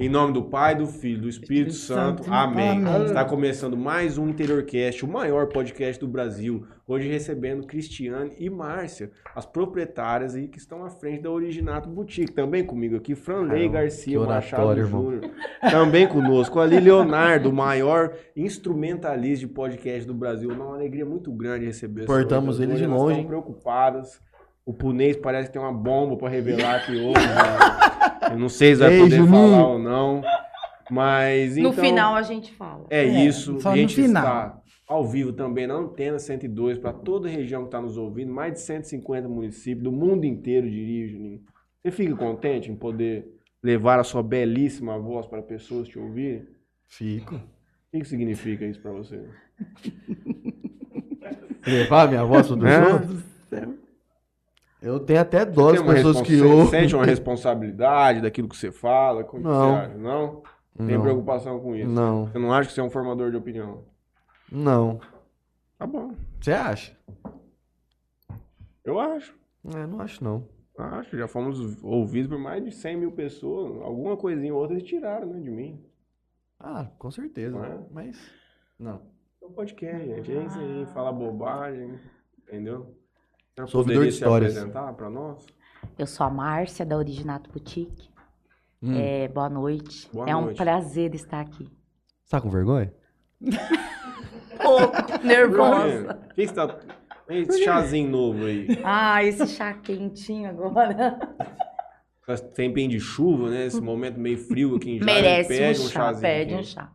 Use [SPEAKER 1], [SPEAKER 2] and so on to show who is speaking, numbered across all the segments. [SPEAKER 1] Em nome do Pai, do Filho, do Espírito,
[SPEAKER 2] Espírito
[SPEAKER 1] Santo.
[SPEAKER 2] Santo.
[SPEAKER 1] Amém.
[SPEAKER 2] Amém.
[SPEAKER 1] Está começando mais um Interiorcast, o maior podcast do Brasil. Hoje recebendo Cristiane e Márcia, as proprietárias aí que estão à frente da Originato Boutique. Também comigo aqui, Franley
[SPEAKER 3] Caramba,
[SPEAKER 1] Garcia
[SPEAKER 3] Ah, que oratório,
[SPEAKER 1] Machado
[SPEAKER 3] irmão.
[SPEAKER 1] Júnior. Também conosco ali, Leonardo, o maior instrumentalista de podcast do Brasil. Uma alegria muito grande receber essas
[SPEAKER 3] Portamos
[SPEAKER 1] senhoras.
[SPEAKER 3] ele
[SPEAKER 1] Hoje
[SPEAKER 3] de
[SPEAKER 1] elas
[SPEAKER 3] longe,
[SPEAKER 1] estão
[SPEAKER 3] hein?
[SPEAKER 1] preocupadas. O punês parece que tem uma bomba para revelar aqui hoje. né? Eu não sei se vai
[SPEAKER 3] Ei,
[SPEAKER 1] poder
[SPEAKER 3] Juninho.
[SPEAKER 1] falar ou não. Mas
[SPEAKER 4] No
[SPEAKER 1] então.
[SPEAKER 4] final a gente fala.
[SPEAKER 1] É,
[SPEAKER 2] É,
[SPEAKER 1] isso.
[SPEAKER 2] só
[SPEAKER 1] a
[SPEAKER 2] no
[SPEAKER 1] gente
[SPEAKER 2] final.
[SPEAKER 1] está ao vivo também na Antena 102 para toda a região que está nos ouvindo. Mais de 150 municípios do mundo inteiro, diria, Juninho. Você fica contente em poder levar a sua belíssima voz para pessoas te ouvirem?
[SPEAKER 3] Fico.
[SPEAKER 1] O que, que significa isso para você?
[SPEAKER 3] Levar minha voz do
[SPEAKER 1] É?
[SPEAKER 3] show? Eu tenho até dó
[SPEAKER 1] Tem
[SPEAKER 3] das
[SPEAKER 1] uma
[SPEAKER 3] pessoas
[SPEAKER 1] respons-
[SPEAKER 3] que
[SPEAKER 1] você
[SPEAKER 3] ouvem.
[SPEAKER 1] sente uma responsabilidade daquilo que você fala? Como que
[SPEAKER 3] Não.
[SPEAKER 1] Você acha? Não? Tem
[SPEAKER 3] Não,
[SPEAKER 1] preocupação com isso?
[SPEAKER 3] não,
[SPEAKER 1] Você não acha que você é um formador de opinião?
[SPEAKER 3] não.
[SPEAKER 1] Tá bom.
[SPEAKER 3] Você acha?
[SPEAKER 1] Eu acho.
[SPEAKER 3] É, não acho não.
[SPEAKER 1] Acho, já fomos ouvidos por mais de 100 mil pessoas. Alguma coisinha ou outra eles tiraram, né, de mim.
[SPEAKER 3] Ah, com certeza.
[SPEAKER 1] Não é?
[SPEAKER 3] Mas, não.
[SPEAKER 1] É um podcast, gente. É isso aí, fala bobagem, entendeu? Você
[SPEAKER 3] Ah. Sou ouvidor
[SPEAKER 1] poderia
[SPEAKER 3] de
[SPEAKER 1] se
[SPEAKER 3] histórias.
[SPEAKER 1] apresentar pra nós?
[SPEAKER 4] Eu sou a Márcia, da Originato Boutique.
[SPEAKER 3] Hum,
[SPEAKER 4] É, boa noite.
[SPEAKER 1] Boa
[SPEAKER 4] é um
[SPEAKER 1] noite.
[SPEAKER 4] prazer estar aqui.
[SPEAKER 3] Você tá com vergonha?
[SPEAKER 4] Pouco nervosa.
[SPEAKER 1] O que que você tá... Esse chazinho novo aí.
[SPEAKER 4] Ah, esse chá quentinho agora.
[SPEAKER 1] Faz Tempo de chuva, né? Esse momento meio frio aqui em Jaú.
[SPEAKER 4] Merece
[SPEAKER 1] Pede
[SPEAKER 4] um
[SPEAKER 1] um
[SPEAKER 4] chá,
[SPEAKER 1] chazinho.
[SPEAKER 4] pede um
[SPEAKER 1] aqui.
[SPEAKER 4] chá.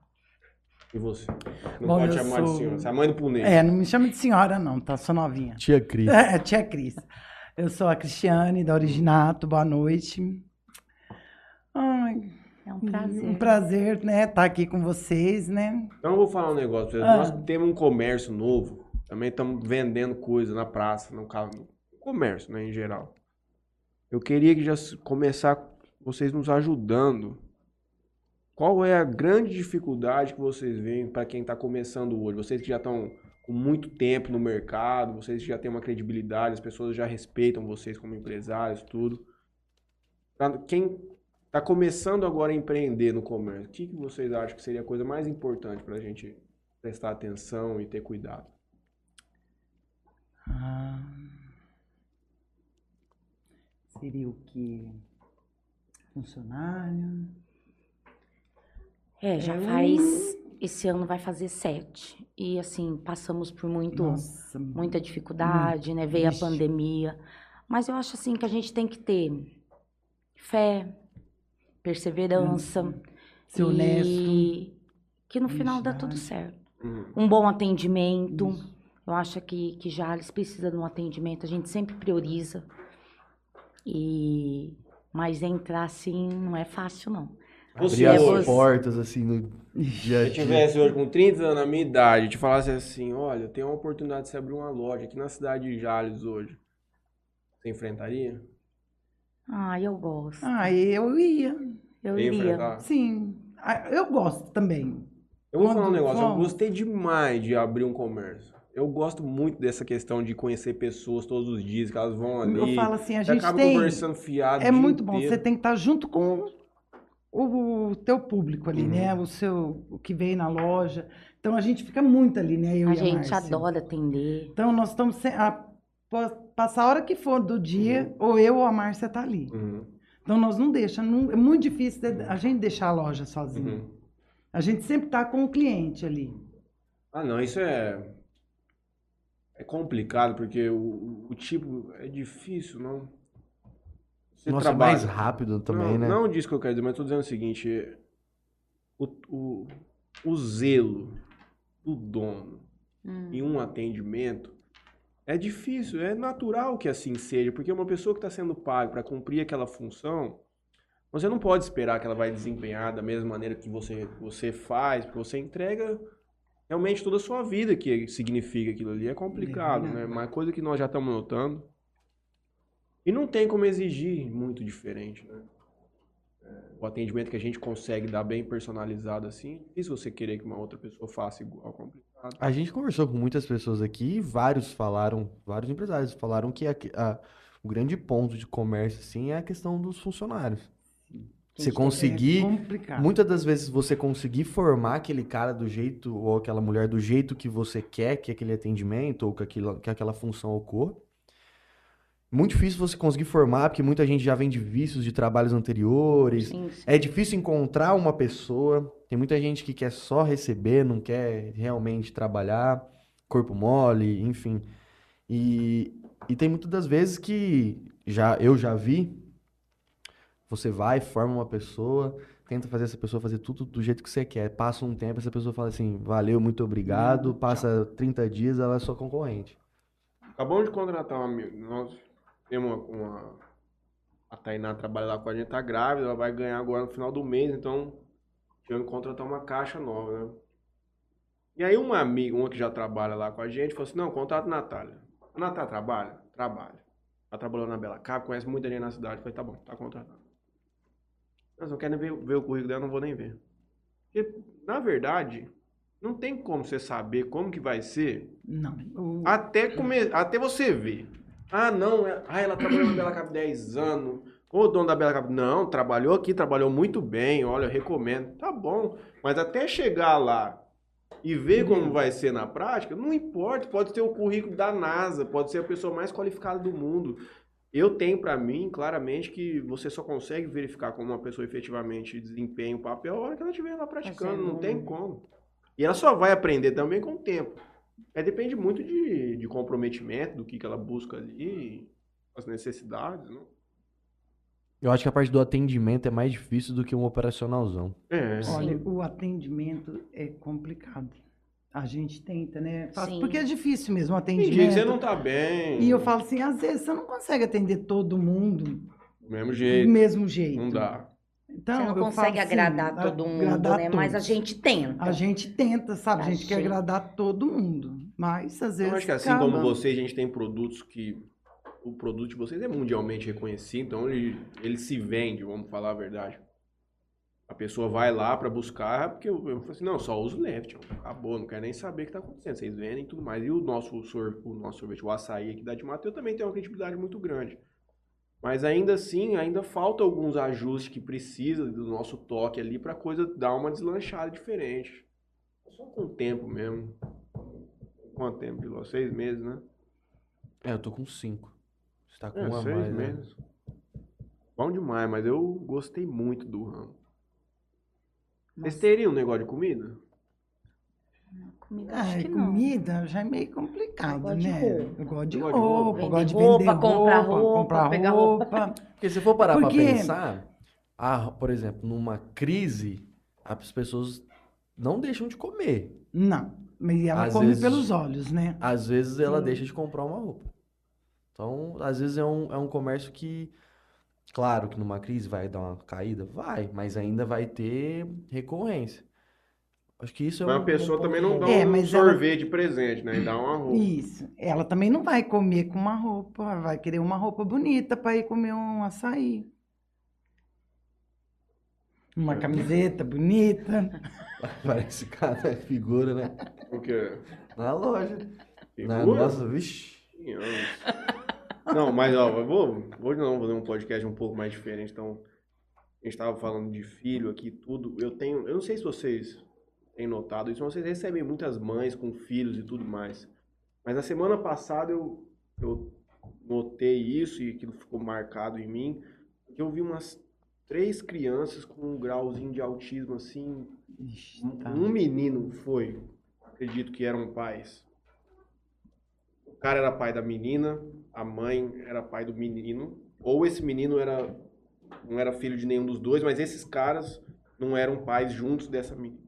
[SPEAKER 1] E você? Não
[SPEAKER 2] Bom,
[SPEAKER 1] pode
[SPEAKER 2] eu
[SPEAKER 1] chamar de
[SPEAKER 2] sou-
[SPEAKER 1] senhora. Você é a mãe do punês.
[SPEAKER 2] É, não me chama de senhora, não, tá? Sou novinha.
[SPEAKER 3] Tia Cris.
[SPEAKER 2] É, tia Cris. Eu sou a Cristiane, da Originato, boa noite. Ai,
[SPEAKER 4] É um
[SPEAKER 2] um
[SPEAKER 4] prazer.
[SPEAKER 2] prazer, né, estar aqui com vocês, né?
[SPEAKER 1] Então eu vou falar um negócio pra vocês.
[SPEAKER 2] Ah.
[SPEAKER 1] Nós temos um comércio novo. Também estamos vendendo coisa na praça, no carro. no Comércio, né, em geral. Eu queria que já s- começar vocês nos ajudando. Qual é a grande dificuldade que vocês veem para quem está começando hoje? Vocês que já estão com muito tempo no mercado, vocês que já têm uma credibilidade, as pessoas já respeitam vocês como empresários, tudo. Pra quem Tá começando agora a empreender no comércio. O que, que vocês acham que seria a coisa mais importante para a gente prestar atenção e ter cuidado?
[SPEAKER 2] Ah, seria o que? Funcionário?
[SPEAKER 4] É, já
[SPEAKER 2] É um-
[SPEAKER 4] faz. Esse ano vai fazer sete. E assim, passamos por muito,
[SPEAKER 2] Nossa,
[SPEAKER 4] muita dificuldade, né? Veio a
[SPEAKER 2] Vixe.
[SPEAKER 4] pandemia. Mas eu acho assim que a gente tem que ter fé, perseverança.
[SPEAKER 2] Ser honesto.
[SPEAKER 4] E que no final dá tudo
[SPEAKER 2] Honestidade.
[SPEAKER 4] certo.
[SPEAKER 1] Hum,
[SPEAKER 4] Um bom atendimento. Eu acho que, que Jales precisa de um atendimento, a gente sempre prioriza. E mas entrar assim não é fácil, não.
[SPEAKER 3] Abrir
[SPEAKER 1] Você,
[SPEAKER 3] as
[SPEAKER 4] você-
[SPEAKER 3] portas, assim, no dia
[SPEAKER 1] se
[SPEAKER 3] a
[SPEAKER 1] eu
[SPEAKER 3] dia.
[SPEAKER 1] tivesse hoje com 30 anos na minha idade, e te falasse assim, olha, tem uma oportunidade de você abrir uma loja aqui na cidade de Jales hoje, você enfrentaria?
[SPEAKER 4] Ah, eu gosto.
[SPEAKER 2] Ah, eu ia,
[SPEAKER 4] eu
[SPEAKER 1] Ia
[SPEAKER 4] iria.
[SPEAKER 1] enfrentar?
[SPEAKER 2] sim. Ah, Eu gosto também.
[SPEAKER 1] Eu vou
[SPEAKER 2] Quando-
[SPEAKER 1] falar um negócio, eu
[SPEAKER 2] quando?
[SPEAKER 1] gostei demais de abrir um comércio. Eu gosto muito dessa questão de conhecer pessoas todos os dias, que elas vão ali,
[SPEAKER 2] Eu falo assim, a
[SPEAKER 1] você
[SPEAKER 2] gente
[SPEAKER 1] acaba
[SPEAKER 2] tem...
[SPEAKER 1] conversando fiado o
[SPEAKER 2] É
[SPEAKER 1] dia
[SPEAKER 2] muito bom,
[SPEAKER 1] inteiro.
[SPEAKER 2] você tem que estar junto com o, o teu público ali,
[SPEAKER 1] Uhum.
[SPEAKER 2] né? O seu o que vem na loja. Então a gente fica muito ali, né? Eu e
[SPEAKER 4] A gente
[SPEAKER 2] Márcia.
[SPEAKER 4] adora atender.
[SPEAKER 2] Então nós estamos se- a, po- passar a hora que for do dia, ou eu ou a Márcia tá ali.
[SPEAKER 1] Uhum,
[SPEAKER 2] Então nós não deixa, não- é muito difícil de- a gente deixar a loja sozinha.
[SPEAKER 1] uhum.
[SPEAKER 2] A gente sempre tá com o cliente ali.
[SPEAKER 1] Ah, não, isso é é complicado porque o, o tipo é difícil, não. Você
[SPEAKER 3] Nossa, é
[SPEAKER 1] trabalha.
[SPEAKER 3] mais rápido também,
[SPEAKER 1] não,
[SPEAKER 3] né?
[SPEAKER 1] não disso que eu quero dizer, mas estou dizendo o seguinte: o, o, o zelo do dono
[SPEAKER 4] Hum.
[SPEAKER 1] em um atendimento é difícil, é natural que assim seja, porque uma pessoa que está sendo paga para cumprir aquela função, você não pode esperar que ela vai desempenhar da mesma maneira que você, você faz, porque você entrega realmente toda a sua vida que significa aquilo ali. É complicado,
[SPEAKER 2] É.
[SPEAKER 1] né? Uma coisa que nós já estamos notando. E não tem como exigir muito diferente, né? É, O atendimento que a gente consegue dar bem personalizado assim, e se você querer que uma outra pessoa faça igual, é complicado.
[SPEAKER 3] A gente conversou com muitas pessoas aqui e vários falaram, vários empresários falaram que a- a- o grande ponto de comércio, assim, é a questão dos funcionários. Você
[SPEAKER 4] Gente,
[SPEAKER 2] É
[SPEAKER 3] conseguir.
[SPEAKER 2] complicado.
[SPEAKER 3] Muitas das vezes você conseguir formar aquele cara do jeito, ou aquela mulher do jeito que você quer que aquele atendimento, ou que, aquilo, que aquela função ocorra. Muito difícil você conseguir formar, porque muita gente já vem de vícios de trabalhos anteriores.
[SPEAKER 4] Sim, sim.
[SPEAKER 3] É difícil encontrar uma pessoa. Tem muita gente que quer só receber, não quer realmente trabalhar, corpo mole, enfim. E, e tem muitas das vezes que já eu já vi. Você vai, forma uma pessoa, tenta fazer essa pessoa fazer tudo do jeito que você quer. Passa um tempo, essa pessoa fala assim: valeu, muito obrigado. Passa 30 dias, ela é sua concorrente.
[SPEAKER 1] Acabamos de contratar um amigo. Nós temos uma, uma- A Tainá trabalha lá com a gente, tá grávida, ela vai ganhar agora no final do mês, então tivemos que contratar uma caixa nova, né? E aí uma amiga, uma que já trabalha lá com a gente, falou assim: não, contrata a Natália. A Natália trabalha? Trabalha. Ela trabalhou na Bela Cabo, conhece muita gente na cidade. Eu falei, tá bom, tá contratado. Mas não quero nem ver, ver o currículo dela, não vou nem ver. Porque, na verdade, não tem como você saber como que vai ser
[SPEAKER 2] Não. o-
[SPEAKER 1] até, come... Até você ver. Ah, não. é- Ah, ela trabalhou na Bela Cap 10 anos. Ô, dono da Bela Cap. Não, trabalhou aqui, trabalhou muito bem. Olha, eu recomendo. Tá bom. Mas até chegar lá e ver como vai ser na prática, não importa. Pode ser o currículo da NASA, pode ser a pessoa mais qualificada do mundo. Eu tenho pra mim, claramente, que você só consegue verificar como uma pessoa efetivamente desempenha o papel a hora que ela estiver lá praticando.
[SPEAKER 4] Fazendo
[SPEAKER 1] Não tem
[SPEAKER 4] um-
[SPEAKER 1] como. E ela só vai aprender também com o tempo. É, depende muito de, de comprometimento, do que, que ela busca ali, as necessidades, né?
[SPEAKER 3] Eu acho que a parte do atendimento é mais difícil do que um operacionalzão.
[SPEAKER 1] É.
[SPEAKER 2] Olha,
[SPEAKER 4] Sim.
[SPEAKER 2] o atendimento é complicado. A gente tenta, né? Faz-
[SPEAKER 4] Sim.
[SPEAKER 2] Porque é difícil mesmo o
[SPEAKER 1] Tem dia que
[SPEAKER 2] atendimento.
[SPEAKER 1] você não tá bem.
[SPEAKER 2] E eu falo assim, às vezes você não consegue atender todo mundo
[SPEAKER 1] Do mesmo
[SPEAKER 2] do
[SPEAKER 1] jeito.
[SPEAKER 2] mesmo jeito.
[SPEAKER 1] Não dá.
[SPEAKER 2] Então,
[SPEAKER 4] Você não
[SPEAKER 2] eu falo
[SPEAKER 4] consegue
[SPEAKER 2] assim,
[SPEAKER 4] agradar todo mundo,
[SPEAKER 2] agradar
[SPEAKER 4] né? Mas a
[SPEAKER 2] todos.
[SPEAKER 4] gente tenta.
[SPEAKER 2] A gente tenta, sabe? A
[SPEAKER 4] A
[SPEAKER 2] gente, quer
[SPEAKER 4] gente-
[SPEAKER 2] agradar todo mundo. Mas às vezes.
[SPEAKER 1] Eu acho que assim
[SPEAKER 2] acaba.
[SPEAKER 1] como vocês, a gente tem produtos que. O produto de vocês é mundialmente reconhecido, então ele, ele se vende, vamos falar a verdade. A pessoa vai lá pra buscar, porque eu, eu falo assim, não, só uso left, acabou, não quero nem saber o que tá acontecendo. Vocês vendem e tudo mais. E o nosso, sor- o nosso sorvete, o açaí aqui da de Mateus também tem uma credibilidade muito grande. Mas ainda assim, ainda falta alguns ajustes que precisa do nosso toque ali pra coisa dar uma deslanchada diferente. Só com o tempo mesmo. Quanto tempo, Biló? Seis meses, né?
[SPEAKER 3] É, eu tô com cinco. Você tá com
[SPEAKER 1] É,
[SPEAKER 3] uma
[SPEAKER 1] seis
[SPEAKER 3] mais, né?
[SPEAKER 1] meses. Bom demais, mas eu gostei muito do ramo. Vocês teriam um negócio de comida?
[SPEAKER 4] Comida, acho
[SPEAKER 2] Ah,
[SPEAKER 4] que não.
[SPEAKER 2] comida já é meio complicado,
[SPEAKER 4] Eu gosto de
[SPEAKER 2] né?
[SPEAKER 4] roupa.
[SPEAKER 2] Eu gosto de
[SPEAKER 1] Eu gosto de
[SPEAKER 2] roupa, eu
[SPEAKER 4] roupa.
[SPEAKER 2] gosto de
[SPEAKER 4] Vender
[SPEAKER 2] vender
[SPEAKER 4] roupa, comprar roupa,
[SPEAKER 2] comprar
[SPEAKER 4] pegar
[SPEAKER 2] roupa.
[SPEAKER 3] Porque se for parar
[SPEAKER 2] Porque-
[SPEAKER 3] pra pensar, ah, por exemplo, numa crise, as pessoas não deixam de comer.
[SPEAKER 2] Não, mas ela
[SPEAKER 3] Às
[SPEAKER 2] come
[SPEAKER 3] vezes-
[SPEAKER 2] pelos olhos, né?
[SPEAKER 3] Às vezes ela
[SPEAKER 4] Sim.
[SPEAKER 3] deixa de comprar uma roupa. Então, às vezes é um, é um comércio que, claro que numa crise vai dar uma caída, vai, mas ainda vai ter recorrência. Acho que isso é
[SPEAKER 1] Mas a
[SPEAKER 3] um, um
[SPEAKER 1] pessoa
[SPEAKER 3] ponto
[SPEAKER 1] também não
[SPEAKER 3] bom.
[SPEAKER 1] dá
[SPEAKER 2] É,
[SPEAKER 1] um
[SPEAKER 2] mas ela-
[SPEAKER 1] sorvete de presente, né? E dá uma roupa.
[SPEAKER 2] Isso. Ela também não vai comer com uma roupa, vai querer uma roupa bonita para ir comer um açaí. Uma
[SPEAKER 1] É.
[SPEAKER 2] camiseta bonita.
[SPEAKER 3] Parece cada figura, né?
[SPEAKER 1] Porque.
[SPEAKER 3] Na loja. Na
[SPEAKER 1] Figura?
[SPEAKER 3] nossa, vixe.
[SPEAKER 1] Sim, eu- Não, mas ó, eu vou. Hoje não, vou fazer um podcast um pouco mais diferente. Então, a gente tava falando de filho aqui, tudo. Eu tenho. Eu não sei se vocês têm notado isso, mas vocês recebem muitas mães com filhos e tudo mais. Mas na semana passada eu, eu notei isso e aquilo ficou marcado em mim. Que eu vi umas três crianças com um grauzinho de autismo assim
[SPEAKER 2] Ixi,
[SPEAKER 1] um-
[SPEAKER 2] tá.
[SPEAKER 1] Um menino foi, acredito que eram pais. O cara era pai da menina, a mãe era pai do menino, ou esse menino era não era filho de nenhum dos dois, mas esses caras não eram pais juntos dessa menina.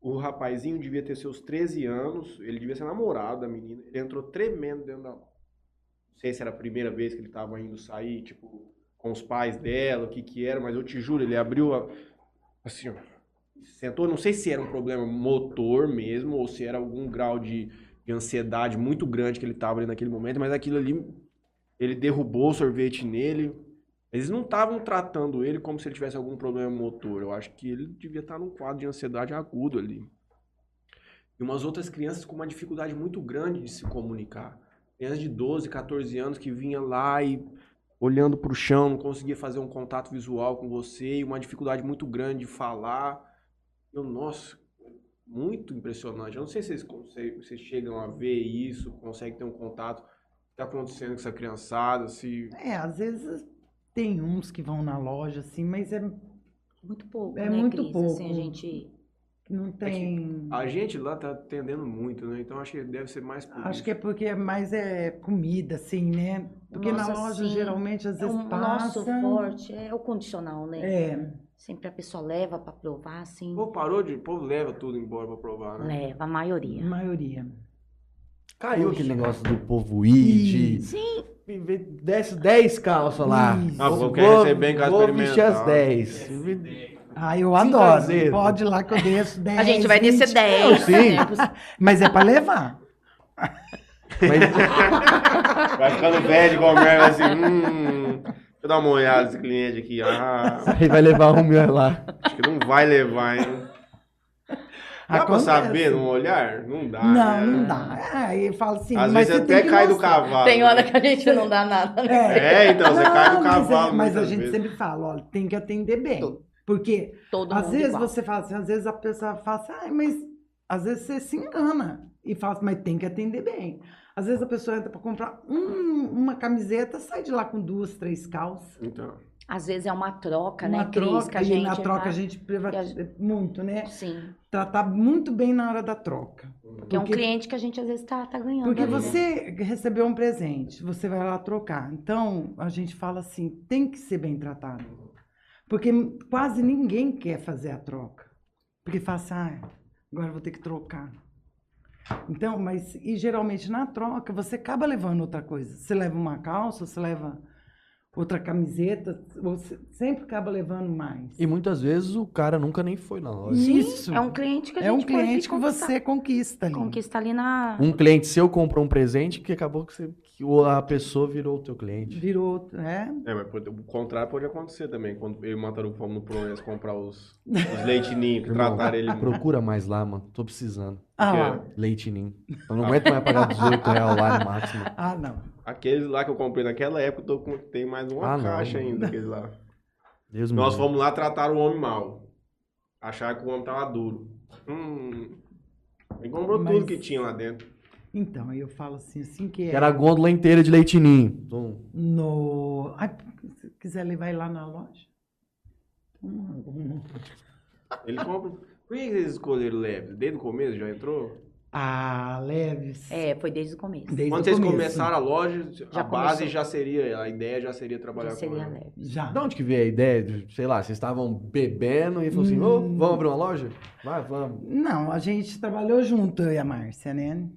[SPEAKER 1] O rapazinho devia ter seus 13 anos, ele devia ser namorado da menina, ele entrou tremendo dentro da loja. Não sei se era a primeira vez que ele estava indo sair, tipo, com os pais dela, o que que era, mas eu te juro, ele abriu a, assim, ó, sentou, não sei se era um problema motor mesmo, ou se era algum grau de, de ansiedade muito grande que ele estava ali naquele momento, mas aquilo ali, ele derrubou o sorvete nele. Eles não estavam tratando ele como se ele tivesse algum problema motor. Eu acho que ele devia estar num quadro de ansiedade agudo ali. E umas outras crianças com uma dificuldade muito grande de se comunicar. Crianças de 12, 14 anos que vinha lá e olhando pro chão, não conseguia fazer um contato visual com você, e uma dificuldade muito grande de falar. Eu, nossa, muito impressionante. Eu não sei se vocês, conseguem- vocês chegam a ver isso, conseguem ter um contato. O que tá acontecendo com essa criançada? Se...
[SPEAKER 2] É, às vezes tem uns que vão na loja, assim, mas é,
[SPEAKER 4] Muito pouco,
[SPEAKER 2] É
[SPEAKER 4] né,
[SPEAKER 2] muito
[SPEAKER 4] Cris?
[SPEAKER 2] pouco.
[SPEAKER 4] Assim, a gente...
[SPEAKER 2] não
[SPEAKER 4] É
[SPEAKER 2] tem.
[SPEAKER 1] A gente lá tá atendendo muito, né? Então acho que deve ser mais
[SPEAKER 4] Ah,
[SPEAKER 1] por
[SPEAKER 2] Acho
[SPEAKER 1] isso.
[SPEAKER 2] que é porque é mais é comida, assim, né? Porque na
[SPEAKER 4] Nossa,
[SPEAKER 2] loja,
[SPEAKER 4] sim.
[SPEAKER 2] geralmente, às
[SPEAKER 4] É
[SPEAKER 2] vezes
[SPEAKER 4] o
[SPEAKER 2] passa.
[SPEAKER 4] nosso forte é o condicional, né?
[SPEAKER 2] É,
[SPEAKER 4] Sempre a pessoa leva pra provar, assim.
[SPEAKER 1] O povo parou de. O povo leva tudo embora pra provar, né?
[SPEAKER 4] Leva, a
[SPEAKER 2] a
[SPEAKER 4] maioria.
[SPEAKER 2] maioria.
[SPEAKER 3] Caiu
[SPEAKER 4] Hoje.
[SPEAKER 3] aquele negócio do povo ir, de...
[SPEAKER 4] Sim,
[SPEAKER 3] Desce 10 calças lá.
[SPEAKER 2] Isso.
[SPEAKER 1] Ah, vou- quero receber em casa
[SPEAKER 3] vou vestir
[SPEAKER 1] experimentar.
[SPEAKER 3] as 10.
[SPEAKER 2] Ah, eu
[SPEAKER 3] Cinco
[SPEAKER 2] adoro.
[SPEAKER 3] azedo.
[SPEAKER 2] Pode ir lá que eu desço 10.
[SPEAKER 4] a gente vai descer
[SPEAKER 2] 20.
[SPEAKER 4] 10.
[SPEAKER 2] Sim. Mas é pra levar.
[SPEAKER 3] Mas
[SPEAKER 1] Vai ficando velho igual o Mary, vai assim, hum, deixa eu dar uma olhada nesse cliente aqui. Ah,
[SPEAKER 3] aí vai levar um milhão lá.
[SPEAKER 1] acho que não vai levar, hein? Dá pra
[SPEAKER 2] Acontece.
[SPEAKER 1] saber num olhar? Não dá.
[SPEAKER 2] Não,
[SPEAKER 1] né?
[SPEAKER 2] não dá. Aí eu falo assim,
[SPEAKER 1] Às
[SPEAKER 2] mas
[SPEAKER 1] vezes
[SPEAKER 2] você tem
[SPEAKER 1] até
[SPEAKER 2] que
[SPEAKER 1] cai do
[SPEAKER 2] mostrar.
[SPEAKER 1] cavalo.
[SPEAKER 4] Tem hora
[SPEAKER 1] né?
[SPEAKER 4] que a gente não dá nada, né?
[SPEAKER 1] É, então, você cai do
[SPEAKER 2] mas é-
[SPEAKER 1] cavalo.
[SPEAKER 2] Mas, a
[SPEAKER 1] muitas
[SPEAKER 2] gente
[SPEAKER 1] vezes.
[SPEAKER 2] sempre fala, olha, tem que atender bem. Porque
[SPEAKER 4] né? Todo
[SPEAKER 2] às
[SPEAKER 4] mundo
[SPEAKER 2] vezes
[SPEAKER 4] igual.
[SPEAKER 2] você fala assim, às vezes a pessoa fala assim, "Ai, mas às vezes você se engana e fala assim, mas tem que atender bem. Às vezes a pessoa entra pra comprar um- uma camiseta, sai de lá com duas, três calças.
[SPEAKER 1] Então,
[SPEAKER 4] Às vezes é uma troca,
[SPEAKER 2] Uma
[SPEAKER 4] né, Cris? que a
[SPEAKER 2] e
[SPEAKER 4] gente
[SPEAKER 2] na troca
[SPEAKER 4] tá-
[SPEAKER 2] a gente privatiza muito, né?
[SPEAKER 4] Sim,
[SPEAKER 2] Tratar muito bem na hora da troca.
[SPEAKER 4] que é um
[SPEAKER 2] Porque-
[SPEAKER 4] cliente que a gente às vezes tá, tá ganhando.
[SPEAKER 2] Porque
[SPEAKER 4] ali, né?
[SPEAKER 2] você recebeu um presente, você vai lá trocar. Então, a gente fala assim, tem que ser bem tratado. Porque quase ninguém quer fazer a troca. Porque fala assim, ah, agora eu vou ter que trocar. Então, mas e geralmente na troca você acaba levando outra coisa. Você leva uma calça, você leva outra camiseta, você sempre acaba levando mais.
[SPEAKER 3] E muitas vezes o cara nunca nem foi na loja.
[SPEAKER 4] Sim,
[SPEAKER 2] Isso.
[SPEAKER 4] É um cliente que a gente
[SPEAKER 2] É um
[SPEAKER 4] pode
[SPEAKER 2] cliente que
[SPEAKER 4] conquistar-
[SPEAKER 2] você conquista ali.
[SPEAKER 4] Conquista ali na.
[SPEAKER 3] Um cliente seu comprou um presente que acabou que, você, que o- a pessoa virou o teu cliente.
[SPEAKER 2] Virou, é,
[SPEAKER 1] é, mas pode- o contrário pode acontecer também. Quando eu e o Mataru fomos no Proens comprar os, os leitinhos que
[SPEAKER 3] Irmão,
[SPEAKER 1] trataram ele.
[SPEAKER 3] Procura mais lá, mano. Tô precisando.
[SPEAKER 2] Ah,
[SPEAKER 1] Porque-
[SPEAKER 3] é?
[SPEAKER 2] lá.
[SPEAKER 3] Leitinho. Eu não aguento mais pagar 18 reais lá no máximo.
[SPEAKER 2] ah, não.
[SPEAKER 1] Aqueles lá que eu comprei naquela época, eu tô com, tem mais uma
[SPEAKER 3] Ah, não. Hum.
[SPEAKER 1] caixa ainda, aqueles lá.
[SPEAKER 3] Deus me
[SPEAKER 1] Nós
[SPEAKER 3] livre.
[SPEAKER 1] fomos lá tratar o homem mal. Acharam que o homem tava duro. Hum. E comprou
[SPEAKER 2] Mas-
[SPEAKER 1] tudo que tinha lá dentro.
[SPEAKER 2] Então, aí eu falo assim, assim que é.
[SPEAKER 3] Era a gôndola inteira de leitinho. Então,
[SPEAKER 2] No. Ai, se quiser levar ele lá na loja. Hum.
[SPEAKER 1] Ele compra. Por que eles escolheram leve? Desde o começo já entrou?
[SPEAKER 2] Ah, leves.
[SPEAKER 4] É, foi desde o começo.
[SPEAKER 2] Desde
[SPEAKER 1] Quando
[SPEAKER 2] o
[SPEAKER 1] vocês
[SPEAKER 2] começo.
[SPEAKER 1] começaram a loja, a
[SPEAKER 4] Já
[SPEAKER 1] base
[SPEAKER 4] começou.
[SPEAKER 1] já seria, a ideia já seria trabalhar
[SPEAKER 4] Já seria né?
[SPEAKER 1] com ela.
[SPEAKER 4] leve.
[SPEAKER 2] Já.
[SPEAKER 3] de onde que veio a ideia? de- Sei lá, vocês estavam bebendo e falou assim, ô,
[SPEAKER 2] Hum.
[SPEAKER 3] vamos abrir uma loja? Vai, vamos.
[SPEAKER 2] Não, a gente trabalhou junto, eu e a Márcia, né?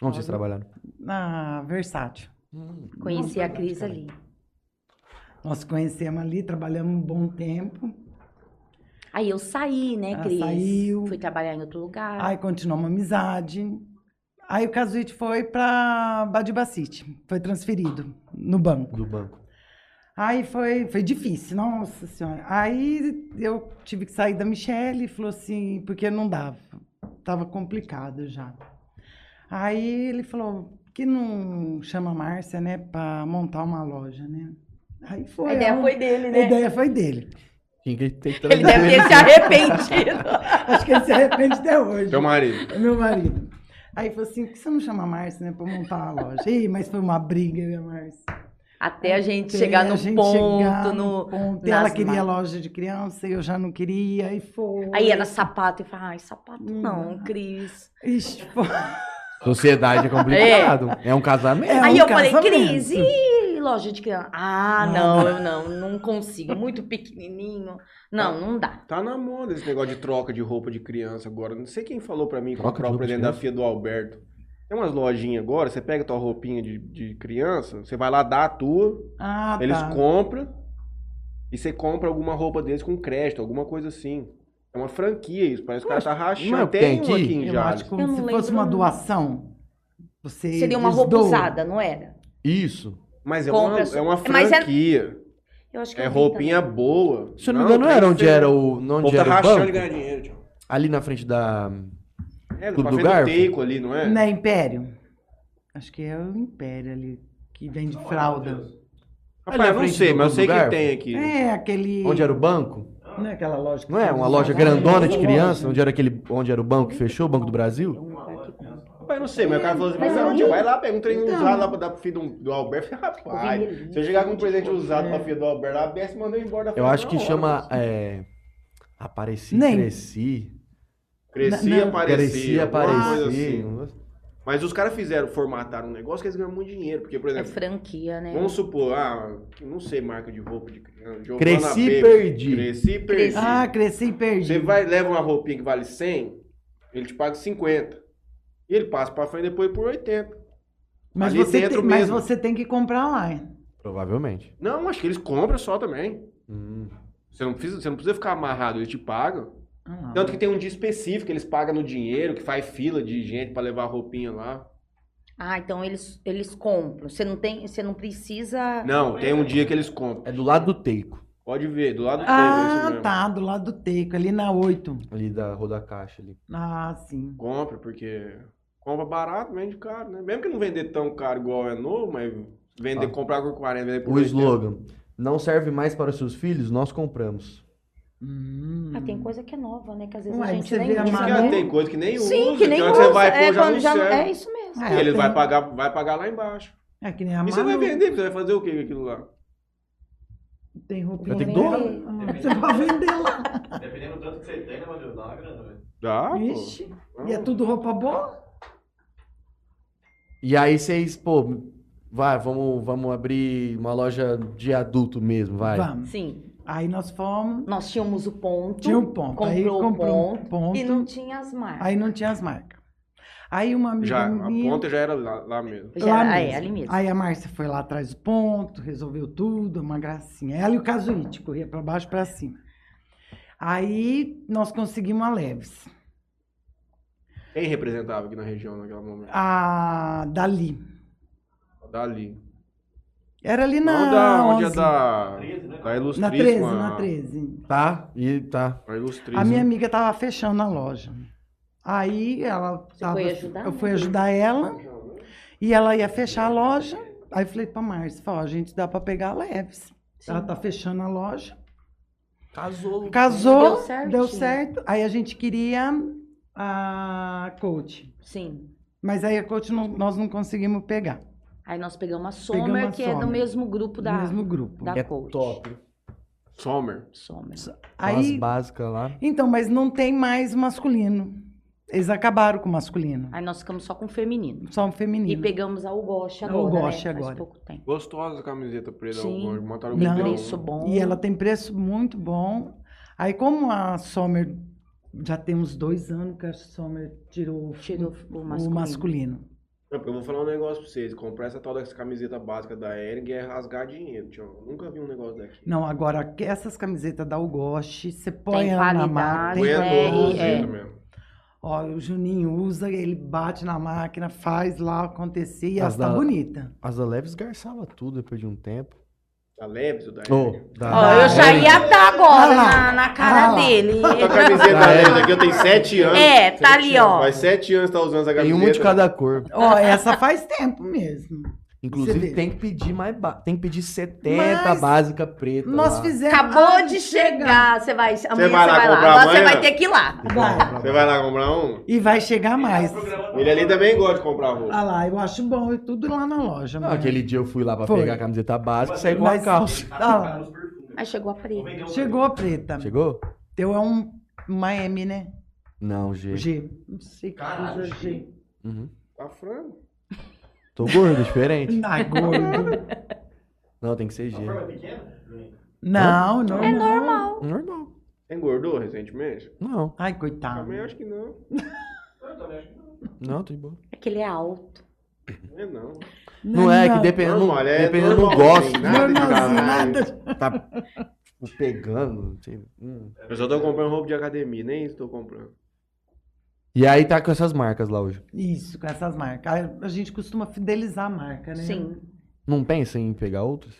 [SPEAKER 3] Onde vocês trabalharam?
[SPEAKER 2] Na Versátil.
[SPEAKER 3] Hum.
[SPEAKER 4] Conheci a Cris ali.
[SPEAKER 2] Nós conhecemos ali, trabalhamos um bom tempo.
[SPEAKER 4] Aí eu saí, né,
[SPEAKER 2] Ela
[SPEAKER 4] Cris?
[SPEAKER 2] Ah, saiu.
[SPEAKER 4] Fui trabalhar em outro lugar.
[SPEAKER 2] Aí continuou uma amizade. Aí o Casuite foi pra Badibacite. Foi transferido no banco.
[SPEAKER 3] Do banco.
[SPEAKER 2] Aí foi, foi difícil, nossa senhora. Aí eu tive que sair da Michelle e falou assim, porque não dava, tava complicado já. Aí ele falou que não chama a Márcia, né, pra montar uma loja, né? Aí foi.
[SPEAKER 4] a ideia
[SPEAKER 2] ó,
[SPEAKER 4] foi dele,
[SPEAKER 2] a
[SPEAKER 4] né?
[SPEAKER 2] ideia foi dele.
[SPEAKER 3] Tinha que ter que
[SPEAKER 4] Ele deve ter se arrependido.
[SPEAKER 2] Acho que ele se arrepende até hoje.
[SPEAKER 1] Seu marido.
[SPEAKER 2] É meu marido. Aí falou assim, por que você não chama a Márcia, né, pra montar uma loja? Ih, mas foi uma briga, minha Márcia.
[SPEAKER 4] Até a gente
[SPEAKER 2] Até
[SPEAKER 4] chegar
[SPEAKER 2] a
[SPEAKER 4] no
[SPEAKER 2] gente
[SPEAKER 4] ponto,
[SPEAKER 2] chegar
[SPEAKER 4] no.
[SPEAKER 2] ponto.
[SPEAKER 4] nas
[SPEAKER 2] Ela queria
[SPEAKER 4] ma-
[SPEAKER 2] loja de criança e eu já não queria, e foi.
[SPEAKER 4] Aí era sapato. Eu falei, ai, sapato não,
[SPEAKER 2] Hum.
[SPEAKER 4] Cris.
[SPEAKER 2] Ixi, foi.
[SPEAKER 3] Sociedade é complicado. É, um casamento.
[SPEAKER 2] É
[SPEAKER 4] Aí
[SPEAKER 2] um
[SPEAKER 4] eu falei,
[SPEAKER 2] casamento.
[SPEAKER 4] Cris, e loja de criança? Ah,
[SPEAKER 2] Ah,
[SPEAKER 4] não, eu não, não consigo. Muito pequenininho.
[SPEAKER 2] É.
[SPEAKER 4] Não, não dá.
[SPEAKER 1] Tá na moda esse negócio de troca de roupa de criança agora. Não sei quem falou pra mim
[SPEAKER 3] Troca de
[SPEAKER 1] comprar o
[SPEAKER 3] roupa de
[SPEAKER 1] presente da
[SPEAKER 3] criança?
[SPEAKER 1] filha do Alberto. Tem umas lojinhas agora, você pega tua roupinha de, de criança, você vai lá dar a tua,
[SPEAKER 2] Ah,
[SPEAKER 1] Eles
[SPEAKER 2] tá.
[SPEAKER 1] compram e você compra alguma roupa deles com crédito, alguma coisa assim. É uma franquia isso, parece que o cara tá
[SPEAKER 3] não é
[SPEAKER 1] rachando.
[SPEAKER 3] o que
[SPEAKER 1] Tem
[SPEAKER 3] tem
[SPEAKER 1] um
[SPEAKER 3] aqui?
[SPEAKER 1] aqui em
[SPEAKER 2] Eu acho
[SPEAKER 1] Jales.
[SPEAKER 2] como
[SPEAKER 4] Eu não
[SPEAKER 2] se
[SPEAKER 4] lembro,
[SPEAKER 2] fosse uma
[SPEAKER 4] não.
[SPEAKER 2] doação. Você
[SPEAKER 4] Seria uma
[SPEAKER 2] eles
[SPEAKER 4] roupa
[SPEAKER 2] doam.
[SPEAKER 4] usada, não era?
[SPEAKER 3] Isso.
[SPEAKER 1] Mas é
[SPEAKER 4] Compra
[SPEAKER 1] uma,
[SPEAKER 4] só-
[SPEAKER 1] é uma
[SPEAKER 4] Mas é-
[SPEAKER 1] franquia.
[SPEAKER 4] Eu acho que
[SPEAKER 1] É,
[SPEAKER 4] eu vi
[SPEAKER 1] roupinha boa.
[SPEAKER 3] Se eu não me engano, não era onde era o.
[SPEAKER 1] O
[SPEAKER 3] não
[SPEAKER 1] povo
[SPEAKER 3] Onde
[SPEAKER 1] tá
[SPEAKER 3] era o
[SPEAKER 1] rachando de
[SPEAKER 3] banco?
[SPEAKER 1] ganhar dinheiro, tio.
[SPEAKER 3] Ali na frente da.
[SPEAKER 1] É,
[SPEAKER 3] Clube
[SPEAKER 1] pra
[SPEAKER 3] do
[SPEAKER 1] frente do
[SPEAKER 3] Garfo?
[SPEAKER 1] Teico ali, não é?
[SPEAKER 2] Não é Império? Acho que é o Império ali, que vende fralda.
[SPEAKER 3] Ali
[SPEAKER 1] Rapaz,
[SPEAKER 3] na
[SPEAKER 1] eu não
[SPEAKER 3] frente
[SPEAKER 1] sei,
[SPEAKER 3] do-
[SPEAKER 1] mas eu
[SPEAKER 3] do
[SPEAKER 1] sei que
[SPEAKER 3] lugar,
[SPEAKER 1] tem aqui.
[SPEAKER 2] É aquele.
[SPEAKER 3] Onde era o banco?
[SPEAKER 2] Não é aquela loja que
[SPEAKER 3] Não é?
[SPEAKER 2] tem
[SPEAKER 3] Uma
[SPEAKER 2] os
[SPEAKER 3] loja
[SPEAKER 2] lugares?
[SPEAKER 3] grandona de
[SPEAKER 2] Uma
[SPEAKER 3] criança,
[SPEAKER 2] loja.
[SPEAKER 3] onde era aquele. Onde era o banco que fechou, o Banco do Brasil?
[SPEAKER 1] Rapaz, eu não sei, mas o cara falou assim,
[SPEAKER 4] Mas
[SPEAKER 1] mas onde
[SPEAKER 4] aí-
[SPEAKER 1] vai lá, pega um trem
[SPEAKER 4] Então.
[SPEAKER 1] usado lá pra dar pro filho do, do Alberto. Rapaz, se eu chegar com um presente usado
[SPEAKER 4] É.
[SPEAKER 1] pra filho do Alberto, a Bess mandou embora da
[SPEAKER 3] Eu
[SPEAKER 1] festa
[SPEAKER 3] acho
[SPEAKER 1] na
[SPEAKER 3] que
[SPEAKER 1] hora.
[SPEAKER 3] chama. É, apareci,
[SPEAKER 2] Nem.
[SPEAKER 3] cresci.
[SPEAKER 1] Cresci
[SPEAKER 2] Não, não.
[SPEAKER 1] aparecia, alguma
[SPEAKER 3] apareci.
[SPEAKER 1] coisa assim.
[SPEAKER 3] um-
[SPEAKER 1] Mas os caras fizeram, formataram um negócio que eles ganham muito dinheiro. Porque, por
[SPEAKER 4] É
[SPEAKER 1] exemplo,
[SPEAKER 4] franquia, né?
[SPEAKER 1] vamos supor, ah, não sei marca de roupa de criança. Giovanna
[SPEAKER 3] Cresci,
[SPEAKER 1] Baby.
[SPEAKER 3] perdi.
[SPEAKER 1] Cresci e perdi.
[SPEAKER 2] Ah, cresci e perdi.
[SPEAKER 1] Você vai, leva uma roupinha que vale 100, ele te paga 50. E ele passa pra frente depois por 80.
[SPEAKER 2] mas,
[SPEAKER 1] ali
[SPEAKER 2] você
[SPEAKER 1] dentro
[SPEAKER 2] tem, mas
[SPEAKER 1] mesmo.
[SPEAKER 2] você tem que comprar lá. hein?
[SPEAKER 3] Provavelmente.
[SPEAKER 1] Não, acho que eles compram só também. Você não precisa, você não precisa ficar amarrado, eles te pagam.
[SPEAKER 2] Ah, lá.
[SPEAKER 1] Tanto que tem um dia específico, que eles pagam no dinheiro, que faz fila de gente pra levar a roupinha lá.
[SPEAKER 4] Ah, então eles, eles compram. Você não tem, você não precisa.
[SPEAKER 1] Não, tem um dia que eles compram.
[SPEAKER 3] É do lado do Teico,
[SPEAKER 1] Pode ver, do lado do teu, é isso
[SPEAKER 2] Ah,
[SPEAKER 1] mesmo.
[SPEAKER 2] tá, do lado do Teco, ali na 8.
[SPEAKER 3] ali da Rua da Caixa ali.
[SPEAKER 2] Ah, sim.
[SPEAKER 1] Compra, porque compra barato, vende caro, né? Mesmo que não vender tão caro igual é novo, mas vender,
[SPEAKER 3] Ah.
[SPEAKER 1] comprar por 40, vender por
[SPEAKER 3] O
[SPEAKER 1] 80.
[SPEAKER 3] slogan: Não serve mais para seus filhos, nós compramos.
[SPEAKER 2] Hum.
[SPEAKER 4] Ah, tem coisa que é nova, né? Que às vezes
[SPEAKER 2] Ué,
[SPEAKER 4] a gente
[SPEAKER 2] você
[SPEAKER 4] nem
[SPEAKER 2] vê a
[SPEAKER 4] usa,
[SPEAKER 1] Diz que
[SPEAKER 2] Manu-
[SPEAKER 1] ah,
[SPEAKER 4] né?
[SPEAKER 1] tem coisa que nem
[SPEAKER 4] Sim,
[SPEAKER 1] usa,
[SPEAKER 4] que nem
[SPEAKER 1] hora você
[SPEAKER 4] usa.
[SPEAKER 1] vai
[SPEAKER 4] é,
[SPEAKER 1] pôr, já
[SPEAKER 4] quando
[SPEAKER 1] não
[SPEAKER 4] já não-
[SPEAKER 1] serve.
[SPEAKER 4] é Tá isso mesmo.
[SPEAKER 2] Ah,
[SPEAKER 1] E ele
[SPEAKER 2] tem-
[SPEAKER 1] vai pagar, vai pagar lá embaixo.
[SPEAKER 2] É que nem a
[SPEAKER 1] E você vai
[SPEAKER 2] Manu,
[SPEAKER 1] vender, você vai fazer o que com aquilo lá?
[SPEAKER 2] Tem roupinha.
[SPEAKER 3] Eu tenho que
[SPEAKER 2] dela.
[SPEAKER 4] doar.
[SPEAKER 2] Ah, Você vai vender lá.
[SPEAKER 5] Dependendo do tanto que você tem, né, Matheus? Dá uma grana, velho.
[SPEAKER 1] Dá, Ah, pô.
[SPEAKER 2] Ixi.
[SPEAKER 1] Não.
[SPEAKER 2] E
[SPEAKER 4] Então,
[SPEAKER 2] é tudo roupa boa?
[SPEAKER 3] E aí vocês, pô, vai, vamos, vamos abrir uma loja de adulto mesmo, vai.
[SPEAKER 2] Vamos.
[SPEAKER 4] Sim.
[SPEAKER 2] Aí nós fomos,
[SPEAKER 4] Nós tínhamos o ponto.
[SPEAKER 2] tinha um ponto. Aí
[SPEAKER 4] Comprou o
[SPEAKER 2] comprou um
[SPEAKER 4] ponto
[SPEAKER 2] ponto.
[SPEAKER 4] E não tinha as marcas.
[SPEAKER 2] Aí não tinha as marcas. Aí uma amiga
[SPEAKER 1] Já, a
[SPEAKER 4] Uhum.
[SPEAKER 2] minha...
[SPEAKER 1] ponta já era lá, lá mesmo.
[SPEAKER 4] Já
[SPEAKER 2] lá
[SPEAKER 4] era- ah, é,
[SPEAKER 2] mesmo.
[SPEAKER 4] ali mesmo.
[SPEAKER 2] Aí a Márcia foi lá atrás do ponto, resolveu tudo, uma gracinha. Ela e o Casuíte, corria para baixo e para cima. Aí nós conseguimos a Leves.
[SPEAKER 1] Quem representava aqui na região naquele momento?
[SPEAKER 2] A Dali.
[SPEAKER 1] Dali.
[SPEAKER 2] Era ali na
[SPEAKER 1] Não, da onde é
[SPEAKER 2] 11,
[SPEAKER 1] da,
[SPEAKER 5] 13, né?
[SPEAKER 1] da
[SPEAKER 2] na 13,
[SPEAKER 1] ilustríssima.
[SPEAKER 2] na 13.
[SPEAKER 3] Tá? E tá.
[SPEAKER 1] A ilustríssima.
[SPEAKER 2] A minha amiga tava fechando a loja. Aí ela tava,
[SPEAKER 4] foi ajudar?
[SPEAKER 2] eu fui ajudar ela e ela ia fechar a loja. Aí eu falei pra Márcia, falou, "Ó, a gente dá para pegar a Leves.
[SPEAKER 4] Sim.
[SPEAKER 2] Ela tá fechando a loja.
[SPEAKER 3] Casou.
[SPEAKER 2] Casou,
[SPEAKER 4] Deu certinho.
[SPEAKER 2] deu certo. Aí a gente queria a coach.
[SPEAKER 4] Sim.
[SPEAKER 2] Mas aí a coach não- nós não conseguimos pegar
[SPEAKER 4] Aí nós pegamos a Sommer,
[SPEAKER 2] Pegamos a
[SPEAKER 4] que é
[SPEAKER 2] Sommer.
[SPEAKER 4] do mesmo grupo
[SPEAKER 2] no
[SPEAKER 4] da,
[SPEAKER 2] mesmo grupo.
[SPEAKER 4] da
[SPEAKER 3] É
[SPEAKER 4] coach.
[SPEAKER 3] top.
[SPEAKER 1] Sommer.
[SPEAKER 4] Sommer.
[SPEAKER 3] Aí...
[SPEAKER 2] Aí,
[SPEAKER 3] As básicas lá.
[SPEAKER 2] então, mas não tem mais masculino. Eles acabaram com o masculino.
[SPEAKER 4] Aí nós ficamos só com o feminino.
[SPEAKER 2] Só um
[SPEAKER 4] E
[SPEAKER 2] feminino.
[SPEAKER 4] pegamos a Ugoche
[SPEAKER 2] A
[SPEAKER 4] agora.
[SPEAKER 2] Ugoche
[SPEAKER 4] né?
[SPEAKER 2] agora.
[SPEAKER 4] Faz pouco tempo.
[SPEAKER 1] Gostosa a camiseta preta. tá
[SPEAKER 4] Sim.
[SPEAKER 1] eu gosto. Montaram
[SPEAKER 2] Não.
[SPEAKER 1] com
[SPEAKER 4] um Preço bom.
[SPEAKER 2] E ela tem preço muito bom. Aí, como a Sommer já tem uns dois anos que a Sommer tirou,
[SPEAKER 4] Tirou o
[SPEAKER 2] o
[SPEAKER 4] masculino.
[SPEAKER 2] masculino.
[SPEAKER 1] Não, porque eu vou falar um negócio pra vocês. Comprar essa tal dessa camiseta básica da Ering é rasgar dinheiro, tio. Nunca vi um negócio daqui.
[SPEAKER 2] Não, agora, que- essas camisetas da Ugoche, você põe
[SPEAKER 4] Tem
[SPEAKER 2] ela na
[SPEAKER 4] qualidade,
[SPEAKER 2] marca.
[SPEAKER 4] tem
[SPEAKER 1] Aguenta
[SPEAKER 4] é,
[SPEAKER 1] o
[SPEAKER 4] e- é.
[SPEAKER 1] roseiro mesmo.
[SPEAKER 2] Ó, o Juninho usa, ele bate na máquina, faz lá acontecer e ela
[SPEAKER 3] As
[SPEAKER 2] está
[SPEAKER 3] da-
[SPEAKER 2] bonita.
[SPEAKER 3] As da Leves garçava tudo depois de um tempo.
[SPEAKER 1] Da Leves ou da
[SPEAKER 3] Ô,
[SPEAKER 1] Ering?
[SPEAKER 3] da-
[SPEAKER 4] Ó, eu já ia dar
[SPEAKER 2] Ah
[SPEAKER 4] agora
[SPEAKER 2] lá.
[SPEAKER 4] na, na cara
[SPEAKER 2] Ah lá.
[SPEAKER 4] dele.
[SPEAKER 1] Essa camiseta
[SPEAKER 3] Ah,
[SPEAKER 1] da
[SPEAKER 3] é?
[SPEAKER 1] Leves aqui eu tenho 7 anos.
[SPEAKER 4] É, tá ali, ó.
[SPEAKER 1] Faz 7 anos que tá usando essa
[SPEAKER 3] Tem
[SPEAKER 1] camiseta.
[SPEAKER 3] uma de cada cor.
[SPEAKER 2] Ó, essa faz tempo mesmo. Você
[SPEAKER 3] Inclusive,
[SPEAKER 2] vê.
[SPEAKER 3] tem que pedir mais ba... Tem que pedir 70
[SPEAKER 2] Mas
[SPEAKER 3] básica preta.
[SPEAKER 2] Nós
[SPEAKER 3] lá.
[SPEAKER 2] fizemos.
[SPEAKER 4] Acabou
[SPEAKER 2] Ah,
[SPEAKER 4] de chegar. Você vai. Amanhã você
[SPEAKER 1] vai lá
[SPEAKER 4] vai lá.
[SPEAKER 1] comprar
[SPEAKER 4] Agora você
[SPEAKER 1] amanhã?
[SPEAKER 4] vai ter que ir lá.
[SPEAKER 2] Vai.
[SPEAKER 1] Você vai lá comprar um?
[SPEAKER 2] E vai chegar mais.
[SPEAKER 1] Ele ali também gosta de comprar roupa.
[SPEAKER 2] Ah lá, eu acho bom e tudo lá na loja.
[SPEAKER 3] Não,
[SPEAKER 2] mano.
[SPEAKER 3] aquele dia eu fui lá pra
[SPEAKER 2] Foi.
[SPEAKER 3] pegar a camiseta básica e
[SPEAKER 1] é
[SPEAKER 3] saí com uma
[SPEAKER 2] Mas-
[SPEAKER 3] calça.
[SPEAKER 2] Ah lá,
[SPEAKER 4] Aí chegou a preta.
[SPEAKER 2] chegou a preta.
[SPEAKER 3] Chegou?
[SPEAKER 2] Teu é um, uma M, né?
[SPEAKER 3] Não, G.
[SPEAKER 2] G. Não sei que
[SPEAKER 5] Caralho,
[SPEAKER 2] usa G.
[SPEAKER 5] G.
[SPEAKER 3] Uhum.
[SPEAKER 1] Tá frango.
[SPEAKER 3] Tô gordo, diferente.
[SPEAKER 2] Na gordo.
[SPEAKER 3] Não, tem que ser
[SPEAKER 1] Tá
[SPEAKER 3] G.
[SPEAKER 2] Não, não.
[SPEAKER 4] É normal.
[SPEAKER 3] Normal.
[SPEAKER 1] Engordou recentemente?
[SPEAKER 3] Não,
[SPEAKER 2] Ai, coitado.
[SPEAKER 1] Também acho que não.
[SPEAKER 3] não, tô de boa.
[SPEAKER 4] É que ele é alto.
[SPEAKER 1] Não é não.
[SPEAKER 3] Não é que dependendo,
[SPEAKER 1] Normal, é
[SPEAKER 3] dependendo do
[SPEAKER 1] normal,
[SPEAKER 3] gosto,
[SPEAKER 1] tem
[SPEAKER 3] né?
[SPEAKER 1] nada de
[SPEAKER 2] Normalzinho,
[SPEAKER 1] caralho.
[SPEAKER 2] nada.
[SPEAKER 3] tá tipo, pegando. não sei. Hum.
[SPEAKER 1] Eu só tô comprando roupa de academia, nem isso tô comprando.
[SPEAKER 3] E aí tá com essas marcas lá hoje.
[SPEAKER 2] Isso, com essas marcas. A- A gente costuma fidelizar a marca, né?
[SPEAKER 4] Sim.
[SPEAKER 3] Não pensa em pegar outras?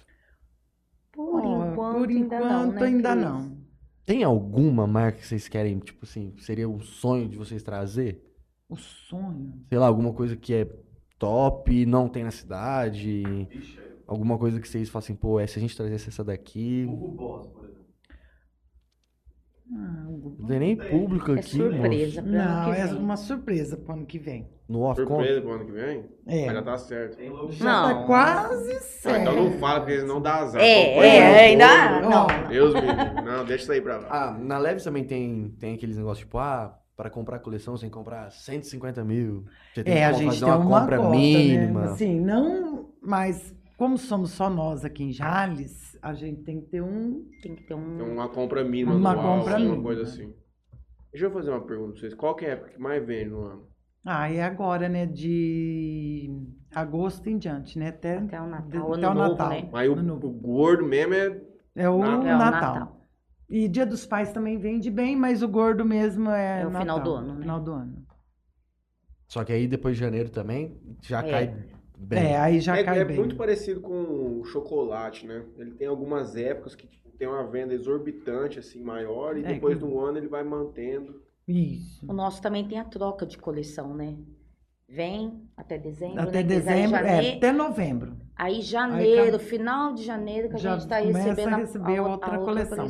[SPEAKER 4] Por
[SPEAKER 2] Ó,
[SPEAKER 4] enquanto,
[SPEAKER 2] por
[SPEAKER 4] ainda não.
[SPEAKER 2] enquanto,
[SPEAKER 4] né,
[SPEAKER 2] ainda
[SPEAKER 4] Cris?
[SPEAKER 2] não.
[SPEAKER 3] Tem alguma marca que vocês querem, tipo assim, seria um sonho de vocês trazer?
[SPEAKER 2] O sonho.
[SPEAKER 3] Sei lá, alguma coisa que é top, não tem na cidade. Alguma coisa que vocês falam assim, pô, é, se a gente trazesse essa daqui.
[SPEAKER 5] Hugo Boss, por exemplo.
[SPEAKER 2] Ah, Hugo.
[SPEAKER 3] Não tem nem público
[SPEAKER 4] É
[SPEAKER 3] aqui, moço.
[SPEAKER 4] surpresa pra ano
[SPEAKER 2] né? Não,
[SPEAKER 4] que
[SPEAKER 2] é
[SPEAKER 4] vem.
[SPEAKER 2] uma surpresa pro ano que vem.
[SPEAKER 3] No off conta.
[SPEAKER 1] Surpresa pro ano que vem?
[SPEAKER 2] É.
[SPEAKER 1] Mas já tá certo.
[SPEAKER 5] Tem logo
[SPEAKER 2] Já
[SPEAKER 4] Não.
[SPEAKER 2] tá quase
[SPEAKER 1] Ah,
[SPEAKER 2] certo.
[SPEAKER 1] Então não fala, porque não dá azar.
[SPEAKER 4] É,
[SPEAKER 1] Acompanha
[SPEAKER 4] é,
[SPEAKER 1] o
[SPEAKER 4] ainda.
[SPEAKER 1] jogo.
[SPEAKER 4] Não.
[SPEAKER 1] Deus me livre. Não, deixa isso aí pra lá.
[SPEAKER 3] Ah, na Leves também tem, tem aqueles negócios tipo, ah, pra comprar coleção você tem que comprar 150 mil. Você tem
[SPEAKER 2] É, a
[SPEAKER 3] que
[SPEAKER 2] gente
[SPEAKER 3] fazer
[SPEAKER 2] tem uma,
[SPEAKER 3] compra
[SPEAKER 2] cota,
[SPEAKER 3] mínima.
[SPEAKER 2] Né? Assim, não, mas como somos só nós aqui em Jales, a gente tem que ter um.
[SPEAKER 4] Tem que ter
[SPEAKER 1] Tem
[SPEAKER 4] um.
[SPEAKER 1] uma compra mínima
[SPEAKER 2] Uma
[SPEAKER 1] anual,
[SPEAKER 2] compra
[SPEAKER 1] alguma
[SPEAKER 2] mínima. né?
[SPEAKER 1] coisa assim. Deixa eu fazer uma pergunta pra vocês. Qual que é a época que mais vende no ano?
[SPEAKER 2] Ah, é agora, né? De agosto em diante, né? Até,
[SPEAKER 4] Até o
[SPEAKER 2] de-
[SPEAKER 4] Natal, ano
[SPEAKER 2] até o
[SPEAKER 4] novo,
[SPEAKER 2] Natal.
[SPEAKER 4] né?
[SPEAKER 1] Mas o,
[SPEAKER 2] No novo.
[SPEAKER 1] o gordo mesmo é.
[SPEAKER 2] É o
[SPEAKER 1] Natal.
[SPEAKER 4] É o
[SPEAKER 2] Natal. E Dia dos Pais também vende bem, mas o gordo mesmo é.
[SPEAKER 4] É o final
[SPEAKER 2] Natal,
[SPEAKER 4] do ano, né?
[SPEAKER 2] Final do ano.
[SPEAKER 3] Só que aí depois de janeiro também já
[SPEAKER 4] É.
[SPEAKER 3] cai bem.
[SPEAKER 2] É, aí já
[SPEAKER 1] é,
[SPEAKER 2] cai
[SPEAKER 1] é
[SPEAKER 2] bem.
[SPEAKER 1] muito parecido com o chocolate, né? Ele tem algumas épocas que tipo, tem uma venda exorbitante, assim, maior, e
[SPEAKER 2] É,
[SPEAKER 1] depois
[SPEAKER 2] que-
[SPEAKER 1] de um ano ele vai mantendo.
[SPEAKER 2] Isso.
[SPEAKER 4] O nosso também tem a troca de coleção, né? Vem até dezembro.
[SPEAKER 2] Até
[SPEAKER 4] né? Que aí
[SPEAKER 2] dezembro, é,
[SPEAKER 4] jane-
[SPEAKER 2] até novembro.
[SPEAKER 4] Aí janeiro,
[SPEAKER 2] Aí
[SPEAKER 4] final de janeiro, que a
[SPEAKER 2] Já
[SPEAKER 4] gente tá
[SPEAKER 2] começa a
[SPEAKER 4] recebendo a,
[SPEAKER 2] receber
[SPEAKER 4] o-
[SPEAKER 2] outra coleção.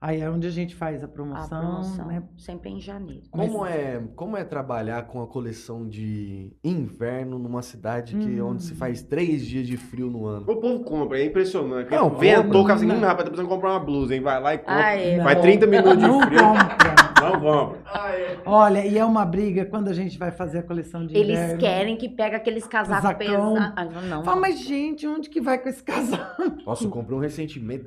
[SPEAKER 2] Aí é onde a gente faz a promoção,
[SPEAKER 4] a promoção.
[SPEAKER 2] né?
[SPEAKER 4] Sempre em janeiro.
[SPEAKER 3] Como é, como é trabalhar com a coleção de inverno numa cidade que
[SPEAKER 2] Hum.
[SPEAKER 3] onde se faz três dias de frio no ano?
[SPEAKER 1] O povo compra, é impressionante.
[SPEAKER 3] Não,
[SPEAKER 1] Não, ventou, o
[SPEAKER 2] compra.
[SPEAKER 1] cara assim, hum, rapaz, tá precisando comprar uma blusa, hein? Vai lá e compra.
[SPEAKER 4] Ah, é.
[SPEAKER 2] Não.
[SPEAKER 1] Faz 30 minutos de
[SPEAKER 2] Não
[SPEAKER 1] frio.
[SPEAKER 2] compra.
[SPEAKER 1] Não compra.
[SPEAKER 5] Ah, é.
[SPEAKER 2] Olha, e é uma briga quando a gente vai fazer a coleção de
[SPEAKER 4] Eles
[SPEAKER 2] inverno.
[SPEAKER 4] querem que pega aqueles casacos
[SPEAKER 2] Casacão.
[SPEAKER 4] pesados. Ah, não, não.
[SPEAKER 2] Fala, mas gente, onde que vai com esse casal?
[SPEAKER 3] Nossa, eu comprei um recentemente.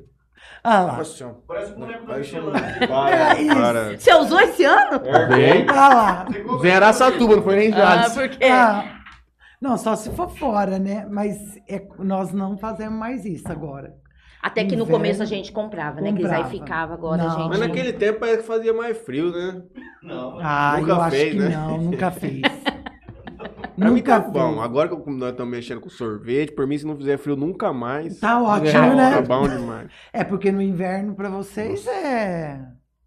[SPEAKER 2] Ah lá,
[SPEAKER 5] Parece um boneco da
[SPEAKER 3] Parece um-
[SPEAKER 5] Michelin.
[SPEAKER 1] Para,
[SPEAKER 2] É isso.
[SPEAKER 1] para.
[SPEAKER 4] Você usou esse ano?
[SPEAKER 1] Bem,
[SPEAKER 2] ah lá.
[SPEAKER 5] Você compra-
[SPEAKER 3] Vem Araçatuba, não foi nem
[SPEAKER 4] Ah,
[SPEAKER 3] Jales.
[SPEAKER 4] porque.
[SPEAKER 2] Ah. Não, só se for fora, né? Mas é- nós não fazemos mais isso agora.
[SPEAKER 4] Até que no
[SPEAKER 2] Inverno.
[SPEAKER 4] começo a gente comprava, né? Que eles aí
[SPEAKER 2] Comprava.
[SPEAKER 4] ficava agora,
[SPEAKER 2] Não.
[SPEAKER 4] a gente. é
[SPEAKER 1] Mas naquele tempo parece que fazia mais frio, né?
[SPEAKER 5] Não,
[SPEAKER 2] Ah,
[SPEAKER 1] Nunca
[SPEAKER 2] eu
[SPEAKER 1] fez,
[SPEAKER 2] acho que
[SPEAKER 1] né?
[SPEAKER 2] não, nunca fez.
[SPEAKER 1] Pra mim tá
[SPEAKER 2] nunca
[SPEAKER 1] bom. Agora que eu- nós estamos mexendo com sorvete, por mim, se não fizer frio nunca mais.
[SPEAKER 2] fez. Tá ótimo,
[SPEAKER 1] tá, tá
[SPEAKER 2] né?
[SPEAKER 1] bom demais.
[SPEAKER 2] É porque no inverno pra vocês é.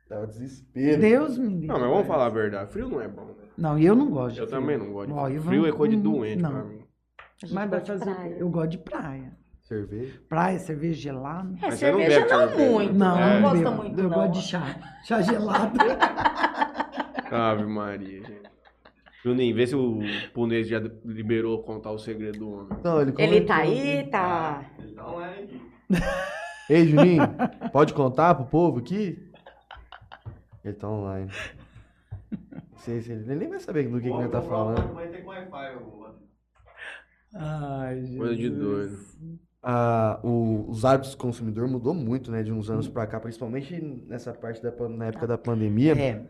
[SPEAKER 3] Tava desespero.
[SPEAKER 2] Deus me livre.
[SPEAKER 1] Não, mas vamos falar a verdade. Frio não é bom, né?
[SPEAKER 2] Não, e eu não gosto. de
[SPEAKER 1] Eu
[SPEAKER 2] frio.
[SPEAKER 1] também não gosto. de
[SPEAKER 2] Ó,
[SPEAKER 1] frio.
[SPEAKER 2] eu
[SPEAKER 1] Frio
[SPEAKER 2] vou-
[SPEAKER 1] é coisa de
[SPEAKER 2] não-
[SPEAKER 1] doente
[SPEAKER 2] não.
[SPEAKER 1] pra mim.
[SPEAKER 4] a
[SPEAKER 2] Mas
[SPEAKER 4] gente
[SPEAKER 2] vai
[SPEAKER 4] gosta de
[SPEAKER 2] fazer. o quê?
[SPEAKER 4] praia.
[SPEAKER 2] Eu gosto de praia.
[SPEAKER 3] Cerveja.
[SPEAKER 2] Praia, cerveja gelada.
[SPEAKER 4] É,
[SPEAKER 1] Mas você não
[SPEAKER 4] cerveja
[SPEAKER 1] bebe
[SPEAKER 4] não
[SPEAKER 1] cerveja.
[SPEAKER 4] muito.
[SPEAKER 2] Não,
[SPEAKER 4] né?
[SPEAKER 1] É.
[SPEAKER 4] não gosta
[SPEAKER 2] bebo.
[SPEAKER 4] muito,
[SPEAKER 2] Eu
[SPEAKER 4] não.
[SPEAKER 2] gosto de chá. Chá gelado.
[SPEAKER 1] Ave Maria, gente. Juninho, vê se o punês já liberou contar o segredo do homem.
[SPEAKER 2] Então,
[SPEAKER 3] Não, ele
[SPEAKER 4] Ele
[SPEAKER 3] comentou.
[SPEAKER 4] tá aí, tá.
[SPEAKER 5] ele tá online aqui.
[SPEAKER 3] Ei, Juninho, pode contar pro povo aqui? Ele tá online. Não sei se ele, ele nem vai saber do que, que ele tá falando.
[SPEAKER 5] Mas tem com Wi-Fi, eu vou.
[SPEAKER 2] Ai, Jesus.
[SPEAKER 1] Coisa de doido.
[SPEAKER 3] Ah, o- os hábitos do consumidor mudou muito, né, de uns anos pra cá, principalmente nessa parte da pan- na época da pandemia.
[SPEAKER 2] É,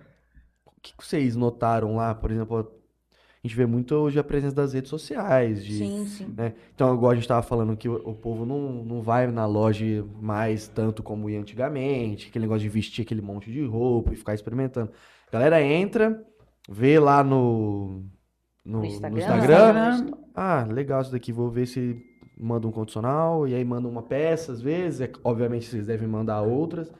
[SPEAKER 3] O que que vocês notaram lá, por exemplo, a gente vê muito hoje a presença das redes sociais, de
[SPEAKER 4] Sim, sim.
[SPEAKER 3] Então, igual a gente tava falando que o, o povo não, não vai na loja mais tanto como ia antigamente, aquele negócio de vestir aquele monte de roupa e ficar experimentando. A galera entra, vê lá no, no,
[SPEAKER 4] No
[SPEAKER 3] no
[SPEAKER 4] Instagram.
[SPEAKER 3] Instagram.
[SPEAKER 2] Instagram.
[SPEAKER 3] Ah, legal isso daqui, vou ver se manda um condicional, e aí manda uma peça às vezes. É- obviamente vocês devem mandar outras,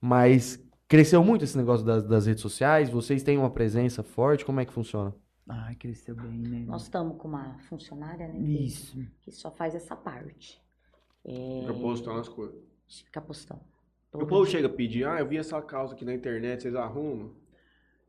[SPEAKER 3] mas cresceu muito esse negócio das, das redes sociais, vocês têm uma presença forte, como é que funciona?
[SPEAKER 2] Ai, cresceu bem, né?
[SPEAKER 4] Nós estamos com uma funcionária, né? que-
[SPEAKER 2] Isso.
[SPEAKER 4] Que só faz essa parte. É,
[SPEAKER 1] Fica postando as coisas.
[SPEAKER 4] fica postando.
[SPEAKER 1] O povo chega a pedir, ah, eu vi essa causa aqui na internet, vocês arrumam?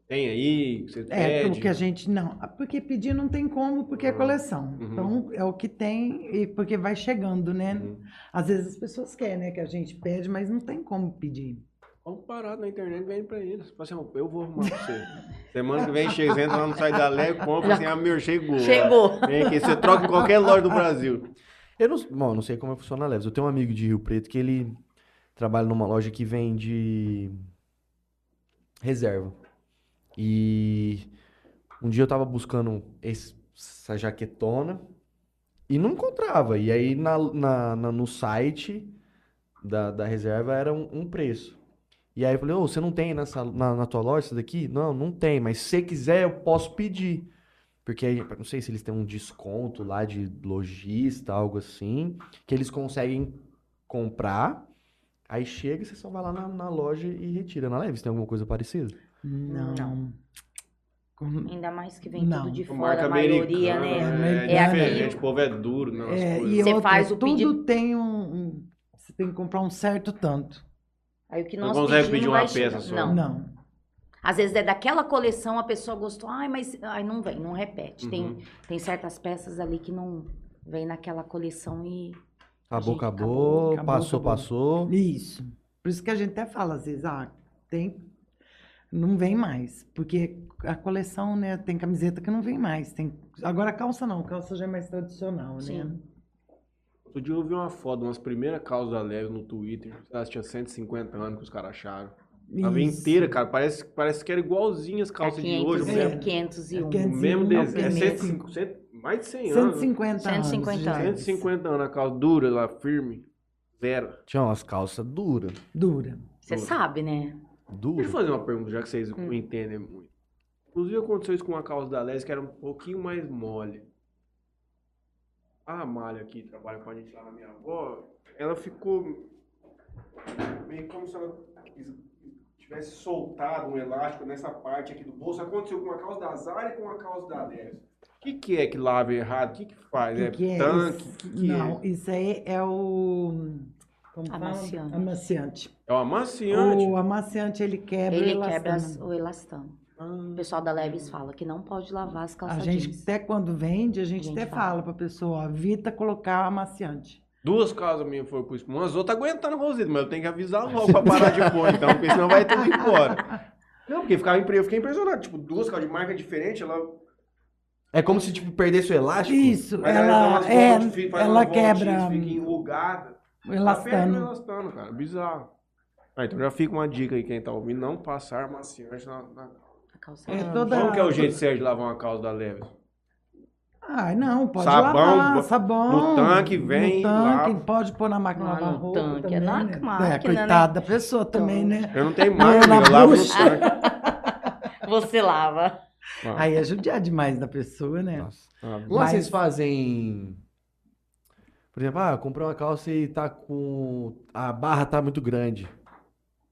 [SPEAKER 1] Tem aí, você
[SPEAKER 2] É,
[SPEAKER 1] pede.
[SPEAKER 2] o que a gente não. Ah, Porque pedir não tem como, porque é
[SPEAKER 1] Uhum.
[SPEAKER 2] coleção.
[SPEAKER 1] Uhum.
[SPEAKER 2] Então é o que tem, e porque vai chegando, né?
[SPEAKER 1] Uhum.
[SPEAKER 2] Às vezes as pessoas querem, né? Que a gente pede, mas não tem como pedir.
[SPEAKER 1] Vamos parar na internet e vem pra eles. Fala assim, ó, eu vou arrumar pra você. Semana que vem chega, você entra lá no site da Lé e compra assim, ah, meu, chegou.
[SPEAKER 4] Chegou.
[SPEAKER 1] Vem aqui, você troca em qualquer loja do Brasil.
[SPEAKER 3] Eu não, bom, eu não sei como é que funciona a Leves. Eu tenho um amigo de Rio Preto que ele trabalha numa loja que vende reserva. E um dia eu tava buscando esse- essa jaquetona e não encontrava. E aí na- na- na- no site da, da reserva era um, um preço. E aí eu falei, ô, você não tem nessa, na, na tua loja isso daqui? Não, não tem, mas se você quiser eu posso pedir. Porque aí, eu não sei se eles têm um desconto lá de lojista, algo assim, que eles conseguem comprar. Aí chega e você só vai lá na, na loja e retira. Na Leves tem alguma coisa parecida?
[SPEAKER 2] Não.
[SPEAKER 4] Não.
[SPEAKER 2] Com-
[SPEAKER 4] Ainda mais que vem
[SPEAKER 2] Não.
[SPEAKER 4] tudo de
[SPEAKER 1] O
[SPEAKER 4] fora,
[SPEAKER 1] marca
[SPEAKER 4] a maioria, né?
[SPEAKER 1] americana, né?
[SPEAKER 2] É
[SPEAKER 1] É
[SPEAKER 2] aqui.
[SPEAKER 1] diferente, o povo é duro, né? nas
[SPEAKER 2] É,
[SPEAKER 1] coisas.
[SPEAKER 2] e
[SPEAKER 4] Você
[SPEAKER 2] outra,
[SPEAKER 4] faz o
[SPEAKER 2] tudo
[SPEAKER 4] pedido-
[SPEAKER 2] tem um, um- Você tem que comprar um certo tanto.
[SPEAKER 4] Aí o que
[SPEAKER 1] Não
[SPEAKER 4] nós
[SPEAKER 1] consegue
[SPEAKER 4] pedimos
[SPEAKER 1] pedir
[SPEAKER 4] não
[SPEAKER 1] uma
[SPEAKER 4] vai chegar.
[SPEAKER 1] peça só.
[SPEAKER 4] Não.
[SPEAKER 2] Não.
[SPEAKER 4] Às vezes é daquela coleção, a pessoa gostou, ai, mas ai, não vem, não repete.
[SPEAKER 1] Uhum.
[SPEAKER 4] Tem, tem certas peças ali que não vem naquela coleção e.
[SPEAKER 3] Acabou, acabou,
[SPEAKER 4] Gente, acabou,
[SPEAKER 2] acabou,
[SPEAKER 3] passou,
[SPEAKER 2] acabou.
[SPEAKER 3] passou.
[SPEAKER 2] Isso. Por isso que a gente até fala, às vezes, ah, tem. Não vem mais. Porque a coleção, né? Tem camiseta que não vem mais. Tem... Agora calça não, calça já é mais tradicional, né?
[SPEAKER 4] Sim.
[SPEAKER 1] Outro dia eu vi uma foto de umas primeiras causas leves no Twitter. Elas tinham 150 anos que os caras acharam. Ela veio
[SPEAKER 2] Isso.
[SPEAKER 1] inteira, cara. Parece, parece que era igualzinha as
[SPEAKER 4] Tá
[SPEAKER 1] calças de um hoje.
[SPEAKER 4] 500,
[SPEAKER 1] o
[SPEAKER 4] e-
[SPEAKER 1] mesmo-
[SPEAKER 2] é.
[SPEAKER 4] 501.
[SPEAKER 1] O
[SPEAKER 2] 500.
[SPEAKER 1] mesmo
[SPEAKER 2] 100,
[SPEAKER 1] desenho. É
[SPEAKER 2] não,
[SPEAKER 1] 150, cento- mais de 100 anos.
[SPEAKER 2] 150 anos.
[SPEAKER 4] 150
[SPEAKER 2] gente.
[SPEAKER 4] anos.
[SPEAKER 1] 150 anos, a calça dura lá, firme. Zero.
[SPEAKER 3] Tinha umas calças duras,
[SPEAKER 2] Dura.
[SPEAKER 4] Você sabe, né?
[SPEAKER 1] Deixa eu
[SPEAKER 3] duras.
[SPEAKER 1] fazer uma pergunta, já que vocês
[SPEAKER 2] Hum.
[SPEAKER 1] entendem muito. Inclusive aconteceu isso com uma calça da Les que era um pouquinho mais mole. A Amália aqui trabalha com a gente lá na minha avó, ela ficou meio como se ela quis- tivesse soltado um elástico nessa parte aqui do bolso. Aconteceu com a calça da Zara e com a calça da Les. O que, que é que lava errado? O que, que faz?
[SPEAKER 2] Que
[SPEAKER 1] é
[SPEAKER 2] que é
[SPEAKER 1] tanque?
[SPEAKER 2] isso?
[SPEAKER 1] O que, que
[SPEAKER 2] não,
[SPEAKER 1] é?
[SPEAKER 2] isso aí é o. Como fala?
[SPEAKER 4] Amaciante.
[SPEAKER 2] Amaciante.
[SPEAKER 1] É um amaciante.
[SPEAKER 2] O amaciante ele quebra
[SPEAKER 4] Ele
[SPEAKER 2] o É elastano.
[SPEAKER 4] quebra as- o elastano.
[SPEAKER 1] Ah.
[SPEAKER 4] O pessoal da Leves fala que não pode lavar as
[SPEAKER 2] A
[SPEAKER 4] calças
[SPEAKER 2] gente
[SPEAKER 4] jeans.
[SPEAKER 2] até quando vende, a gente,
[SPEAKER 4] A gente
[SPEAKER 2] até fala
[SPEAKER 4] fala.
[SPEAKER 2] pra pessoa, ó, evita colocar amaciante.
[SPEAKER 1] Duas casas minhas foram pro espuma, as outras aguentando o rosito, mas eu tenho que avisar logo pra parar de pôr, então, porque senão vai tudo embora. Não, porque ficava, impre- eu fiquei impressionado. Tipo, duas calças de marca diferente, ela.
[SPEAKER 3] É como se, tipo, perdesse o elástico.
[SPEAKER 2] Isso,
[SPEAKER 1] mas
[SPEAKER 2] ela,
[SPEAKER 1] elas
[SPEAKER 2] é,
[SPEAKER 1] voltam, fi- faz
[SPEAKER 2] ela
[SPEAKER 1] uma voltinha,
[SPEAKER 2] quebra
[SPEAKER 1] Fica enrugada.
[SPEAKER 2] o
[SPEAKER 1] Ela perde o
[SPEAKER 2] elastano.
[SPEAKER 1] elastano, cara. Bizarro. Ah, então já fica uma dica aí, quem tá ouvindo, não passar maciante na. na...
[SPEAKER 4] A calça
[SPEAKER 2] É
[SPEAKER 4] jeans.
[SPEAKER 2] toda...
[SPEAKER 1] Como que é o jeito certo de lavar uma calça da leve?
[SPEAKER 2] Ah, não, pode
[SPEAKER 1] Sabão,
[SPEAKER 2] lavar,
[SPEAKER 1] bo-
[SPEAKER 2] sabão.
[SPEAKER 1] no tanque, vem e
[SPEAKER 2] No tanque,
[SPEAKER 1] lava.
[SPEAKER 2] pode pôr na máquina de
[SPEAKER 4] Ah,
[SPEAKER 2] lavar
[SPEAKER 4] no
[SPEAKER 2] roupa
[SPEAKER 4] tanque,
[SPEAKER 2] também,
[SPEAKER 4] é na
[SPEAKER 2] né? É,
[SPEAKER 4] máquina, Então.
[SPEAKER 2] coitada da pessoa também, né?
[SPEAKER 1] Eu não tenho
[SPEAKER 2] Não,
[SPEAKER 1] máquina,
[SPEAKER 2] na
[SPEAKER 1] eu lavo no
[SPEAKER 2] bucha.
[SPEAKER 1] tanque.
[SPEAKER 4] Você lava.
[SPEAKER 1] Ah,
[SPEAKER 2] Aí é judiar demais da pessoa, né?
[SPEAKER 3] Nossa.
[SPEAKER 1] ah,
[SPEAKER 3] Lá
[SPEAKER 2] Mas-
[SPEAKER 3] vocês fazem. Por exemplo, ah, comprei uma calça e tá com. A barra tá muito grande.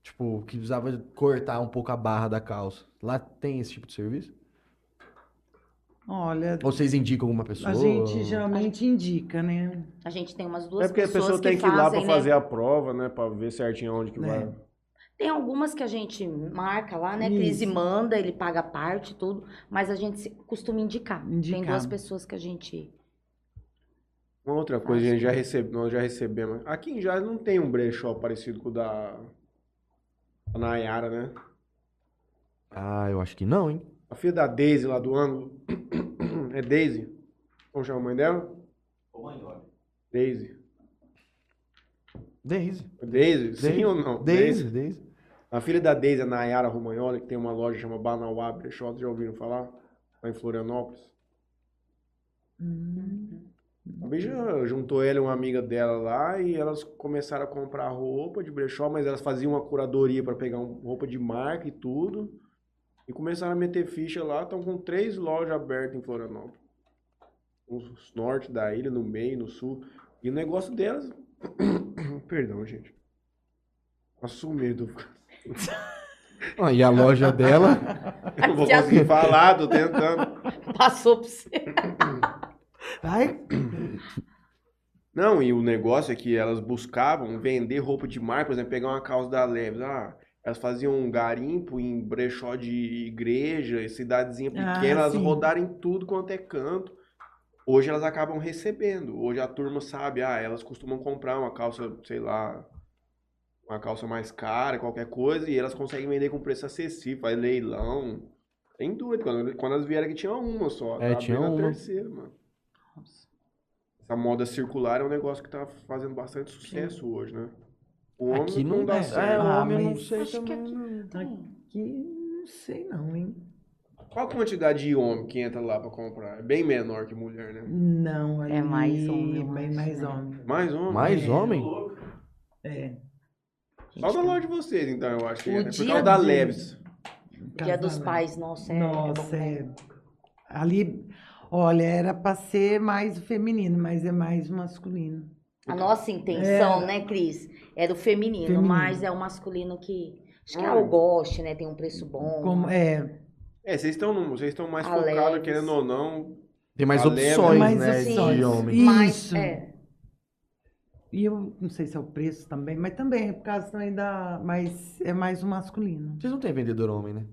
[SPEAKER 3] Tipo, que precisava cortar um pouco a barra da calça. Lá tem esse tipo de serviço?
[SPEAKER 2] Olha,
[SPEAKER 3] Ou vocês indicam alguma pessoa?
[SPEAKER 2] a gente geralmente indica, né?
[SPEAKER 4] A gente tem umas duas
[SPEAKER 1] É porque a
[SPEAKER 4] pessoas
[SPEAKER 1] pessoa tem que ir
[SPEAKER 4] fazem,
[SPEAKER 1] lá pra
[SPEAKER 4] né?
[SPEAKER 1] fazer a prova, né? Pra ver certinho onde que
[SPEAKER 2] É.
[SPEAKER 1] vai.
[SPEAKER 4] Tem algumas que a gente marca lá, né? Cris
[SPEAKER 2] Isso.
[SPEAKER 4] manda, ele paga a parte, tudo. Mas a gente se- costuma indicar. Tem
[SPEAKER 2] Indicar.
[SPEAKER 4] duas pessoas que a gente.
[SPEAKER 1] Uma
[SPEAKER 3] Ah,
[SPEAKER 1] outra coisa,
[SPEAKER 4] Acho
[SPEAKER 1] gente, já
[SPEAKER 4] que-
[SPEAKER 1] recebe, nós já recebemos. Aqui em Jales não tem um brechó parecido com o da da Nayara, né?
[SPEAKER 3] Ah, eu acho que não, hein?
[SPEAKER 1] A filha da Daisy lá do ângulo. É Daisy? Como chama a mãe dela?
[SPEAKER 5] Ô, mãe, olha.
[SPEAKER 1] Daisy.
[SPEAKER 3] Daisy.
[SPEAKER 1] Daisy? Sim
[SPEAKER 3] Daisy.
[SPEAKER 1] ou não?
[SPEAKER 3] Daisy, Daisy.
[SPEAKER 1] A filha da Daisy, a Nayara Romagnoli, que tem uma loja que chama Banauá Brechó, vocês já ouviram falar? Lá em Florianópolis. A bicha juntou ela e uma amiga dela lá e elas começaram a comprar roupa de brechó, mas elas faziam uma curadoria para pegar um- roupa de marca e tudo. E começaram a meter ficha lá, estão com três lojas abertas em Florianópolis. No norte da ilha, no meio, no sul. E o negócio delas. Perdão, gente. Assumido.
[SPEAKER 3] Ah, e a loja dela.
[SPEAKER 1] Eu não vou conseguir falar, tô tentando.
[SPEAKER 4] Passou pra você.
[SPEAKER 2] Vai?
[SPEAKER 1] Não, e o negócio é que elas buscavam vender roupa de marca, por exemplo, pegar uma calça da Leves. Ah, elas faziam um garimpo em brechó de igreja, em cidadezinha
[SPEAKER 2] Ah,
[SPEAKER 1] pequena, elas
[SPEAKER 2] sim.
[SPEAKER 1] rodaram em tudo quanto é canto. Hoje elas acabam recebendo. Hoje a turma sabe, ah, elas costumam comprar uma calça, sei lá, uma calça mais cara, qualquer coisa, e elas conseguem vender com preço acessível, faz leilão. Tem dúvida, quando, quando elas vieram que tinha uma só,
[SPEAKER 3] É,
[SPEAKER 1] tá
[SPEAKER 3] tinha
[SPEAKER 1] abrindo a
[SPEAKER 3] uma.
[SPEAKER 1] terceira, mano. Essa moda circular é um negócio que tá fazendo bastante sucesso hoje, né? O homem
[SPEAKER 3] Aqui
[SPEAKER 1] não,
[SPEAKER 3] não
[SPEAKER 1] dá
[SPEAKER 3] dá. É,
[SPEAKER 1] certo.
[SPEAKER 2] Ah,
[SPEAKER 3] homem, eu não
[SPEAKER 2] mas
[SPEAKER 3] sei
[SPEAKER 4] Acho que
[SPEAKER 3] também.
[SPEAKER 4] aqui não tem.
[SPEAKER 2] Que não sei não, hein?
[SPEAKER 1] Qual a quantidade de homem que entra lá pra comprar? É bem menor que mulher, né?
[SPEAKER 2] Não, ali
[SPEAKER 4] É mais homem, eu
[SPEAKER 2] bem
[SPEAKER 4] acho,
[SPEAKER 2] mais
[SPEAKER 4] né?
[SPEAKER 2] homem.
[SPEAKER 1] Mais homem?
[SPEAKER 3] Mais
[SPEAKER 2] É.
[SPEAKER 3] homem?
[SPEAKER 5] Louco.
[SPEAKER 2] É.
[SPEAKER 1] Só da loja de vocês, então, eu acho que é,
[SPEAKER 4] O
[SPEAKER 1] né? Por
[SPEAKER 4] dia
[SPEAKER 1] causa da
[SPEAKER 4] do-
[SPEAKER 1] Leves.
[SPEAKER 4] Dia dos
[SPEAKER 2] Casalão.
[SPEAKER 4] pais, nossa, é.
[SPEAKER 2] Nossa,
[SPEAKER 4] é
[SPEAKER 2] é. Ali, olha, era pra ser mais o feminino, mas é mais o masculino.
[SPEAKER 1] Então,
[SPEAKER 4] A nossa intenção,
[SPEAKER 2] É.
[SPEAKER 4] né, Cris? Era o feminino,
[SPEAKER 2] Feminino. Ah.
[SPEAKER 4] mas é o masculino que. Acho que é
[SPEAKER 1] Olha.
[SPEAKER 4] algoche, né? Tem um preço bom.
[SPEAKER 2] Como, é,
[SPEAKER 1] É, vocês estão num- vocês estão mais
[SPEAKER 4] A
[SPEAKER 1] focados,
[SPEAKER 4] leves.
[SPEAKER 1] querendo ou não.
[SPEAKER 3] Tem mais
[SPEAKER 1] A leve-
[SPEAKER 3] opções,
[SPEAKER 2] Mais
[SPEAKER 3] né,
[SPEAKER 2] opções.
[SPEAKER 3] de homem.
[SPEAKER 4] Mas,
[SPEAKER 2] Isso.
[SPEAKER 4] é,
[SPEAKER 2] E eu não sei se é o preço também, mas também, é por causa também da. Mas é mais o masculino.
[SPEAKER 3] Vocês não têm vendedor homem, né?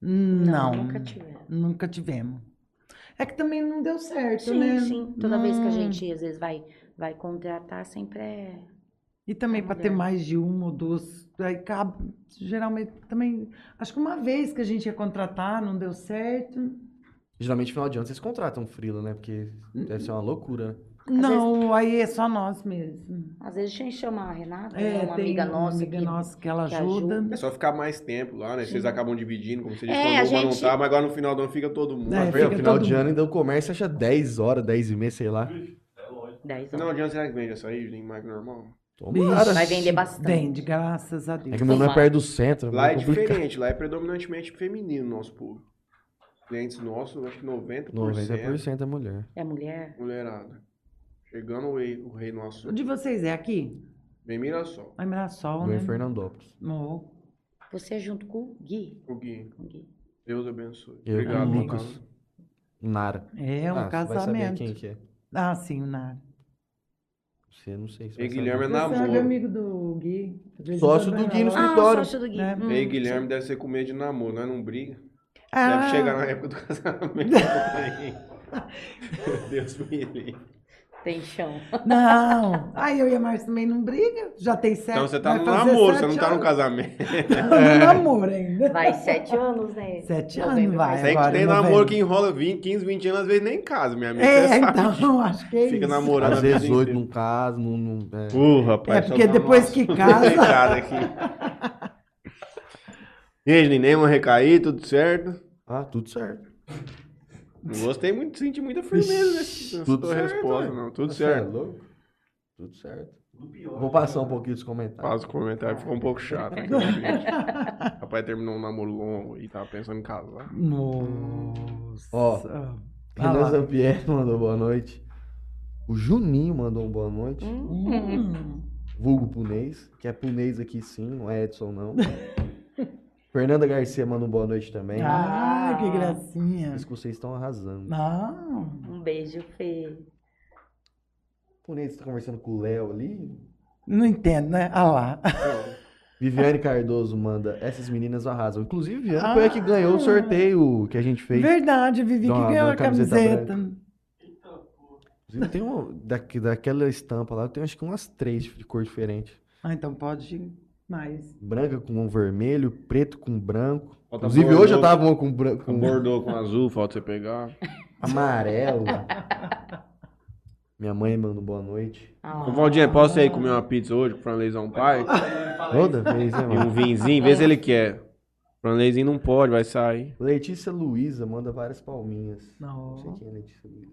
[SPEAKER 2] Não.
[SPEAKER 4] nunca tiveram.
[SPEAKER 2] Nunca tivemos. É que também não deu certo,
[SPEAKER 4] Sim,
[SPEAKER 2] né?
[SPEAKER 4] sim. Toda vez que a
[SPEAKER 2] Não.
[SPEAKER 4] gente, às vezes, vai, vai contratar, sempre é...
[SPEAKER 2] E também
[SPEAKER 4] É
[SPEAKER 2] para ter
[SPEAKER 4] mulher.
[SPEAKER 2] mais de uma ou duas, aí cabe, geralmente também, acho que uma vez que a gente ia contratar, não deu certo.
[SPEAKER 3] Geralmente, final de ano, vocês contratam frila, né? Porque deve ser uma loucura. né?
[SPEAKER 2] não, aí é só nós mesmo.
[SPEAKER 4] Às vezes a gente chama a Renata,
[SPEAKER 2] É,
[SPEAKER 4] né, uma amiga
[SPEAKER 2] uma
[SPEAKER 4] nossa
[SPEAKER 2] amiga
[SPEAKER 4] que...
[SPEAKER 2] nossa que ela
[SPEAKER 4] que
[SPEAKER 2] ajuda.
[SPEAKER 1] É só ficar mais tempo lá, né? Vocês
[SPEAKER 4] Sim.
[SPEAKER 1] acabam dividindo, como você disse, quando
[SPEAKER 4] É, a
[SPEAKER 1] o Luba não
[SPEAKER 4] gente-
[SPEAKER 1] tá, mas agora no final do ano fica todo mundo.
[SPEAKER 2] É,
[SPEAKER 3] Mas,
[SPEAKER 2] fica
[SPEAKER 3] velho, final
[SPEAKER 2] todo
[SPEAKER 3] de ano ainda o comércio acha 10 horas, 10 e meia, sei lá.
[SPEAKER 5] É longe.
[SPEAKER 4] Dez
[SPEAKER 1] Não
[SPEAKER 4] horas.
[SPEAKER 1] adianta, será que vende açaí em mais normal?
[SPEAKER 3] Tomara.
[SPEAKER 4] Vai vender bastante.
[SPEAKER 2] Vende, graças a Deus.
[SPEAKER 3] É que o meu não é
[SPEAKER 4] Vai.
[SPEAKER 3] perto do centro.
[SPEAKER 1] Lá é
[SPEAKER 3] complicado.
[SPEAKER 1] diferente, lá é predominantemente feminino o nosso público. Clientes nossos, acho que 90%.
[SPEAKER 3] 90% é mulher.
[SPEAKER 4] É mulher?
[SPEAKER 1] Mulherada. Chegando o rei, o rei nosso.
[SPEAKER 2] O de vocês é aqui?
[SPEAKER 1] Vem Mirassol.
[SPEAKER 2] Lá em Mirassol,
[SPEAKER 3] Não
[SPEAKER 2] né?
[SPEAKER 3] é Fernandópolis.
[SPEAKER 2] Ó,
[SPEAKER 4] Você é junto com o Gui?
[SPEAKER 1] O Gui.
[SPEAKER 4] Com o Gui.
[SPEAKER 1] um Deus abençoe.
[SPEAKER 3] Eu,
[SPEAKER 1] Obrigado,
[SPEAKER 2] o
[SPEAKER 1] Lucas.
[SPEAKER 3] Lucas. Nara.
[SPEAKER 2] É um
[SPEAKER 3] Ah, você vai saber
[SPEAKER 2] casamento.
[SPEAKER 3] quem que é.
[SPEAKER 2] Ah, sim, o Nara.
[SPEAKER 3] Você não sei se
[SPEAKER 1] Ei,
[SPEAKER 3] vai saber.
[SPEAKER 1] Guilherme é
[SPEAKER 2] Você
[SPEAKER 1] namoro.
[SPEAKER 2] é amigo do Gui. De vez em
[SPEAKER 3] Sócio
[SPEAKER 2] quando
[SPEAKER 3] do
[SPEAKER 2] vai
[SPEAKER 3] Gui no
[SPEAKER 2] lá.
[SPEAKER 3] Ah,
[SPEAKER 4] Ah,
[SPEAKER 3] Vitória.
[SPEAKER 4] sócio do Gui.
[SPEAKER 2] Né?
[SPEAKER 4] Hum.
[SPEAKER 1] Ei, Guilherme deve ser com medo de namoro, nós não briga.
[SPEAKER 2] Ah,
[SPEAKER 1] Deve chegar na época do casamento. também. Deus me
[SPEAKER 2] Tá,
[SPEAKER 1] livre.
[SPEAKER 4] Tem chão.
[SPEAKER 2] Não. Aí eu e a Márcia também não briga. Já tem sete.
[SPEAKER 1] Então você tá
[SPEAKER 2] vai
[SPEAKER 1] no
[SPEAKER 2] fazer
[SPEAKER 1] namoro, você
[SPEAKER 2] sete
[SPEAKER 1] não tá no
[SPEAKER 2] anos. É,
[SPEAKER 1] casamento. É.
[SPEAKER 2] No namoro ainda.
[SPEAKER 4] Vai sete anos, né?
[SPEAKER 2] Sete
[SPEAKER 4] Novembro
[SPEAKER 2] anos vai.
[SPEAKER 1] Tem,
[SPEAKER 2] Agora,
[SPEAKER 1] tem
[SPEAKER 2] em
[SPEAKER 1] namoro
[SPEAKER 2] novembro.
[SPEAKER 1] que enrola 20, 15, 20 anos, às vezes nem casa, minha amiga.
[SPEAKER 2] É,
[SPEAKER 1] Você sabe.
[SPEAKER 2] então, acho que é
[SPEAKER 1] Fica
[SPEAKER 2] isso.
[SPEAKER 1] namorando.
[SPEAKER 3] Às vezes
[SPEAKER 1] a vida
[SPEAKER 3] oito
[SPEAKER 1] inteira.
[SPEAKER 3] num caso, num... num- é.
[SPEAKER 1] Uh, rapaz.
[SPEAKER 2] É,
[SPEAKER 1] só
[SPEAKER 2] porque
[SPEAKER 1] dá
[SPEAKER 2] depois
[SPEAKER 1] uma
[SPEAKER 2] que casa-
[SPEAKER 1] suspeitada aqui. E aí, nenhuma recair, tudo certo?
[SPEAKER 3] Ah, tudo certo.
[SPEAKER 1] Não gostei muito, senti muita firmeza nessa, nessa
[SPEAKER 3] Tudo
[SPEAKER 1] tua
[SPEAKER 3] certo,
[SPEAKER 1] resposta,
[SPEAKER 3] ué.
[SPEAKER 1] não. Tudo
[SPEAKER 3] Você é
[SPEAKER 1] certo. né?
[SPEAKER 3] louco? Tudo certo.
[SPEAKER 5] Do pior.
[SPEAKER 3] Vou passar um pouquinho dos comentários.
[SPEAKER 1] Faz o comentário, ficou um pouco chato. né, que eu vi. Rapaz terminou um namoro longo e tava pensando em casar.
[SPEAKER 2] Nossa.
[SPEAKER 3] Ó,
[SPEAKER 2] Ah
[SPEAKER 3] Renan
[SPEAKER 2] lá.
[SPEAKER 3] Zampieri mandou boa noite. O Juninho mandou um boa noite.
[SPEAKER 4] Hum.
[SPEAKER 2] Hum.
[SPEAKER 3] Vulgo Punês, que é Punês aqui sim, não é Edson não. Fernanda Garcia manda um boa noite também.
[SPEAKER 2] Ah, que gracinha.
[SPEAKER 3] Diz que vocês estão arrasando.
[SPEAKER 2] Não.
[SPEAKER 4] Um beijo, Fê.
[SPEAKER 3] Punês, você tá conversando com o Léo ali?
[SPEAKER 2] Não entendo, né? Ah lá.
[SPEAKER 3] Viviane Cardoso manda, essas meninas arrasam. Inclusive, Viviane
[SPEAKER 2] Ah.
[SPEAKER 3] foi a que ganhou o sorteio que a gente fez.
[SPEAKER 2] Verdade, Vivi,
[SPEAKER 3] Dá uma-
[SPEAKER 2] que ganhou a
[SPEAKER 3] dá uma camiseta
[SPEAKER 2] camiseta.
[SPEAKER 3] Inclusive, tem uma, da, daquela estampa lá, tem acho que umas três de cor diferente.
[SPEAKER 2] Ah, então pode ir mais.
[SPEAKER 3] Branca com um vermelho, preto com branco.
[SPEAKER 1] Falta
[SPEAKER 3] Inclusive,
[SPEAKER 1] bordô.
[SPEAKER 3] hoje eu tava uma com,
[SPEAKER 1] tá
[SPEAKER 3] branco, com um
[SPEAKER 1] Bordou com azul, falta você pegar.
[SPEAKER 3] amarelo. Minha mãe manda um boa noite.
[SPEAKER 4] Ah,
[SPEAKER 1] Ô, Valdinha, posso ir comer uma pizza hoje com Franleizão Pai?
[SPEAKER 3] Toda vez, né,
[SPEAKER 1] E um
[SPEAKER 3] mano?
[SPEAKER 1] vinzinho, vê se ele quer. Franleizinho não pode, vai sair.
[SPEAKER 3] Letícia Luiza manda várias palminhas. Não sei
[SPEAKER 2] Não.
[SPEAKER 3] quem é Letícia Luiza.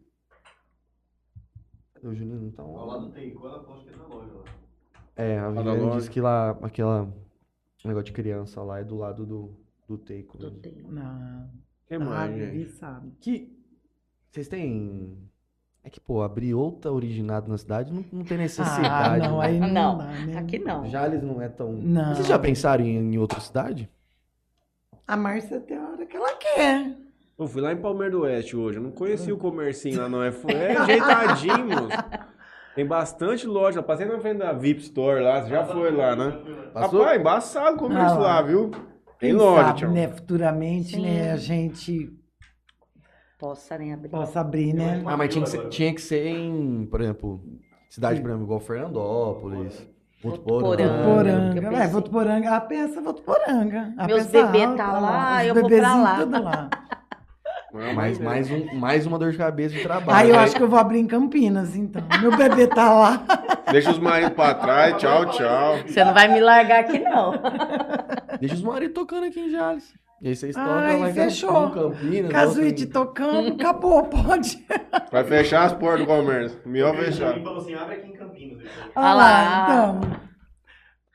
[SPEAKER 3] Cadê o Juninho? Não tá
[SPEAKER 5] Ao lado
[SPEAKER 3] on.
[SPEAKER 5] do Teico, ela aposta que é na loja lá.
[SPEAKER 3] É, a
[SPEAKER 1] da
[SPEAKER 3] Viviane
[SPEAKER 1] loja.
[SPEAKER 3] disse que lá, aquela negócio de criança lá é do lado do, do né? Teiko.
[SPEAKER 4] do
[SPEAKER 3] mesmo.
[SPEAKER 4] Deus.
[SPEAKER 2] Não.
[SPEAKER 1] Que
[SPEAKER 2] ah,
[SPEAKER 1] mais, gente?
[SPEAKER 2] Vivi sabe.
[SPEAKER 3] Que. Vocês têm. É que, pô, abrir outra originado na cidade não, não tem
[SPEAKER 2] Ah,
[SPEAKER 3] necessidade.
[SPEAKER 2] não,
[SPEAKER 3] né?
[SPEAKER 2] aí não,
[SPEAKER 4] Não,
[SPEAKER 2] dá, né?
[SPEAKER 4] Aqui não.
[SPEAKER 3] Jales não é tão.
[SPEAKER 2] Não.
[SPEAKER 3] Vocês já pensaram em, em outra cidade?
[SPEAKER 2] A Márcia tem a hora que ela quer.
[SPEAKER 1] Eu fui lá em Palmeira do Oeste hoje, eu não conheci o
[SPEAKER 2] Hum.
[SPEAKER 1] comercinho lá não, é, fu- é ajeitadinho, moço. Tem bastante loja, passei na frente da VIP Store lá, você já foi lá, né?
[SPEAKER 3] Passou?
[SPEAKER 1] Rapaz, embaçado o comércio
[SPEAKER 2] Ah, lá.
[SPEAKER 1] lá, viu? Tem
[SPEAKER 2] Quem
[SPEAKER 1] loja,
[SPEAKER 2] sabe,
[SPEAKER 1] tchau.
[SPEAKER 2] né? Futuramente,
[SPEAKER 4] Sim.
[SPEAKER 2] né? A gente
[SPEAKER 4] Possa nem abrir.
[SPEAKER 2] possa abrir,
[SPEAKER 4] um
[SPEAKER 2] né?
[SPEAKER 3] Ah, mas tinha que, ser, tinha que ser em, por exemplo, cidade, por exemplo, igual Fernandópolis, Votuporanga.
[SPEAKER 4] Votuporanga.
[SPEAKER 2] Votuporanga.
[SPEAKER 4] eu
[SPEAKER 2] Vai,
[SPEAKER 4] pensei.
[SPEAKER 2] Votuporanga. A peça Votuporanga. A
[SPEAKER 4] Meus
[SPEAKER 2] peça
[SPEAKER 4] bebê
[SPEAKER 2] alta,
[SPEAKER 4] tá
[SPEAKER 2] olha
[SPEAKER 4] lá,
[SPEAKER 2] Os
[SPEAKER 4] eu vou pra
[SPEAKER 2] bebezinhos
[SPEAKER 4] lá.
[SPEAKER 2] tudo lá.
[SPEAKER 1] Não,
[SPEAKER 3] Mais, mais, um, mais uma dor de cabeça de trabalho.
[SPEAKER 2] Aí eu acho que eu vou abrir em Campinas, então. Meu bebê tá lá.
[SPEAKER 1] Deixa os maridos pra trás, tchau, tchau.
[SPEAKER 4] Você não vai me largar aqui, não.
[SPEAKER 3] Deixa os maridos tocando aqui em Jales. E aí vocês tocam
[SPEAKER 2] Ai,
[SPEAKER 3] lá em
[SPEAKER 2] fechou.
[SPEAKER 3] um Campinas.
[SPEAKER 2] Casuíte
[SPEAKER 3] outro
[SPEAKER 2] tocando. Acabou, pode.
[SPEAKER 1] Vai fechar as portas do comércio, melhor fechar.
[SPEAKER 5] Ele falou assim, abre aqui em Campinas. ele falou.
[SPEAKER 2] Olha
[SPEAKER 4] Ah
[SPEAKER 2] lá,
[SPEAKER 4] lá.
[SPEAKER 2] então.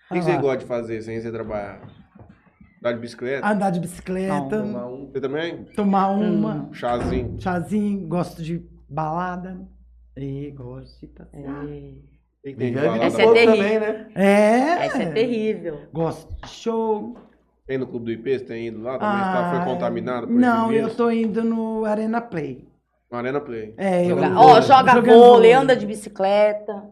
[SPEAKER 1] O que você
[SPEAKER 2] Olha lá.
[SPEAKER 1] gosta de fazer sem você trabalhar? Andar de bicicleta?
[SPEAKER 2] Andar de bicicleta,
[SPEAKER 3] em- Tomar um-
[SPEAKER 1] Você também?
[SPEAKER 2] tomar
[SPEAKER 4] Hum.
[SPEAKER 2] uma,
[SPEAKER 1] Um chazinho.
[SPEAKER 2] chazinho, gosto de balada. E gosto de passear.
[SPEAKER 4] É.
[SPEAKER 1] O que que tem de
[SPEAKER 3] Viviane
[SPEAKER 1] balada?
[SPEAKER 4] Essa é
[SPEAKER 3] pouco
[SPEAKER 4] terrível.
[SPEAKER 3] também, né?
[SPEAKER 2] É.
[SPEAKER 4] Essa é terrível.
[SPEAKER 2] Gosto de show.
[SPEAKER 1] Tem no Clube do IP? Você tem ido lá? Também Você tá-
[SPEAKER 2] Ah,
[SPEAKER 1] foi contaminado por
[SPEAKER 2] Não,
[SPEAKER 1] esse
[SPEAKER 2] eu
[SPEAKER 1] vírus?
[SPEAKER 2] tô indo no Arena Play.
[SPEAKER 1] No Arena Play.
[SPEAKER 2] É, eu-
[SPEAKER 4] Jogar-
[SPEAKER 3] Jogando
[SPEAKER 4] Ó,
[SPEAKER 3] vôlei.
[SPEAKER 4] joga
[SPEAKER 2] Jogando
[SPEAKER 4] vôlei,
[SPEAKER 2] vôlei.
[SPEAKER 4] anda de bicicleta.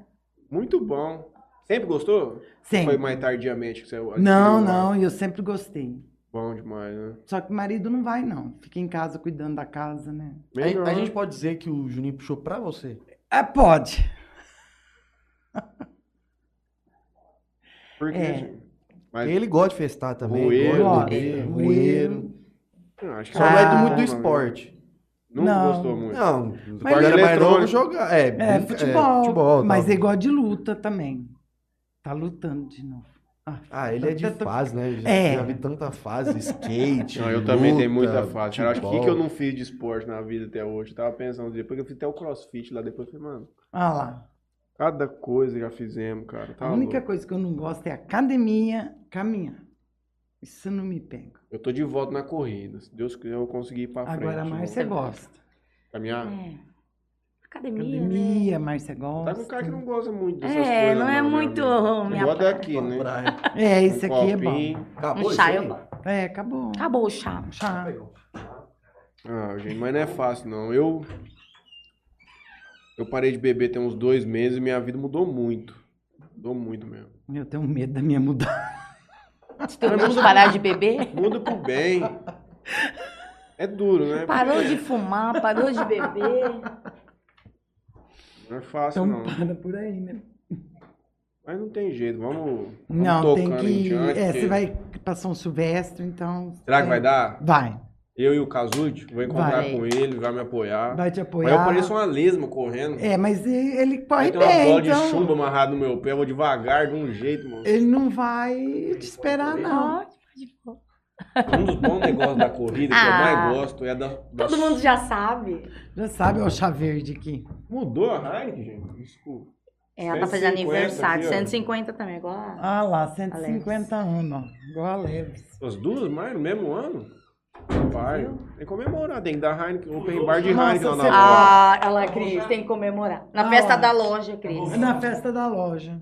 [SPEAKER 1] Muito bom. Sempre gostou?
[SPEAKER 2] Sempre.
[SPEAKER 1] Foi mais tardiamente que você adquiriu?
[SPEAKER 2] Não, não, e eu sempre gostei.
[SPEAKER 1] Bom demais, né?
[SPEAKER 2] Só que o marido não vai, não. Fica em casa cuidando da casa, né?
[SPEAKER 3] A, a
[SPEAKER 1] Melhor.
[SPEAKER 3] gente pode dizer que o Juninho puxou pra você.
[SPEAKER 2] Ah, pode.
[SPEAKER 1] Por quê,
[SPEAKER 2] É.
[SPEAKER 1] gente? assim, Mas
[SPEAKER 3] Ele gosta de festar também.
[SPEAKER 1] Roeiro,
[SPEAKER 3] gosta de
[SPEAKER 1] roeiro,
[SPEAKER 3] beber,
[SPEAKER 2] roeiro.
[SPEAKER 3] roeiro.
[SPEAKER 1] não, acho que
[SPEAKER 3] Só não é
[SPEAKER 2] Ah.
[SPEAKER 3] muito do esporte.
[SPEAKER 1] Não,
[SPEAKER 2] Não.
[SPEAKER 1] gostou muito.
[SPEAKER 3] Não,
[SPEAKER 2] Mas-
[SPEAKER 3] quando era mais
[SPEAKER 1] Eletrônico.
[SPEAKER 3] novo jogar. É,
[SPEAKER 2] É,
[SPEAKER 3] brinca-
[SPEAKER 2] futebol.
[SPEAKER 1] tá.
[SPEAKER 3] futebol,
[SPEAKER 2] mas
[SPEAKER 3] tal.
[SPEAKER 2] é igual de luta também. Tá lutando de novo.
[SPEAKER 3] Ah, ele é de
[SPEAKER 2] Eu tô-
[SPEAKER 3] fase, né? Já,
[SPEAKER 2] É.
[SPEAKER 3] já vi tanta fase, skate.
[SPEAKER 1] Não, eu também tenho
[SPEAKER 3] luta,
[SPEAKER 1] muita fase. Cara, acho que o que que eu
[SPEAKER 3] futebol.
[SPEAKER 1] não fiz de esporte na vida até hoje. Eu tava pensando, depois que eu fiz até o crossfit lá, depois eu falei, mano,
[SPEAKER 2] Ah lá.
[SPEAKER 1] cada coisa já fizemos, cara. Tá
[SPEAKER 2] a única
[SPEAKER 1] louco.
[SPEAKER 2] coisa que eu não gosto é academia, caminhar. Isso não me pega.
[SPEAKER 1] Eu tô de volta na corrida. Se Deus quiser, eu consegui ir pra Tá frente.
[SPEAKER 2] Agora a Márcia gosta.
[SPEAKER 1] Caminhar?
[SPEAKER 4] É. Academia, né?
[SPEAKER 2] Academia, Márcia gosta.
[SPEAKER 1] Tá com um cara que não gosta muito dessas coisas.
[SPEAKER 4] É, não é
[SPEAKER 1] né,
[SPEAKER 4] muito
[SPEAKER 1] amigo?
[SPEAKER 4] minha
[SPEAKER 1] Gosta
[SPEAKER 4] praia.
[SPEAKER 1] daqui, né?
[SPEAKER 3] Praia.
[SPEAKER 2] É, esse
[SPEAKER 1] Um
[SPEAKER 2] aqui é bom.
[SPEAKER 1] copinho.
[SPEAKER 3] Acabou
[SPEAKER 4] Um
[SPEAKER 3] isso
[SPEAKER 4] chá,
[SPEAKER 3] aí?
[SPEAKER 4] eu
[SPEAKER 2] É, acabou.
[SPEAKER 4] Acabou o chá.
[SPEAKER 2] Tchau.
[SPEAKER 1] Ah, gente, mas não é fácil, não. Eu. Eu parei de beber tem uns dois meses e minha vida mudou muito. Mudou muito mesmo.
[SPEAKER 2] Eu tenho medo da minha mudança.
[SPEAKER 4] Você tem medo de parar de beber?
[SPEAKER 1] Muda pro bem. É duro, né?
[SPEAKER 4] Parou de fumar, parou de beber.
[SPEAKER 1] Não é fácil,
[SPEAKER 2] Então
[SPEAKER 1] não. Tá
[SPEAKER 2] para por aí, né?
[SPEAKER 1] Mas não tem jeito, vamos. vamos
[SPEAKER 2] Não, tem
[SPEAKER 1] um tocando em
[SPEAKER 2] que.
[SPEAKER 1] diante,
[SPEAKER 2] É,
[SPEAKER 1] porque-
[SPEAKER 2] você vai pra São Silvestre, então.
[SPEAKER 1] Será que vai
[SPEAKER 2] é.
[SPEAKER 1] dar?
[SPEAKER 2] Vai.
[SPEAKER 1] Eu e o Kazuti, vou encontrar
[SPEAKER 4] Vai.
[SPEAKER 1] com ele, vai me apoiar.
[SPEAKER 2] Vai te
[SPEAKER 1] Mas
[SPEAKER 2] apoiar.
[SPEAKER 1] eu pareço uma lesma correndo.
[SPEAKER 2] É, mas e- ele
[SPEAKER 1] Aí
[SPEAKER 2] corre
[SPEAKER 1] tem uma bola
[SPEAKER 2] bem,
[SPEAKER 1] de chumbo
[SPEAKER 2] então.
[SPEAKER 1] amarrada no meu pé, eu vou devagar de um jeito, mano.
[SPEAKER 2] Ele não vai te esperar, não.
[SPEAKER 4] Ó, de boa.
[SPEAKER 2] É.
[SPEAKER 1] Um dos bons negócios da corrida que eu
[SPEAKER 4] Ah.
[SPEAKER 1] mais gosto é a da. da-
[SPEAKER 4] Todo mundo já sabe.
[SPEAKER 2] Já sabe, ó, o chá verde aqui.
[SPEAKER 1] Mudou a Heineken, gente? Desculpa.
[SPEAKER 4] É, ela tá fazendo
[SPEAKER 1] 150
[SPEAKER 4] aniversário.
[SPEAKER 1] aqui, ó.
[SPEAKER 4] 150 também, igual a-
[SPEAKER 2] Ah lá, 150 anos, ó. Igual a Leves.
[SPEAKER 1] As duas mais no mesmo ano? Pai, tem que comemorar, tem que dar Heineken, open bar de
[SPEAKER 2] Nossa,
[SPEAKER 1] Heineken lá na
[SPEAKER 2] você-
[SPEAKER 1] loja.
[SPEAKER 4] Ah, olha lá, Cris, tem que comemorar. Na
[SPEAKER 2] Ah,
[SPEAKER 4] festa
[SPEAKER 2] ó.
[SPEAKER 4] da loja, Cris.
[SPEAKER 2] Na festa da loja.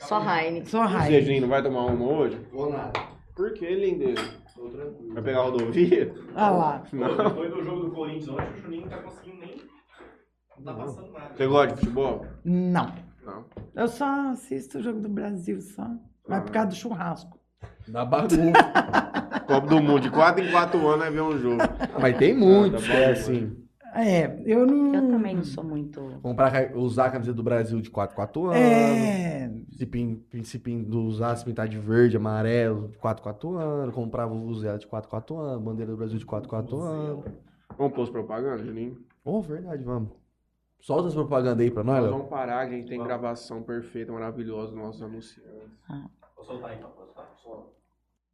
[SPEAKER 4] Só Heineken.
[SPEAKER 2] Só
[SPEAKER 1] O
[SPEAKER 2] raiva.
[SPEAKER 1] Zezinho não vai tomar uma hoje?
[SPEAKER 5] Vou nada.
[SPEAKER 1] Por que, lindeza?
[SPEAKER 5] Tô tranquilo.
[SPEAKER 1] Vai pegar a rodovia?
[SPEAKER 2] Ah lá.
[SPEAKER 5] Pô, Depois do jogo do Corinthians ontem, o Juninho não tá conseguindo nem. Não tá passando nada.
[SPEAKER 1] Você gosta de futebol?
[SPEAKER 2] Não.
[SPEAKER 1] Não. Ah.
[SPEAKER 2] Eu só assisto o jogo do Brasil, só. Mas por causa do churrasco.
[SPEAKER 3] Na bagunça.
[SPEAKER 1] Copa do Mundo, de 4 em 4 anos é ver um jogo.
[SPEAKER 3] Mas tem muitos
[SPEAKER 1] Ah,
[SPEAKER 3] que
[SPEAKER 1] tá bom,
[SPEAKER 3] é
[SPEAKER 1] mano.
[SPEAKER 3] assim.
[SPEAKER 2] É, eu não.
[SPEAKER 4] Eu também não sou muito.
[SPEAKER 3] Comprar, ca- usar a camiseta do Brasil de 4 4 anos.
[SPEAKER 2] É.
[SPEAKER 3] Se, pin, se pin, usar, se pintar de verde, amarelo, de 4 4 anos. Comprar vuvuzela de 4 4 anos. Bandeira do Brasil de 4 4 anos.
[SPEAKER 1] Vamos pôr os propaganda, Juninho?
[SPEAKER 3] Oh, verdade, vamos. Solta as propagandas aí pra nós,
[SPEAKER 1] Nós
[SPEAKER 3] Léo.
[SPEAKER 1] vamos parar, que a gente tem
[SPEAKER 5] Vamos.
[SPEAKER 1] gravação perfeita, maravilhosa dos nossos anunciantes.
[SPEAKER 5] Vou soltar aí, papai. soltar, solta.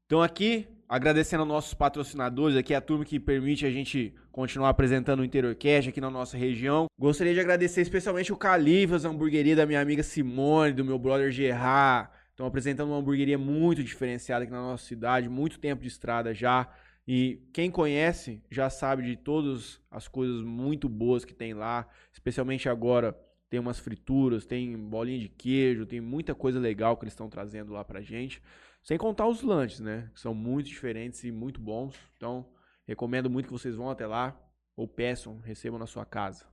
[SPEAKER 1] Então aqui, agradecendo aos nossos patrocinadores, aqui é a turma que permite a gente continuar apresentando o InteriorCast aqui na nossa região. Gostaria de agradecer especialmente o Calivas, a hamburgueria da minha amiga Simone, do meu brother Gerard. Estão apresentando uma hamburgueria muito diferenciada aqui na nossa cidade, muito tempo de estrada já. E quem conhece já sabe de todas as coisas muito boas que tem lá, especialmente agora. Tem umas frituras, tem bolinha de queijo, tem muita coisa legal que eles estão trazendo lá pra gente. Sem contar os lanches, né? Que são muito diferentes e muito bons. Então, recomendo muito que vocês vão até lá ou peçam, recebam na sua casa.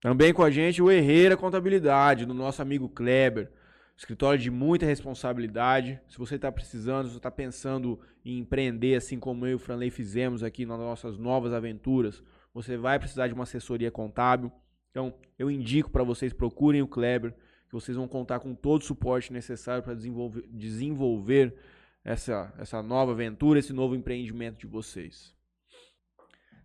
[SPEAKER 1] Também com a gente o Herreira Contabilidade, do nosso amigo Kleber. Escritório de muita responsabilidade. Se você está precisando, se você está pensando em empreender, assim como eu e o Franley fizemos aqui nas nossas novas aventuras, você vai precisar de uma assessoria contábil. Então, eu indico para vocês, procurem o Kleber que vocês vão contar com todo o suporte necessário para desenvolver, desenvolver essa, essa nova aventura, esse novo empreendimento de vocês.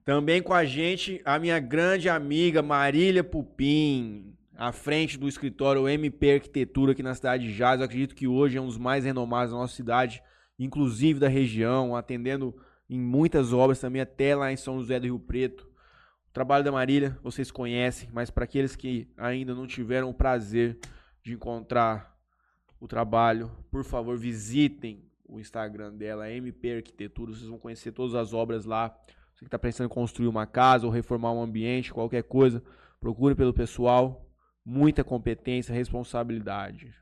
[SPEAKER 1] Também com a gente, a minha grande amiga Marília Pupim, à frente do escritório MP Arquitetura aqui na cidade de Jaz. Eu acredito que hoje é um dos mais renomados da nossa cidade, inclusive da região, atendendo em muitas obras também, até lá em São José do Rio Preto. O trabalho da Marília vocês conhecem, mas para aqueles que ainda não tiveram o prazer de encontrar o trabalho, por favor, visitem o Instagram dela, MP Arquitetura. Vocês vão conhecer todas as obras lá. Você que está pensando em construir uma casa ou reformar um ambiente, qualquer coisa, procure pelo pessoal. Muita competência, responsabilidade.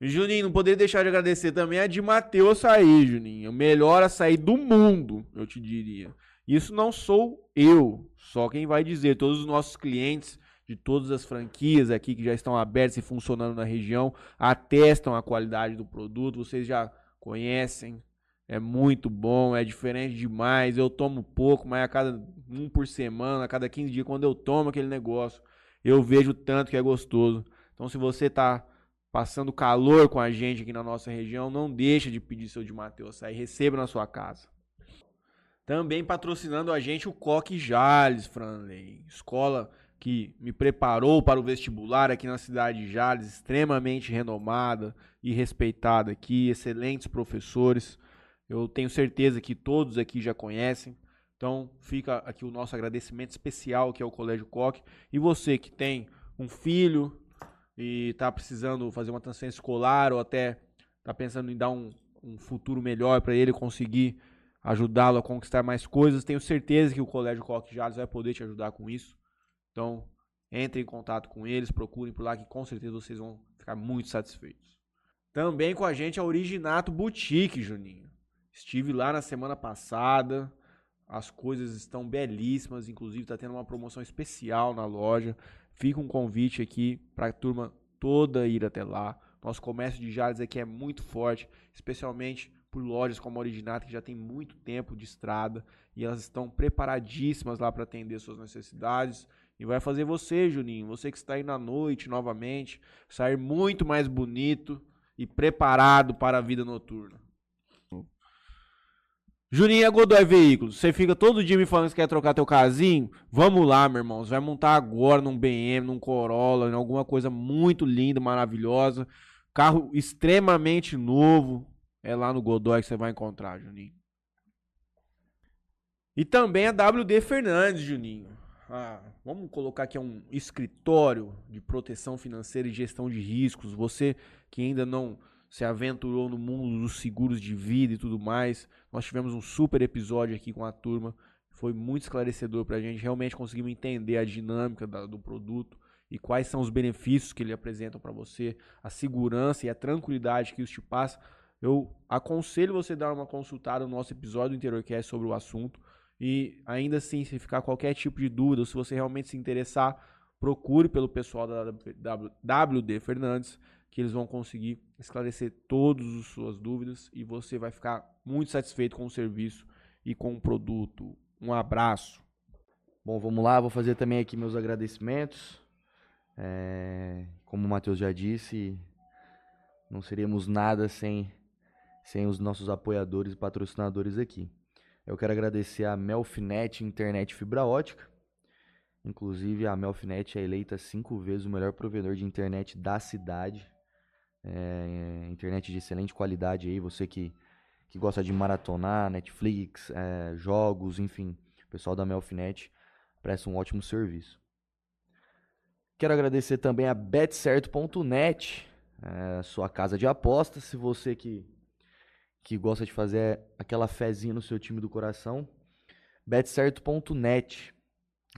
[SPEAKER 1] Juninho, não poderia deixar de agradecer também a de Mateu açaí, Juninho. É O melhor açaí do mundo, eu te diria. Isso não sou eu, só quem vai dizer. Todos os nossos clientes de todas as franquias aqui que já estão abertas e funcionando na região atestam a qualidade do produto. Vocês já conhecem. É muito bom, é diferente demais. Eu tomo pouco, mas a cada um por semana, a cada 15 dias, quando eu tomo aquele negócio, eu vejo o tanto que é gostoso. Então, se você tá passando calor com a gente aqui na nossa região, não deixa de pedir seu de Mateus açaí, receba na sua casa. Também patrocinando a gente o Coque Jales, Franley, escola que me preparou para o vestibular aqui na cidade de Jales, extremamente renomada e respeitada aqui, excelentes professores. Eu tenho certeza que todos aqui já conhecem. Então, fica aqui o nosso agradecimento especial que é o Colégio Coque. E você que tem um filho, e tá precisando fazer uma transferência escolar ou até tá pensando em dar um, um futuro melhor para ele conseguir ajudá-lo a conquistar mais coisas, tenho certeza que o Colégio Coque Jales vai poder te ajudar com isso. Então, entre em contato com eles, procurem por lá que com certeza vocês vão ficar muito satisfeitos. Também com a gente a Originato Boutique, Juninho. Estive lá na semana passada. As coisas estão belíssimas, inclusive tá tendo uma promoção especial na loja. Fica um convite aqui para a turma toda ir até lá. Nosso comércio de Jales aqui é muito forte, especialmente por lojas como a Originato, que já tem muito tempo de estrada e elas estão preparadíssimas lá para atender suas necessidades. E vai fazer você, Juninho, você que está aí na noite novamente, sair muito mais bonito e preparado para a vida noturna. Juninho é Godoy Veículos. Você fica todo dia me falando que quer trocar teu casinho? Vamos lá, meu irmão. Você vai montar agora num BM, num Corolla, em alguma coisa muito linda, maravilhosa. Carro extremamente novo. É lá no Godoy que você vai encontrar, Juninho. E também a WD Fernandes, Juninho. Ah, vamos colocar aqui um escritório de proteção financeira e gestão de riscos. Você que ainda não se aventurou no mundo dos seguros de vida e tudo mais. Nós tivemos um super episódio aqui com a turma. Foi muito esclarecedor para a gente. Realmente conseguimos entender a dinâmica da- do produto e quais são os benefícios que ele apresenta para você, a segurança e a tranquilidade que isso te passa. Eu aconselho você dar uma consultada no nosso episódio do Interiorcast sobre o assunto. E ainda assim, se ficar qualquer tipo de dúvida, ou se você realmente se interessar, procure pelo pessoal da W- WD Fernandes que eles vão conseguir esclarecer todas as suas dúvidas e você vai ficar muito satisfeito com o serviço e com o produto. Um abraço.
[SPEAKER 3] Bom, vamos lá, vou fazer também aqui meus agradecimentos. É, como o Matheus já disse, não seríamos nada sem, sem os nossos apoiadores e patrocinadores aqui. Eu quero agradecer a Melfinet Internet Fibra Ótica. Inclusive, a Melfinet é eleita cinco vezes o melhor provedor de internet da cidade. É, internet de excelente qualidade aí, você que, que gosta de maratonar, Netflix, é, jogos, enfim. O pessoal da Melfinet presta um ótimo serviço. Quero agradecer também a betcerto.net, é, sua casa de apostas. Se você que, que gosta de fazer aquela fezinha no seu time do coração, betcerto.net.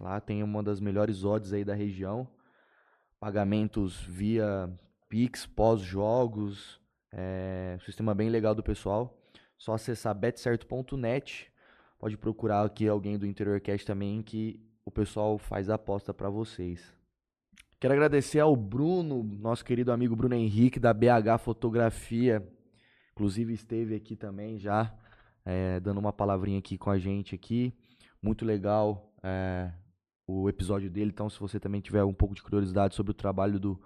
[SPEAKER 3] Lá tem uma das melhores odds aí da região. Pagamentos via Pix, pós-jogos. É, sistema bem legal do pessoal. Só acessar betcerto.net pode procurar aqui alguém do Interiorcast também que o pessoal faz a aposta pra vocês. Quero agradecer ao Bruno, nosso querido amigo Bruno Henrique da BH Fotografia, inclusive esteve aqui também já eh, dando uma palavrinha aqui com a gente aqui. Muito legal eh, o episódio dele. Então, se você também tiver um pouco de curiosidade sobre o trabalho do,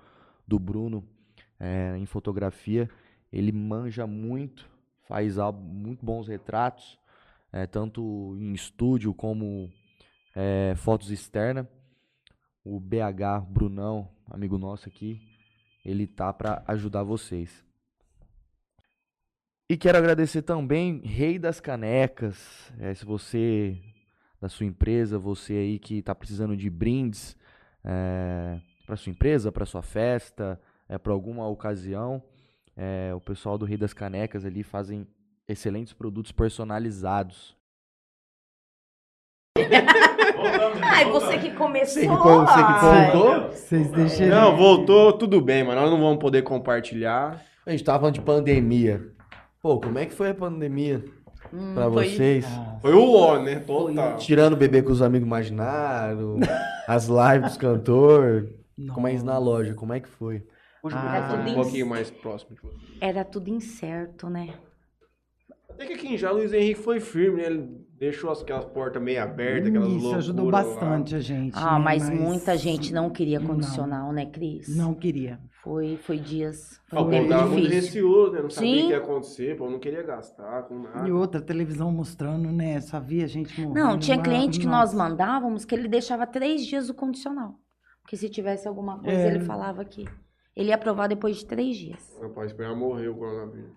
[SPEAKER 3] do Bruno eh, em fotografia, ele manja muito, faz al- muito bons retratos é, tanto em estúdio como é, fotos externas. O BH Brunão, amigo nosso aqui, ele tá para ajudar vocês. E quero agradecer também Rei das Canecas. É, se você da sua empresa, você aí que tá precisando de brindes é, para sua empresa, para sua festa, é para alguma ocasião, é, o pessoal do Rei das Canecas ali fazem excelentes produtos personalizados.
[SPEAKER 6] Voltamos,
[SPEAKER 4] Ai,
[SPEAKER 6] voltamos.
[SPEAKER 4] Ah, é você que
[SPEAKER 3] Você
[SPEAKER 4] começou.
[SPEAKER 3] que con- você que
[SPEAKER 4] ai.
[SPEAKER 3] contou?
[SPEAKER 2] Vocês deixaram.
[SPEAKER 7] Não, voltou, tudo bem, mas nós não vamos poder compartilhar.
[SPEAKER 3] A gente tava falando de pandemia. Pô, como é que foi a pandemia
[SPEAKER 4] Hum,
[SPEAKER 3] pra
[SPEAKER 4] foi-
[SPEAKER 3] vocês?
[SPEAKER 2] Ah,
[SPEAKER 1] Foi o ó, né? Total.
[SPEAKER 3] Tirando o bebê com os amigos imaginários, as lives dos cantor, mas na loja, como é que foi?
[SPEAKER 1] Puxa o
[SPEAKER 2] Ah.
[SPEAKER 1] microfone um
[SPEAKER 4] Tudo
[SPEAKER 1] pouquinho
[SPEAKER 4] isso.
[SPEAKER 1] mais próximo de você.
[SPEAKER 4] Era tudo incerto, né?
[SPEAKER 1] Até que aqui em já Luiz Henrique foi firme, né? Ele deixou as- aquelas portas meio abertas, aquelas
[SPEAKER 2] Isso ajudou
[SPEAKER 1] loucuras lá.
[SPEAKER 2] bastante a gente.
[SPEAKER 4] Ah,
[SPEAKER 2] né?
[SPEAKER 4] mas, muita gente não queria
[SPEAKER 2] Não.
[SPEAKER 4] condicional, né, Cris?
[SPEAKER 2] Não queria.
[SPEAKER 4] Foi, foi dias. Foi
[SPEAKER 1] Ah, O povo
[SPEAKER 2] Faltou
[SPEAKER 4] um tempo
[SPEAKER 1] tava muito
[SPEAKER 4] difícil.
[SPEAKER 1] receoso, né? Não sabia o
[SPEAKER 4] Sim.
[SPEAKER 1] que ia acontecer, o povo não queria gastar com nada.
[SPEAKER 2] E outra, televisão mostrando, né? Só via gente morrendo.
[SPEAKER 4] Não, tinha
[SPEAKER 2] lá.
[SPEAKER 4] cliente que nós
[SPEAKER 2] Nossa.
[SPEAKER 4] mandávamos que ele deixava três dias o condicional. Porque se tivesse alguma coisa,
[SPEAKER 2] É.
[SPEAKER 4] ele falava que ele ia aprovar depois de três dias.
[SPEAKER 1] Não pode esperar morrer o coronavírus.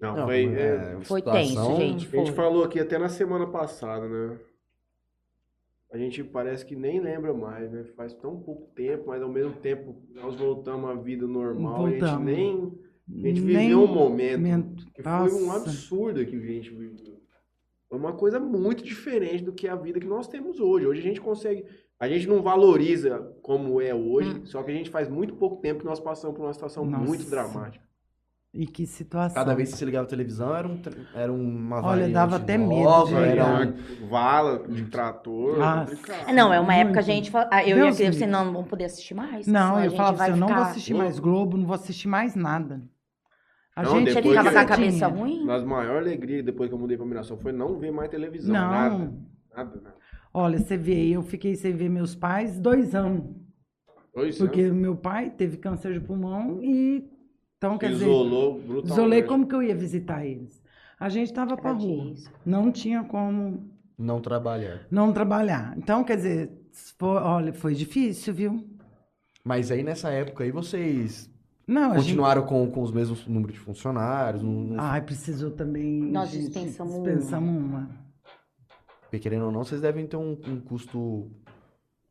[SPEAKER 1] Não,
[SPEAKER 3] Não,
[SPEAKER 1] foi. é,
[SPEAKER 3] é,
[SPEAKER 4] Foi
[SPEAKER 3] situação-
[SPEAKER 4] tenso, gente.
[SPEAKER 1] A
[SPEAKER 4] Foi.
[SPEAKER 1] gente falou aqui até na semana passada, né? A gente parece que nem lembra mais, né? Faz tão pouco tempo, mas ao mesmo tempo nós voltamos à vida normal. A gente
[SPEAKER 2] Voltamos.
[SPEAKER 1] nem. A gente
[SPEAKER 2] Nem
[SPEAKER 1] viveu um momento
[SPEAKER 2] momento.
[SPEAKER 1] que foi um
[SPEAKER 2] Nossa.
[SPEAKER 1] absurdo que a gente viveu. Foi uma coisa muito diferente do que a vida que nós temos hoje. Hoje a gente consegue. A gente não valoriza como é hoje, só que a gente faz muito pouco tempo que nós passamos por uma situação
[SPEAKER 2] Hum. Nossa.
[SPEAKER 1] muito dramática.
[SPEAKER 2] E que situação.
[SPEAKER 3] Cada vez que você ligava a televisão era, um, tre- era uma
[SPEAKER 2] Olha,
[SPEAKER 3] variante
[SPEAKER 2] dava até medo,
[SPEAKER 3] nova,
[SPEAKER 2] gente.
[SPEAKER 3] era um-
[SPEAKER 1] Era vala de trator.
[SPEAKER 2] é Nossa.
[SPEAKER 1] complicado.
[SPEAKER 4] Ah, Não, é uma época a
[SPEAKER 2] Muito.
[SPEAKER 4] gente fala, ah, eu
[SPEAKER 2] Deus
[SPEAKER 4] e a
[SPEAKER 2] me
[SPEAKER 4] Cris, assim,
[SPEAKER 2] livre.
[SPEAKER 4] não, não vamos poder assistir mais. senão
[SPEAKER 2] Não,
[SPEAKER 4] a
[SPEAKER 2] eu
[SPEAKER 4] gente
[SPEAKER 2] falava
[SPEAKER 4] vai
[SPEAKER 2] assim, eu não vou
[SPEAKER 4] ficar-
[SPEAKER 2] assistir mais Globo, não vou assistir mais nada. A
[SPEAKER 1] Não,
[SPEAKER 2] gente
[SPEAKER 4] Você
[SPEAKER 1] depois
[SPEAKER 2] fica
[SPEAKER 4] ficava
[SPEAKER 1] que-
[SPEAKER 4] com a
[SPEAKER 2] quietinha.
[SPEAKER 4] cabeça ruim?
[SPEAKER 1] Mas a maior alegria depois que eu mudei pra Mirassol foi não ver mais televisão.
[SPEAKER 2] Não.
[SPEAKER 1] Nada. Nada, nada.
[SPEAKER 2] Olha, você vê, eu fiquei sem ver meus pais dois anos.
[SPEAKER 1] Dois
[SPEAKER 2] Porque meu pai teve câncer de pulmão e. Então, quer
[SPEAKER 1] anos.
[SPEAKER 2] dizer,
[SPEAKER 1] Isolou brutalmente.
[SPEAKER 2] isolei como que eu ia visitar eles? A gente tava pra
[SPEAKER 4] Era
[SPEAKER 2] rua.
[SPEAKER 4] disso.
[SPEAKER 2] Não tinha como
[SPEAKER 3] não trabalhar.
[SPEAKER 2] não trabalhar. Então, quer dizer, foi- olha, foi difícil, viu?
[SPEAKER 3] Mas aí nessa época aí vocês
[SPEAKER 2] Não, a gente.
[SPEAKER 3] continuaram com, com os mesmos número de funcionários, não-
[SPEAKER 4] Ah.
[SPEAKER 3] não-
[SPEAKER 2] Ai, precisou também.
[SPEAKER 4] Nós
[SPEAKER 2] gente,
[SPEAKER 4] dispensamos uma.
[SPEAKER 2] dispensamos uma.
[SPEAKER 3] porque querendo ou não, vocês devem ter um, um custo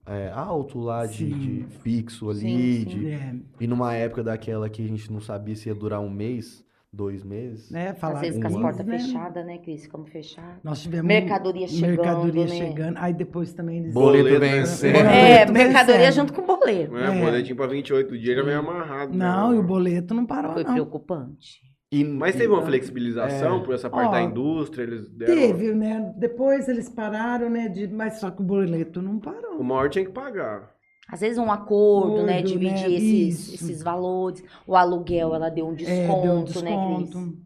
[SPEAKER 3] é, alto lá de, de fixo ali,
[SPEAKER 4] Sim, sim.
[SPEAKER 3] de-
[SPEAKER 2] É,
[SPEAKER 3] e numa época daquela que a gente não sabia se ia durar um mês, dois meses.
[SPEAKER 2] né?
[SPEAKER 4] Às
[SPEAKER 2] Falar
[SPEAKER 4] vezes
[SPEAKER 2] com
[SPEAKER 4] com as
[SPEAKER 2] eles,
[SPEAKER 4] portas
[SPEAKER 2] né?
[SPEAKER 4] fechadas, né, Cris? Ficamos fechados.
[SPEAKER 2] Nós tivemos
[SPEAKER 4] Mercadoria chegando,
[SPEAKER 2] mercadoria
[SPEAKER 4] né?
[SPEAKER 2] chegando. Aí depois também eles.
[SPEAKER 1] Boa.
[SPEAKER 3] Boleto
[SPEAKER 1] Boleto
[SPEAKER 3] vencer.
[SPEAKER 2] vencendo.
[SPEAKER 4] É,
[SPEAKER 2] Boleto
[SPEAKER 4] mercadoria
[SPEAKER 2] vencendo.
[SPEAKER 4] junto com boleiro.
[SPEAKER 1] É,
[SPEAKER 2] É.
[SPEAKER 1] boletim pra 28 dias já vem amarrado. né?
[SPEAKER 2] Não, e o boleto não parou,
[SPEAKER 4] Foi
[SPEAKER 2] não.
[SPEAKER 4] preocupante.
[SPEAKER 3] E-
[SPEAKER 1] Mas
[SPEAKER 3] e-
[SPEAKER 1] teve uma flexibilização por essa parte
[SPEAKER 2] Ó,
[SPEAKER 1] da indústria, eles deram.
[SPEAKER 2] Teve, né? Depois eles pararam, né? de- Mas só que o boleto não
[SPEAKER 1] O
[SPEAKER 2] parou.
[SPEAKER 1] maior tinha que pagar.
[SPEAKER 4] Às vezes um acordo, né?
[SPEAKER 2] Acordo,
[SPEAKER 4] Dividir
[SPEAKER 2] né,
[SPEAKER 4] esses,
[SPEAKER 2] isso.
[SPEAKER 4] esses valores. O aluguel, ela deu um
[SPEAKER 2] É,
[SPEAKER 4] desconto,
[SPEAKER 2] deu um
[SPEAKER 4] né, Cris?
[SPEAKER 2] desconto.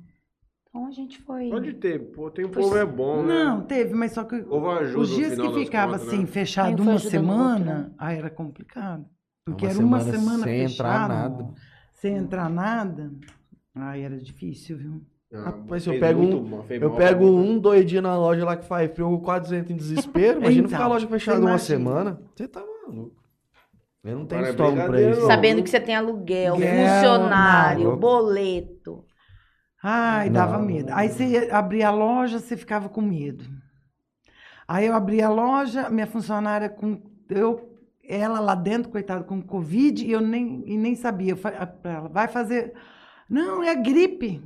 [SPEAKER 4] Então a gente foi.
[SPEAKER 1] Pode ter, pô, tem um
[SPEAKER 4] Foi
[SPEAKER 1] povo
[SPEAKER 4] sim.
[SPEAKER 1] é bom, né?
[SPEAKER 2] Não, teve, mas só que
[SPEAKER 1] O povo ajuda
[SPEAKER 2] os
[SPEAKER 1] no
[SPEAKER 2] dias
[SPEAKER 1] final
[SPEAKER 2] que
[SPEAKER 1] das
[SPEAKER 2] ficava
[SPEAKER 1] contas,
[SPEAKER 2] assim,
[SPEAKER 1] né?
[SPEAKER 2] fechado
[SPEAKER 4] Aí um
[SPEAKER 2] uma
[SPEAKER 4] foi ajudando o outro,
[SPEAKER 2] semana,
[SPEAKER 4] né?
[SPEAKER 2] aí era complicado. Porque
[SPEAKER 3] Uma
[SPEAKER 2] era uma
[SPEAKER 3] semana
[SPEAKER 2] semana
[SPEAKER 3] sem entrar
[SPEAKER 2] fechada,
[SPEAKER 3] nada.
[SPEAKER 2] Sem entrar nada. Aí era difícil, viu?
[SPEAKER 1] Ah,
[SPEAKER 3] Rapaz, eu
[SPEAKER 1] fez
[SPEAKER 3] pego
[SPEAKER 1] muito
[SPEAKER 3] um-
[SPEAKER 1] mal, fez
[SPEAKER 3] Eu
[SPEAKER 1] mal pra
[SPEAKER 3] pego
[SPEAKER 1] mim.
[SPEAKER 3] um, dois dias na loja lá que faz frio, eu quase entro em desespero. Imagina
[SPEAKER 2] Então,
[SPEAKER 3] ficar a loja fechada
[SPEAKER 2] você
[SPEAKER 3] uma
[SPEAKER 2] imagina.
[SPEAKER 3] semana. Você tá maluco. Eu não tenho
[SPEAKER 1] Agora é
[SPEAKER 3] estômago pra
[SPEAKER 1] brincadeira,
[SPEAKER 3] isso.
[SPEAKER 1] não.
[SPEAKER 4] Sabendo que você tem aluguel,
[SPEAKER 2] Aluguel,
[SPEAKER 4] funcionário,
[SPEAKER 3] não.
[SPEAKER 4] boleto.
[SPEAKER 2] Ai,
[SPEAKER 3] Não.
[SPEAKER 2] dava medo. Aí você ia abrir a loja, você ficava com medo. Aí eu abri a loja, minha funcionária com eu ela lá dentro, coitada, com Covid, e eu nem, e nem sabia. Eu falei pra ela, vai fazer. Não, é gripe.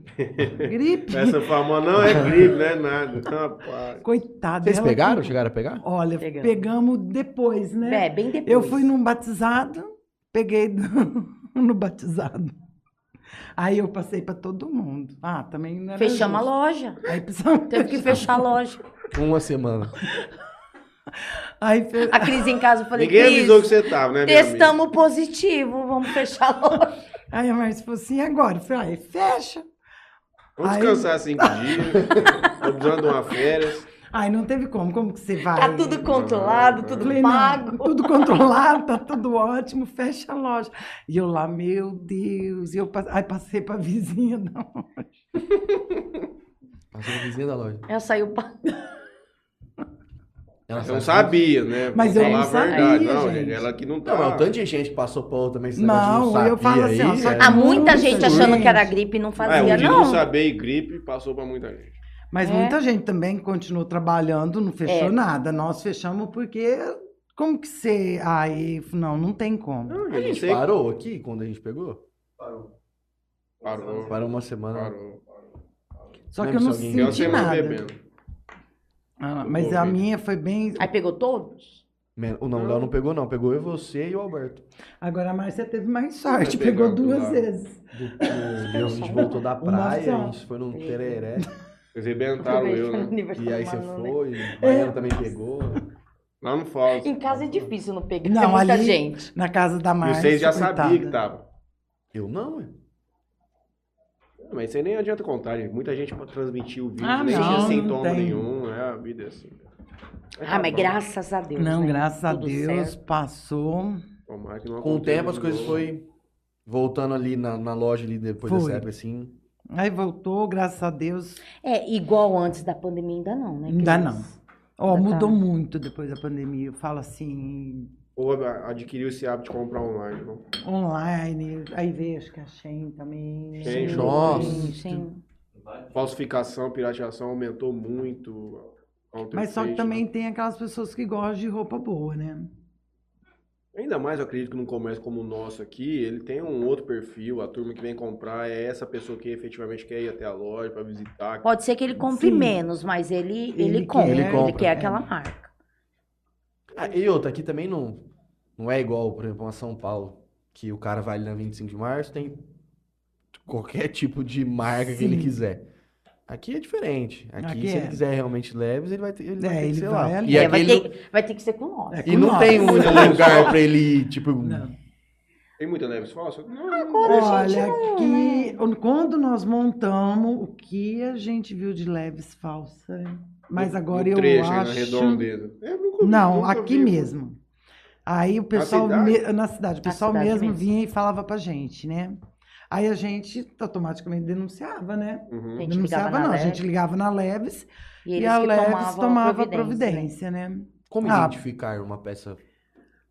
[SPEAKER 2] Gripe.
[SPEAKER 1] Essa fama não é gripe, não é nada. Rapaz.
[SPEAKER 2] Coitada.
[SPEAKER 3] Vocês
[SPEAKER 2] ela
[SPEAKER 3] pegaram?
[SPEAKER 2] com-
[SPEAKER 3] Chegaram a pegar?
[SPEAKER 2] Olha,
[SPEAKER 4] Pegamos.
[SPEAKER 2] pegamos depois, né?
[SPEAKER 4] É, bem depois.
[SPEAKER 2] Eu fui num batizado, peguei do- no batizado. Aí eu passei pra todo mundo. Ah, também não era
[SPEAKER 4] Fechamos a
[SPEAKER 2] justo.
[SPEAKER 4] loja.
[SPEAKER 2] Aí precisamos
[SPEAKER 4] Teve que fechar a loja.
[SPEAKER 3] Uma semana.
[SPEAKER 2] Aí fe-
[SPEAKER 4] A Cris em casa, eu falei,
[SPEAKER 1] Ninguém
[SPEAKER 4] Cris,
[SPEAKER 1] avisou que você tava, né, minha amiga?
[SPEAKER 4] testamos positivo, vamos fechar a loja.
[SPEAKER 2] Aí a Márcia falou assim, e agora? Eu falei, aí fecha.
[SPEAKER 1] Vamos
[SPEAKER 2] Aí-
[SPEAKER 1] descansar cinco dias. Tô precisando de uma férias.
[SPEAKER 2] Aí não teve como, como que você vai?
[SPEAKER 4] Tá tudo controlado,
[SPEAKER 2] Eu
[SPEAKER 4] tudo
[SPEAKER 2] falei, não,
[SPEAKER 4] pago.
[SPEAKER 2] tudo controlado, tá tudo ótimo, fecha a loja. E eu lá, meu Deus, e eu passe- aí passei pra vizinha, não.
[SPEAKER 3] Passou na vizinha da loja.
[SPEAKER 4] Eu saí o pa-
[SPEAKER 3] Ela
[SPEAKER 1] Eu não
[SPEAKER 3] sabe.
[SPEAKER 1] sabia, né?
[SPEAKER 2] Mas
[SPEAKER 1] Pra
[SPEAKER 2] eu não
[SPEAKER 1] falar a verdade.
[SPEAKER 2] sabia,
[SPEAKER 1] Não,
[SPEAKER 2] gente.
[SPEAKER 1] gente, ela que não
[SPEAKER 3] Não,
[SPEAKER 1] tava.
[SPEAKER 3] mas um tanto de gente que passou por outra também. Esse
[SPEAKER 2] Não,
[SPEAKER 3] negócio de não
[SPEAKER 2] eu falo
[SPEAKER 3] sabia
[SPEAKER 2] assim, ó, só
[SPEAKER 3] aí, é.
[SPEAKER 2] que-
[SPEAKER 4] Há muita
[SPEAKER 2] Muita
[SPEAKER 4] gente
[SPEAKER 2] gente.
[SPEAKER 4] achando que era gripe e não fazia,
[SPEAKER 1] é, o de
[SPEAKER 4] não.
[SPEAKER 1] não saber e gripe passou pra muita gente.
[SPEAKER 2] Mas
[SPEAKER 4] É.
[SPEAKER 2] muita gente também continuou trabalhando, não fechou
[SPEAKER 4] É.
[SPEAKER 2] nada. Nós fechamos porque, como que você... Aí, não, não tem como.
[SPEAKER 1] Não,
[SPEAKER 3] A gente parou aqui quando a gente pegou?
[SPEAKER 5] Parou.
[SPEAKER 1] Parou.
[SPEAKER 3] Parou uma semana.
[SPEAKER 1] Parou.
[SPEAKER 2] Só
[SPEAKER 1] é
[SPEAKER 2] que eu
[SPEAKER 3] Lembra
[SPEAKER 2] não
[SPEAKER 3] se alguém-
[SPEAKER 1] Tem uma
[SPEAKER 2] senti
[SPEAKER 1] semana
[SPEAKER 2] nada.
[SPEAKER 1] bebendo.
[SPEAKER 2] Ah, mas a
[SPEAKER 1] Covid.
[SPEAKER 2] minha foi bem...
[SPEAKER 4] Aí pegou todos?
[SPEAKER 3] Men- O não, o Léo não pegou, não. Pegou eu, você e o Alberto.
[SPEAKER 2] Agora a Márcia teve mais sorte,
[SPEAKER 1] Vai pegar
[SPEAKER 2] pegou
[SPEAKER 1] o
[SPEAKER 2] duas
[SPEAKER 1] lado.
[SPEAKER 2] vezes.
[SPEAKER 3] Do- do- a gente voltou da
[SPEAKER 2] Uma
[SPEAKER 3] praia,
[SPEAKER 2] só.
[SPEAKER 3] a gente foi num tereré.
[SPEAKER 1] Eles arrebentaram
[SPEAKER 4] é
[SPEAKER 1] eu, né?
[SPEAKER 3] E aí você foi,
[SPEAKER 2] É.
[SPEAKER 3] o Baiano também pegou.
[SPEAKER 1] Lá no Falso.
[SPEAKER 4] Em casa é difícil não pegar,
[SPEAKER 2] Não,
[SPEAKER 4] tem muita
[SPEAKER 2] ali-
[SPEAKER 4] gente.
[SPEAKER 2] Na casa da
[SPEAKER 1] E
[SPEAKER 2] Márcia.
[SPEAKER 1] vocês já
[SPEAKER 2] coitada.
[SPEAKER 1] sabiam que tá tava.
[SPEAKER 3] Eu não, ué.
[SPEAKER 1] Não, mas isso aí nem adianta contar, gente. Muita gente pra transmitir o vídeo,
[SPEAKER 2] Ah,
[SPEAKER 1] nem
[SPEAKER 2] não,
[SPEAKER 1] tinha
[SPEAKER 2] não
[SPEAKER 1] sintoma
[SPEAKER 2] tem.
[SPEAKER 1] nenhum. É a vida é assim.
[SPEAKER 4] Ah, mas
[SPEAKER 1] bom.
[SPEAKER 4] graças a Deus.
[SPEAKER 2] Não,
[SPEAKER 4] né?
[SPEAKER 2] graças a
[SPEAKER 4] Tudo
[SPEAKER 2] Deus,
[SPEAKER 4] certo.
[SPEAKER 2] passou.
[SPEAKER 1] Tomara que não
[SPEAKER 3] Com o
[SPEAKER 1] aconteça
[SPEAKER 3] tempo as
[SPEAKER 1] de
[SPEAKER 3] coisas
[SPEAKER 1] novo.
[SPEAKER 3] foi voltando ali na, na loja ali depois
[SPEAKER 2] Foi.
[SPEAKER 3] dessa época, assim.
[SPEAKER 2] Aí voltou, graças a Deus.
[SPEAKER 4] É, igual antes da pandemia, ainda não, né?
[SPEAKER 2] Ainda
[SPEAKER 4] Cris?
[SPEAKER 2] não. Ó,
[SPEAKER 4] Ainda tá.
[SPEAKER 2] mudou muito depois da pandemia. Eu falo assim,
[SPEAKER 1] Ou a- adquiriu esse hábito de comprar online, não?
[SPEAKER 2] online. Aí veio, acho que a Shein também.
[SPEAKER 1] Shein,
[SPEAKER 2] Sim,
[SPEAKER 3] nossa.
[SPEAKER 2] sim,
[SPEAKER 4] Sim.
[SPEAKER 1] Falsificação, pirateação aumentou muito. counterfeit,
[SPEAKER 2] Mas só que
[SPEAKER 1] né?
[SPEAKER 2] também tem aquelas pessoas que gostam de roupa boa, né?
[SPEAKER 1] Ainda mais eu acredito que num comércio como o nosso aqui, ele tem um outro perfil. A turma que vem comprar é essa pessoa que efetivamente quer ir até a loja pra visitar.
[SPEAKER 4] Pode ser que ele compre
[SPEAKER 2] Sim.
[SPEAKER 4] menos, mas ele, ele,
[SPEAKER 2] Ele
[SPEAKER 4] compra,
[SPEAKER 2] quer,
[SPEAKER 4] ele,
[SPEAKER 3] Ele compra.
[SPEAKER 4] quer
[SPEAKER 2] é.
[SPEAKER 4] aquela marca.
[SPEAKER 3] Ah, e outra, aqui também não, não é igual, por exemplo, a São Paulo, que o cara vai ali na 25 de março, tem qualquer tipo de marca que ele
[SPEAKER 2] Sim.
[SPEAKER 3] quiser. Aqui é diferente. Aqui,
[SPEAKER 2] Aqui
[SPEAKER 3] se
[SPEAKER 2] é.
[SPEAKER 3] ele quiser realmente leves, ele vai ter, ele vai
[SPEAKER 2] É,
[SPEAKER 3] ter que
[SPEAKER 2] ele
[SPEAKER 3] ser
[SPEAKER 2] vai
[SPEAKER 3] lá.
[SPEAKER 2] ali.
[SPEAKER 3] E
[SPEAKER 4] É,
[SPEAKER 3] aqui
[SPEAKER 4] vai,
[SPEAKER 3] ele não-
[SPEAKER 4] ter, vai ter que ser com nós.
[SPEAKER 2] É,
[SPEAKER 3] e não
[SPEAKER 2] nós.
[SPEAKER 3] tem muito lugar pra ele, tipo,
[SPEAKER 2] Não.
[SPEAKER 1] Tem muita leves falsa? Não,
[SPEAKER 2] Olha, que
[SPEAKER 4] né?
[SPEAKER 2] quando nós montamos, o que a gente viu de leves falsa. Mas
[SPEAKER 1] No-
[SPEAKER 2] agora
[SPEAKER 1] no
[SPEAKER 2] eu
[SPEAKER 1] trecho, né,
[SPEAKER 2] acho.
[SPEAKER 1] Na redondeza. É, nunca vi,
[SPEAKER 2] Não,
[SPEAKER 1] nunca
[SPEAKER 2] aqui
[SPEAKER 4] um.
[SPEAKER 1] vi.
[SPEAKER 2] mesmo. Aí o pessoal me- na
[SPEAKER 1] cidade?
[SPEAKER 2] cidade, o pessoal
[SPEAKER 4] cidade
[SPEAKER 2] mesmo
[SPEAKER 4] mesmo.
[SPEAKER 2] vinha e falava pra gente, né? Aí a gente automaticamente denunciava, né?
[SPEAKER 1] Uhum.
[SPEAKER 4] Tem. A gente
[SPEAKER 2] Denunciava
[SPEAKER 4] ligava na
[SPEAKER 2] não, a
[SPEAKER 4] Leves.
[SPEAKER 2] gente ligava na Leves
[SPEAKER 4] E
[SPEAKER 2] e,
[SPEAKER 4] eles
[SPEAKER 2] a
[SPEAKER 4] que
[SPEAKER 2] Leves
[SPEAKER 4] tomavam
[SPEAKER 2] tomava
[SPEAKER 4] providência.
[SPEAKER 2] providência, né?
[SPEAKER 3] como
[SPEAKER 2] Ah.
[SPEAKER 3] identificar uma peça?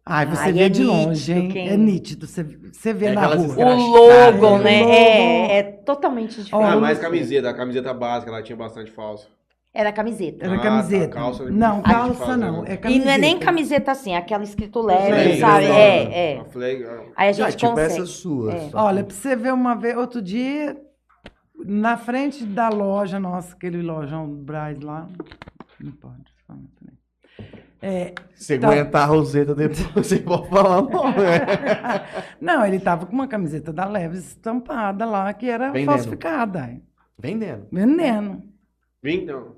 [SPEAKER 2] Ai, você
[SPEAKER 4] Ai,
[SPEAKER 2] vê
[SPEAKER 4] é
[SPEAKER 2] de longe,
[SPEAKER 4] nítido
[SPEAKER 2] hein?
[SPEAKER 4] quem-
[SPEAKER 2] É nítido, você, você vê
[SPEAKER 3] É
[SPEAKER 2] na
[SPEAKER 3] aquelas
[SPEAKER 2] rua.
[SPEAKER 3] escra-
[SPEAKER 4] O logo,
[SPEAKER 2] Graxidade.
[SPEAKER 4] né?
[SPEAKER 2] Logo.
[SPEAKER 4] É, é totalmente diferente.
[SPEAKER 2] Ó,
[SPEAKER 1] Ah,
[SPEAKER 2] Olha,
[SPEAKER 1] mais camiseta. A camiseta básica, ela tinha bastante falsa.
[SPEAKER 4] Era camiseta.
[SPEAKER 2] Era
[SPEAKER 1] Ah, tá,
[SPEAKER 2] É camiseta.
[SPEAKER 1] calça é
[SPEAKER 2] não,
[SPEAKER 1] difícil
[SPEAKER 2] calça
[SPEAKER 1] de fazer,
[SPEAKER 2] não,
[SPEAKER 1] né?
[SPEAKER 2] é
[SPEAKER 4] E não é nem
[SPEAKER 2] camiseta.
[SPEAKER 4] camiseta assim, é aquela escrito
[SPEAKER 1] Flag,
[SPEAKER 4] leve,
[SPEAKER 1] né?
[SPEAKER 4] sabe?
[SPEAKER 1] Flag.
[SPEAKER 4] É, é.
[SPEAKER 1] A flag, a-
[SPEAKER 4] Aí a
[SPEAKER 3] Ah,
[SPEAKER 4] gente
[SPEAKER 3] tipo,
[SPEAKER 4] consegue.
[SPEAKER 3] essa sua.
[SPEAKER 4] É.
[SPEAKER 3] só que-
[SPEAKER 2] Olha, pra você ver uma vez, outro dia, na frente da loja nossa, aquele lojão do Braz lá. Não pode falar na frente. É,
[SPEAKER 3] se
[SPEAKER 2] tá.
[SPEAKER 3] aguentar a roseta depois, você pode falar não, né?
[SPEAKER 2] não, ele tava com uma camiseta da Leves estampada lá, que era
[SPEAKER 3] Vendendo.
[SPEAKER 2] falsificada.
[SPEAKER 3] Vendendo.
[SPEAKER 2] Vendendo.
[SPEAKER 1] Vim, não.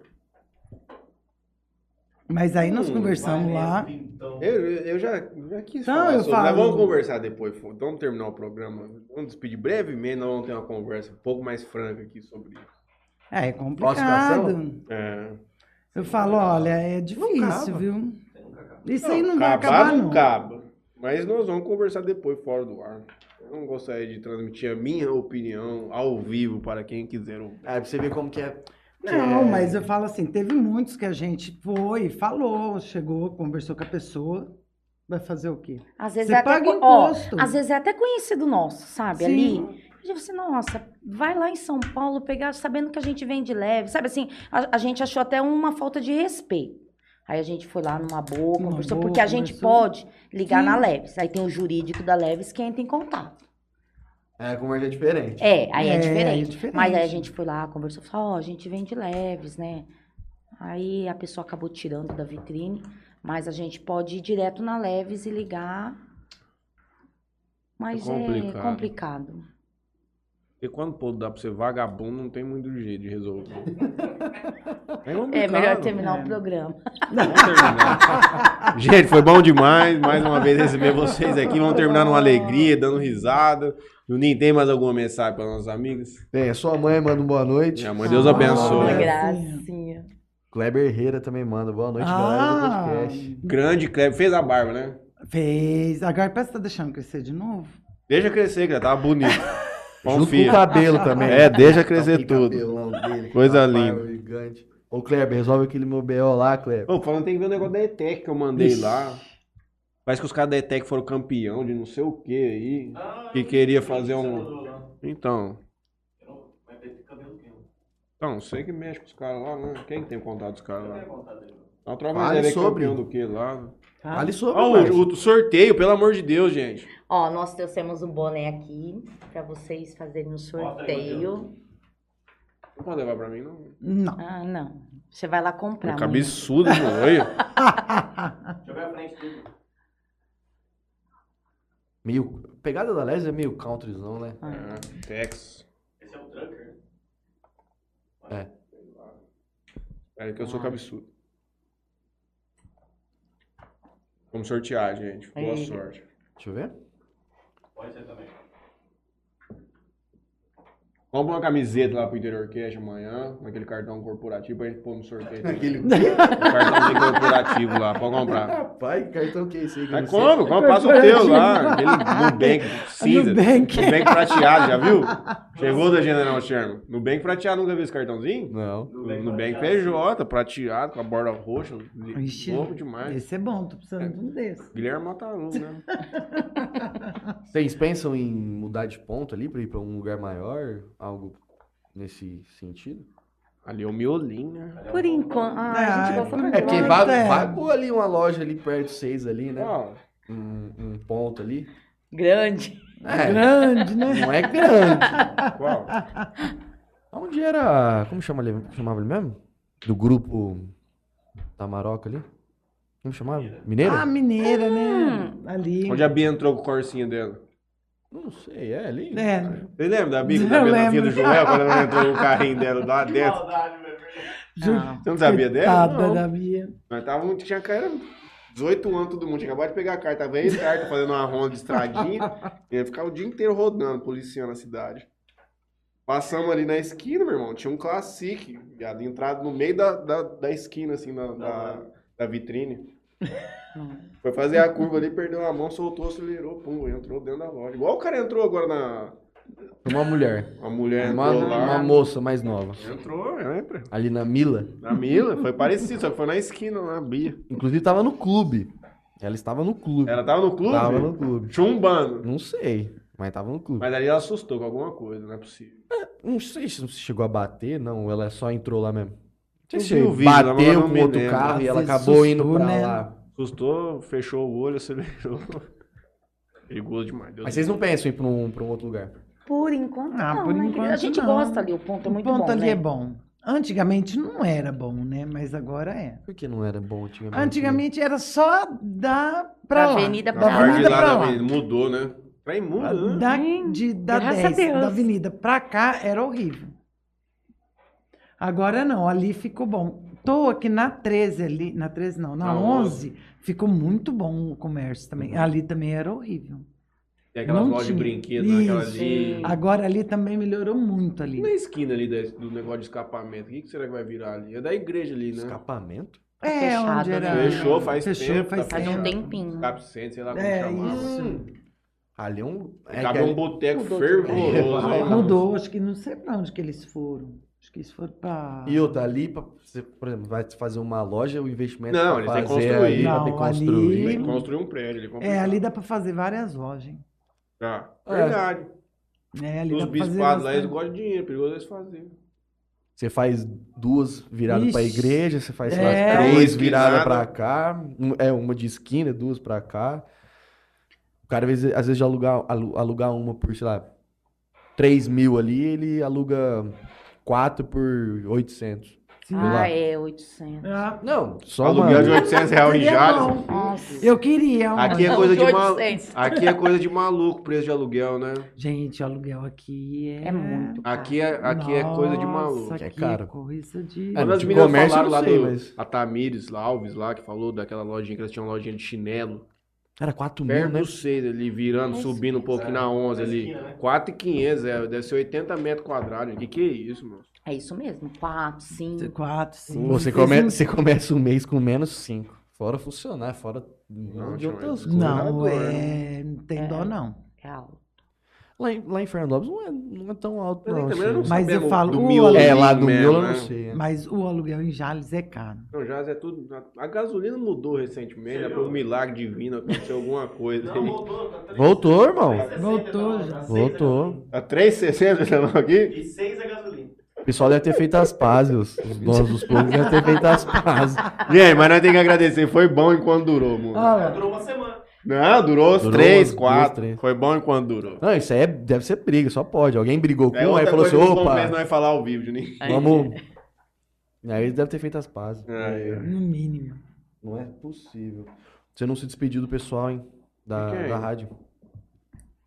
[SPEAKER 2] Mas aí nós
[SPEAKER 1] Hum,
[SPEAKER 2] conversamos lá.
[SPEAKER 5] Então,
[SPEAKER 1] Eu, eu já, já quis
[SPEAKER 2] Não,
[SPEAKER 1] falar
[SPEAKER 2] eu
[SPEAKER 1] sobre,
[SPEAKER 2] falo.
[SPEAKER 1] mas vamos conversar depois. fo- Vamos terminar o programa. Vamos despedir brevemente, nós vamos ter uma conversa um pouco mais franca aqui sobre isso.
[SPEAKER 2] É, é
[SPEAKER 3] Falsificação?
[SPEAKER 2] complicado.
[SPEAKER 1] É.
[SPEAKER 2] Eu falo, olha, é difícil,
[SPEAKER 3] acaba.
[SPEAKER 2] viu?
[SPEAKER 5] nunca acaba.
[SPEAKER 2] Isso aí não vai acabar,
[SPEAKER 1] não
[SPEAKER 2] não.
[SPEAKER 1] acaba. Mas nós vamos conversar depois, fora do ar. Eu não gostaria de transmitir a minha opinião ao vivo para quem quiser ouvir.
[SPEAKER 3] Aí pra você ver como que é.
[SPEAKER 2] Não,
[SPEAKER 3] É.
[SPEAKER 2] mas eu falo assim, teve muitos que a gente foi, falou, chegou, conversou com a pessoa, vai fazer o quê?
[SPEAKER 4] Às vezes
[SPEAKER 2] Você
[SPEAKER 4] é até.
[SPEAKER 2] paga
[SPEAKER 4] co- Ó,
[SPEAKER 2] imposto.
[SPEAKER 4] às vezes é até conhecido nosso, sabe?
[SPEAKER 2] Sim.
[SPEAKER 4] Ali. Eu digo assim, nossa, vai lá em São Paulo pegar, sabendo que a gente vende leve. Sabe assim, a, a gente achou até uma falta de respeito. Aí a gente foi lá numa boa,
[SPEAKER 2] Numa
[SPEAKER 4] conversou,
[SPEAKER 2] boa,
[SPEAKER 4] porque a gente
[SPEAKER 2] conversou.
[SPEAKER 4] pode ligar
[SPEAKER 2] Sim.
[SPEAKER 4] na Leves. Aí tem o jurídico da Leves que entra em contato.
[SPEAKER 3] É, como é que é diferente.
[SPEAKER 4] É, aí é,
[SPEAKER 2] É, aí é
[SPEAKER 4] diferente.
[SPEAKER 2] diferente.
[SPEAKER 4] Mas aí a gente foi lá, conversou, falou, ó, a gente vende leves, né? Aí a pessoa acabou tirando da vitrine, mas a gente pode ir direto na Leves e ligar. Mas é complicado.
[SPEAKER 1] complicado. Porque quando o povo dá pra ser vagabundo, não tem muito jeito de resolver. É, complicado.
[SPEAKER 4] É melhor terminar
[SPEAKER 2] É.
[SPEAKER 4] o programa.
[SPEAKER 1] Vamos terminar. Gente, foi bom demais. Mais uma vez receber vocês aqui. Vamos terminar numa alegria, dando risada. Juninho, tem mais alguma mensagem para nossos amigos?
[SPEAKER 3] Bem, a sua mãe manda um boa noite.
[SPEAKER 1] Minha mãe, Deus abençoe.
[SPEAKER 4] Ah, gracinha.
[SPEAKER 3] Kleber Herrera também manda. Boa noite,
[SPEAKER 2] Ah,
[SPEAKER 3] galera do podcast.
[SPEAKER 1] Grande Kleber. Fez a barba, né?
[SPEAKER 2] fez. Agora parece que tá deixando crescer de novo.
[SPEAKER 1] Deixa crescer, que já tava bonito.
[SPEAKER 3] Junto com o
[SPEAKER 1] Confia.
[SPEAKER 3] cabelo Tá também.
[SPEAKER 1] É, deixa
[SPEAKER 3] Aquele
[SPEAKER 1] crescer tudo.
[SPEAKER 3] cabelão dele, que
[SPEAKER 1] Coisa
[SPEAKER 3] tá
[SPEAKER 1] linda.
[SPEAKER 3] barba gigante. Ô, Kleber, resolve aquele meu BO lá, Kleber.
[SPEAKER 1] Ô, falando, tem que ver o negócio da ETEC que eu mandei
[SPEAKER 3] Ixi.
[SPEAKER 1] lá. Parece que os caras da ETEC foram campeão de não sei o que aí.
[SPEAKER 5] Ah,
[SPEAKER 1] Que queria fazer
[SPEAKER 5] você
[SPEAKER 1] um-
[SPEAKER 5] mandou lá.
[SPEAKER 1] Então,
[SPEAKER 5] Eu não- Vai ter que cabelo meu.
[SPEAKER 1] então, sei que mexe com os caras lá, né? Quem tem contato dos caras
[SPEAKER 5] Eu tenho
[SPEAKER 1] lá?
[SPEAKER 5] vontade dele.
[SPEAKER 1] A troca
[SPEAKER 3] Fale
[SPEAKER 1] é
[SPEAKER 3] sobre.
[SPEAKER 1] campeão do que lá?
[SPEAKER 2] Tá?
[SPEAKER 3] Fale sobre,
[SPEAKER 1] Ó,
[SPEAKER 3] Márcio.
[SPEAKER 1] o, o sorteio, pelo amor de Deus, gente.
[SPEAKER 4] Ó, nós trouxemos um boné aqui pra vocês fazerem um
[SPEAKER 5] aí,
[SPEAKER 4] sorteio.
[SPEAKER 1] Não pode levar pra mim, não.
[SPEAKER 2] Não.
[SPEAKER 4] Ah, não. Você vai lá comprar.
[SPEAKER 1] Pô,
[SPEAKER 4] amanhã.
[SPEAKER 1] cabeçudo, mano. Olha.
[SPEAKER 5] Jogar pra frente tudo.
[SPEAKER 3] Meio... Pegada da Les é meio countryzão, né?
[SPEAKER 4] Ah.
[SPEAKER 1] É, Texas.
[SPEAKER 5] Esse é o Drunker.
[SPEAKER 1] Peraí É que eu sou cabeçudo. Vamos sortear, gente. Boa
[SPEAKER 4] Aí.
[SPEAKER 1] sorte.
[SPEAKER 3] Deixa eu ver.
[SPEAKER 5] Pode ser também.
[SPEAKER 1] Vamos pôr uma camiseta lá pro Interior Cash amanhã, naquele cartão corporativo, pra gente pôr no sorteio.
[SPEAKER 3] Aquele...
[SPEAKER 1] Um cartãozinho corporativo lá, pode comprar.
[SPEAKER 3] Rapaz, cartão que é esse aí? que eu
[SPEAKER 1] Mas
[SPEAKER 3] não sei?
[SPEAKER 1] como? Como passa o teu lá? Aquele Nubank cinza.
[SPEAKER 2] Nubank.
[SPEAKER 1] Nubank prateado, já viu? Chegou da General Sherman. Nubank prateado, nunca viu esse cartãozinho?
[SPEAKER 3] Não.
[SPEAKER 5] Nubank
[SPEAKER 1] Nubank
[SPEAKER 5] prateado.
[SPEAKER 1] PJ, prateado, com a borda roxa.
[SPEAKER 2] Ixi.
[SPEAKER 1] Louco demais.
[SPEAKER 2] Esse é bom, tô precisando de um desse.
[SPEAKER 1] Guilherme Matarão, né?
[SPEAKER 3] Vocês pensam em mudar de ponto ali pra ir pra um lugar maior? Algo nesse sentido?
[SPEAKER 1] Ali é o miolim, né?
[SPEAKER 4] Por enquanto. Ah, a gente
[SPEAKER 2] Ah,
[SPEAKER 4] gosta muito.
[SPEAKER 3] É porque
[SPEAKER 2] Claro,
[SPEAKER 3] va-
[SPEAKER 2] é.
[SPEAKER 3] vagou ali uma loja ali perto de vocês ali, né?
[SPEAKER 1] Ó,
[SPEAKER 3] Um, um ponto ali.
[SPEAKER 4] Grande.
[SPEAKER 3] É,
[SPEAKER 2] Grande, né?
[SPEAKER 3] não é grande.
[SPEAKER 1] qual?
[SPEAKER 3] Onde era... Como chama ele, chamava ele mesmo? Do grupo Tamaroca ali? Como chamava? Mineiro?
[SPEAKER 2] Ah, mineira,
[SPEAKER 4] Hum.
[SPEAKER 2] né? Ali.
[SPEAKER 1] Onde a Bia entrou com o corsinho dela?
[SPEAKER 3] Não sei, é ali?
[SPEAKER 2] É.
[SPEAKER 1] Você lembra da Bia,
[SPEAKER 2] Eu
[SPEAKER 1] da Bia na vida
[SPEAKER 2] lembro.
[SPEAKER 1] do Joel, quando ela entrou com o carrinho dela lá
[SPEAKER 5] Que
[SPEAKER 1] dentro?
[SPEAKER 5] maldade, velho.
[SPEAKER 2] Ju-
[SPEAKER 1] Você Ah. não sabia dela?
[SPEAKER 2] Coitada
[SPEAKER 1] Não.
[SPEAKER 2] da Bia.
[SPEAKER 1] Nós tava, um, tinha cara, 18 anos todo mundo, tinha acabado de pegar a carta, tava aí carta, fazendo uma ronda de estradinha, ia ficar o dia inteiro rodando, policiando a cidade. Passamos ali na esquina, meu irmão, tinha um Classic, viado, entrado no meio da, da, da esquina, assim, na- da, Hum. da vitrine. Foi fazer a curva ali, perdeu a mão, soltou, acelerou, pum, entrou dentro da loja. Igual o cara entrou agora na...
[SPEAKER 3] Uma mulher.
[SPEAKER 1] A mulher
[SPEAKER 3] Uma,
[SPEAKER 1] entrou
[SPEAKER 3] uma
[SPEAKER 1] lá.
[SPEAKER 3] moça mais nova.
[SPEAKER 1] Entrou, é, entra.
[SPEAKER 3] Ali na Mila.
[SPEAKER 1] Na Mila, foi parecido, só que foi na esquina, na Bia.
[SPEAKER 3] Inclusive tava no clube. Ela estava no clube.
[SPEAKER 1] Ela tava no clube?
[SPEAKER 3] Tava no clube.
[SPEAKER 1] Chumbando.
[SPEAKER 3] Não sei, mas tava no clube.
[SPEAKER 1] Mas ali ela assustou com alguma coisa, não é possível.
[SPEAKER 3] Não sei se chegou a bater, não. Ela só entrou lá mesmo.
[SPEAKER 1] Eu
[SPEAKER 3] Não sei se
[SPEAKER 1] vi o vídeo, mas eu
[SPEAKER 3] bateu
[SPEAKER 1] não
[SPEAKER 3] com
[SPEAKER 1] me
[SPEAKER 3] outro
[SPEAKER 1] lembro.
[SPEAKER 3] carro e ela
[SPEAKER 2] Às vezes
[SPEAKER 3] acabou indo
[SPEAKER 2] assustou,
[SPEAKER 3] pra
[SPEAKER 2] né?
[SPEAKER 3] lá.
[SPEAKER 1] Assustou, fechou o olho, acelerou. Perigoso demais. Deus
[SPEAKER 3] Mas vocês não pensam em ir pra um, pra um outro lugar?
[SPEAKER 4] Por enquanto,
[SPEAKER 2] Ah,
[SPEAKER 4] não,
[SPEAKER 2] por
[SPEAKER 4] né?
[SPEAKER 2] enquanto,
[SPEAKER 4] A gente
[SPEAKER 2] não.
[SPEAKER 4] gosta ali, o ponto é
[SPEAKER 2] O
[SPEAKER 4] muito
[SPEAKER 2] ponto
[SPEAKER 4] bom,
[SPEAKER 2] ali
[SPEAKER 4] né?
[SPEAKER 2] é bom. Antigamente não era bom, né? Mas agora é.
[SPEAKER 3] Por que não era bom antigamente? né?
[SPEAKER 2] Antigamente era só da pra
[SPEAKER 4] Da
[SPEAKER 2] lá.
[SPEAKER 4] avenida
[SPEAKER 1] Na
[SPEAKER 4] pra
[SPEAKER 2] da
[SPEAKER 4] lá.
[SPEAKER 1] parte
[SPEAKER 2] avenida
[SPEAKER 1] lá
[SPEAKER 2] pra
[SPEAKER 1] da
[SPEAKER 2] lá. Ah,
[SPEAKER 1] avenida, mudou, né? Trem muda, né?
[SPEAKER 2] Da, de, da
[SPEAKER 4] Graças a
[SPEAKER 2] 10,
[SPEAKER 4] Deus.
[SPEAKER 2] da avenida pra cá era horrível. Agora não, ali ficou bom. Tô aqui na 13 ali, na 13 não, na
[SPEAKER 1] Na
[SPEAKER 2] 11, ficou muito bom o comércio também. Ali também era horrível.
[SPEAKER 1] Tem aquelas
[SPEAKER 2] Não
[SPEAKER 1] lojas de
[SPEAKER 2] tinha.
[SPEAKER 1] brinquedo, né? aquela
[SPEAKER 2] Isso.
[SPEAKER 1] ali.
[SPEAKER 2] Agora ali também melhorou muito ali.
[SPEAKER 1] E Na esquina ali da- do negócio de escapamento, o que, que será que vai virar ali? É da igreja ali, né?
[SPEAKER 3] Escapamento?
[SPEAKER 2] É,
[SPEAKER 4] Fechado,
[SPEAKER 2] onde era.
[SPEAKER 4] né?
[SPEAKER 1] Fechou faz
[SPEAKER 2] Fechou,
[SPEAKER 1] tempo. tá
[SPEAKER 2] faz
[SPEAKER 4] Faz um
[SPEAKER 2] Fechado.
[SPEAKER 4] tempinho.
[SPEAKER 1] Escape Center, sei lá como
[SPEAKER 2] É,
[SPEAKER 1] chamava.
[SPEAKER 2] isso.
[SPEAKER 3] Ali é um. É
[SPEAKER 1] Cabe
[SPEAKER 3] que
[SPEAKER 1] um boteco
[SPEAKER 4] Mudou de
[SPEAKER 1] fervoroso. né?
[SPEAKER 3] lugar.
[SPEAKER 1] hein, mano?
[SPEAKER 2] Mudou, acho que não sei pra onde que eles foram. Acho que eles foram pra.
[SPEAKER 3] E outra, ali, pra, você, por exemplo, vai fazer uma loja, o investimento
[SPEAKER 1] Não,
[SPEAKER 3] pra
[SPEAKER 1] eles têm que
[SPEAKER 3] fazer
[SPEAKER 1] construir.
[SPEAKER 3] ali, pra ter que
[SPEAKER 2] Não, ali-
[SPEAKER 3] construir.
[SPEAKER 1] Tem que construir um prédio ali.
[SPEAKER 2] É,
[SPEAKER 1] complicado.
[SPEAKER 2] ali dá pra fazer várias lojas. hein?
[SPEAKER 1] Tá.
[SPEAKER 3] É.
[SPEAKER 1] Verdade.
[SPEAKER 2] É, ali
[SPEAKER 1] Os
[SPEAKER 2] dá pra fazer
[SPEAKER 1] bispados lá,
[SPEAKER 2] bastante.
[SPEAKER 1] eles gostam de dinheiro, é perigoso eles fazerem.
[SPEAKER 3] Você faz duas viradas pra
[SPEAKER 2] Ixi.
[SPEAKER 3] igreja, você faz sei lá,
[SPEAKER 2] É.
[SPEAKER 1] Uma
[SPEAKER 3] três
[SPEAKER 1] esquinada.
[SPEAKER 3] viradas pra cá, um- é uma de esquina, duas pra cá. O cara, às vezes, às vezes alugar, alu- alugar uma por, sei lá, 3 mil ali, ele aluga quatro por 800.
[SPEAKER 2] Sim.
[SPEAKER 3] Sei lá.
[SPEAKER 4] Ah, é, 800.
[SPEAKER 2] Ah,
[SPEAKER 3] Não, só
[SPEAKER 1] Aluguel
[SPEAKER 3] uma...
[SPEAKER 1] de 800 reais em
[SPEAKER 2] Seria
[SPEAKER 1] Jales.
[SPEAKER 2] bom.
[SPEAKER 4] Nossa.
[SPEAKER 2] Eu queria uma.
[SPEAKER 1] Aqui é
[SPEAKER 4] Não,
[SPEAKER 1] coisa
[SPEAKER 4] de
[SPEAKER 1] de maluco.
[SPEAKER 4] 800.
[SPEAKER 1] Aqui é coisa de maluco, preço de aluguel, né?
[SPEAKER 2] Gente, o aluguel aqui é.
[SPEAKER 4] É muito caro.
[SPEAKER 1] Aqui é, aqui é coisa de maluco.
[SPEAKER 2] Nossa,
[SPEAKER 3] É
[SPEAKER 2] aqui
[SPEAKER 3] caro.
[SPEAKER 2] coisa de.
[SPEAKER 3] É,
[SPEAKER 1] Quando as
[SPEAKER 3] de
[SPEAKER 1] meninas
[SPEAKER 3] comércio,
[SPEAKER 1] falaram
[SPEAKER 3] eu
[SPEAKER 1] lá
[SPEAKER 3] não sei,
[SPEAKER 1] do
[SPEAKER 3] mas-
[SPEAKER 1] a Tamires lá, Alves lá, que falou daquela lojinha que elas tinham lojinha de chinelo.
[SPEAKER 3] Era 4 mil,
[SPEAKER 1] Perto
[SPEAKER 3] né?
[SPEAKER 1] do 6 ali, virando,
[SPEAKER 4] Mas-
[SPEAKER 1] subindo um pouquinho
[SPEAKER 5] É,
[SPEAKER 1] na 11
[SPEAKER 5] na
[SPEAKER 1] ali.
[SPEAKER 5] esquina, né?
[SPEAKER 1] 4,500, é, deve ser 80 metros quadrados. Que que é isso, mano?
[SPEAKER 4] É isso mesmo, 4,
[SPEAKER 1] É.
[SPEAKER 4] 5.
[SPEAKER 2] Quatro, cinco.
[SPEAKER 3] Você,
[SPEAKER 2] seis,
[SPEAKER 3] come...
[SPEAKER 2] um-
[SPEAKER 3] você começa o mês com menos 5. Fora funcionar, fora um
[SPEAKER 1] Não,
[SPEAKER 3] monte de
[SPEAKER 1] tio,
[SPEAKER 3] outras
[SPEAKER 1] é-
[SPEAKER 3] coisas.
[SPEAKER 2] Não,
[SPEAKER 1] Agora, né?
[SPEAKER 2] é. Não tem
[SPEAKER 4] É.
[SPEAKER 2] dó, não.
[SPEAKER 3] Lá em, lá em Fernandópolis não é, não é tão alto,
[SPEAKER 1] Eu nem-
[SPEAKER 3] não,
[SPEAKER 1] também eu
[SPEAKER 3] assim.
[SPEAKER 1] não
[SPEAKER 2] Mas
[SPEAKER 1] sabia
[SPEAKER 2] eu
[SPEAKER 1] do
[SPEAKER 2] falo, o
[SPEAKER 1] miolo
[SPEAKER 3] É, lá do
[SPEAKER 1] mesmo,
[SPEAKER 3] meu eu
[SPEAKER 1] né?
[SPEAKER 3] não sei. é.
[SPEAKER 2] Mas o aluguel em Jales é caro.
[SPEAKER 1] Não, já é tudo. a- A gasolina mudou recentemente, né?
[SPEAKER 5] Sério?
[SPEAKER 1] Por um milagre divino, aconteceu alguma coisa.
[SPEAKER 5] Não, voltou. Tá três-
[SPEAKER 3] Voltou, irmão.
[SPEAKER 5] 360
[SPEAKER 2] Voltou,
[SPEAKER 5] tá lá,
[SPEAKER 2] já.
[SPEAKER 5] tá seis a
[SPEAKER 3] Voltou.
[SPEAKER 5] gasolina.
[SPEAKER 1] A 360 você falou aqui?
[SPEAKER 5] E 6 a gasolina.
[SPEAKER 3] O pessoal deve ter feito as pazes. Os os donos dos clubes devem ter feito as pazes.
[SPEAKER 1] Gente, mas nós temos que agradecer. Foi bom enquanto durou, mano.
[SPEAKER 2] Olha,
[SPEAKER 5] Durou uma semana.
[SPEAKER 1] Não, durou os
[SPEAKER 3] Durou umas
[SPEAKER 1] três,
[SPEAKER 3] duas,
[SPEAKER 1] quatro.
[SPEAKER 3] três.
[SPEAKER 1] Foi bom enquanto durou.
[SPEAKER 3] Não, isso aí é- deve ser briga, só pode. Alguém brigou com, um,
[SPEAKER 1] É
[SPEAKER 3] aí
[SPEAKER 1] outra
[SPEAKER 3] falou
[SPEAKER 1] coisa
[SPEAKER 3] assim:
[SPEAKER 1] que não compensa
[SPEAKER 3] opa,
[SPEAKER 1] nós falar ao vivo, Juninho.
[SPEAKER 4] Aí.
[SPEAKER 3] vamos. Aí eles devem ter feito as pazes.
[SPEAKER 1] Aí, ó.
[SPEAKER 2] No mínimo.
[SPEAKER 3] Não é possível. Você não se despediu do pessoal, hein? Da,
[SPEAKER 1] De quem?
[SPEAKER 3] da rádio.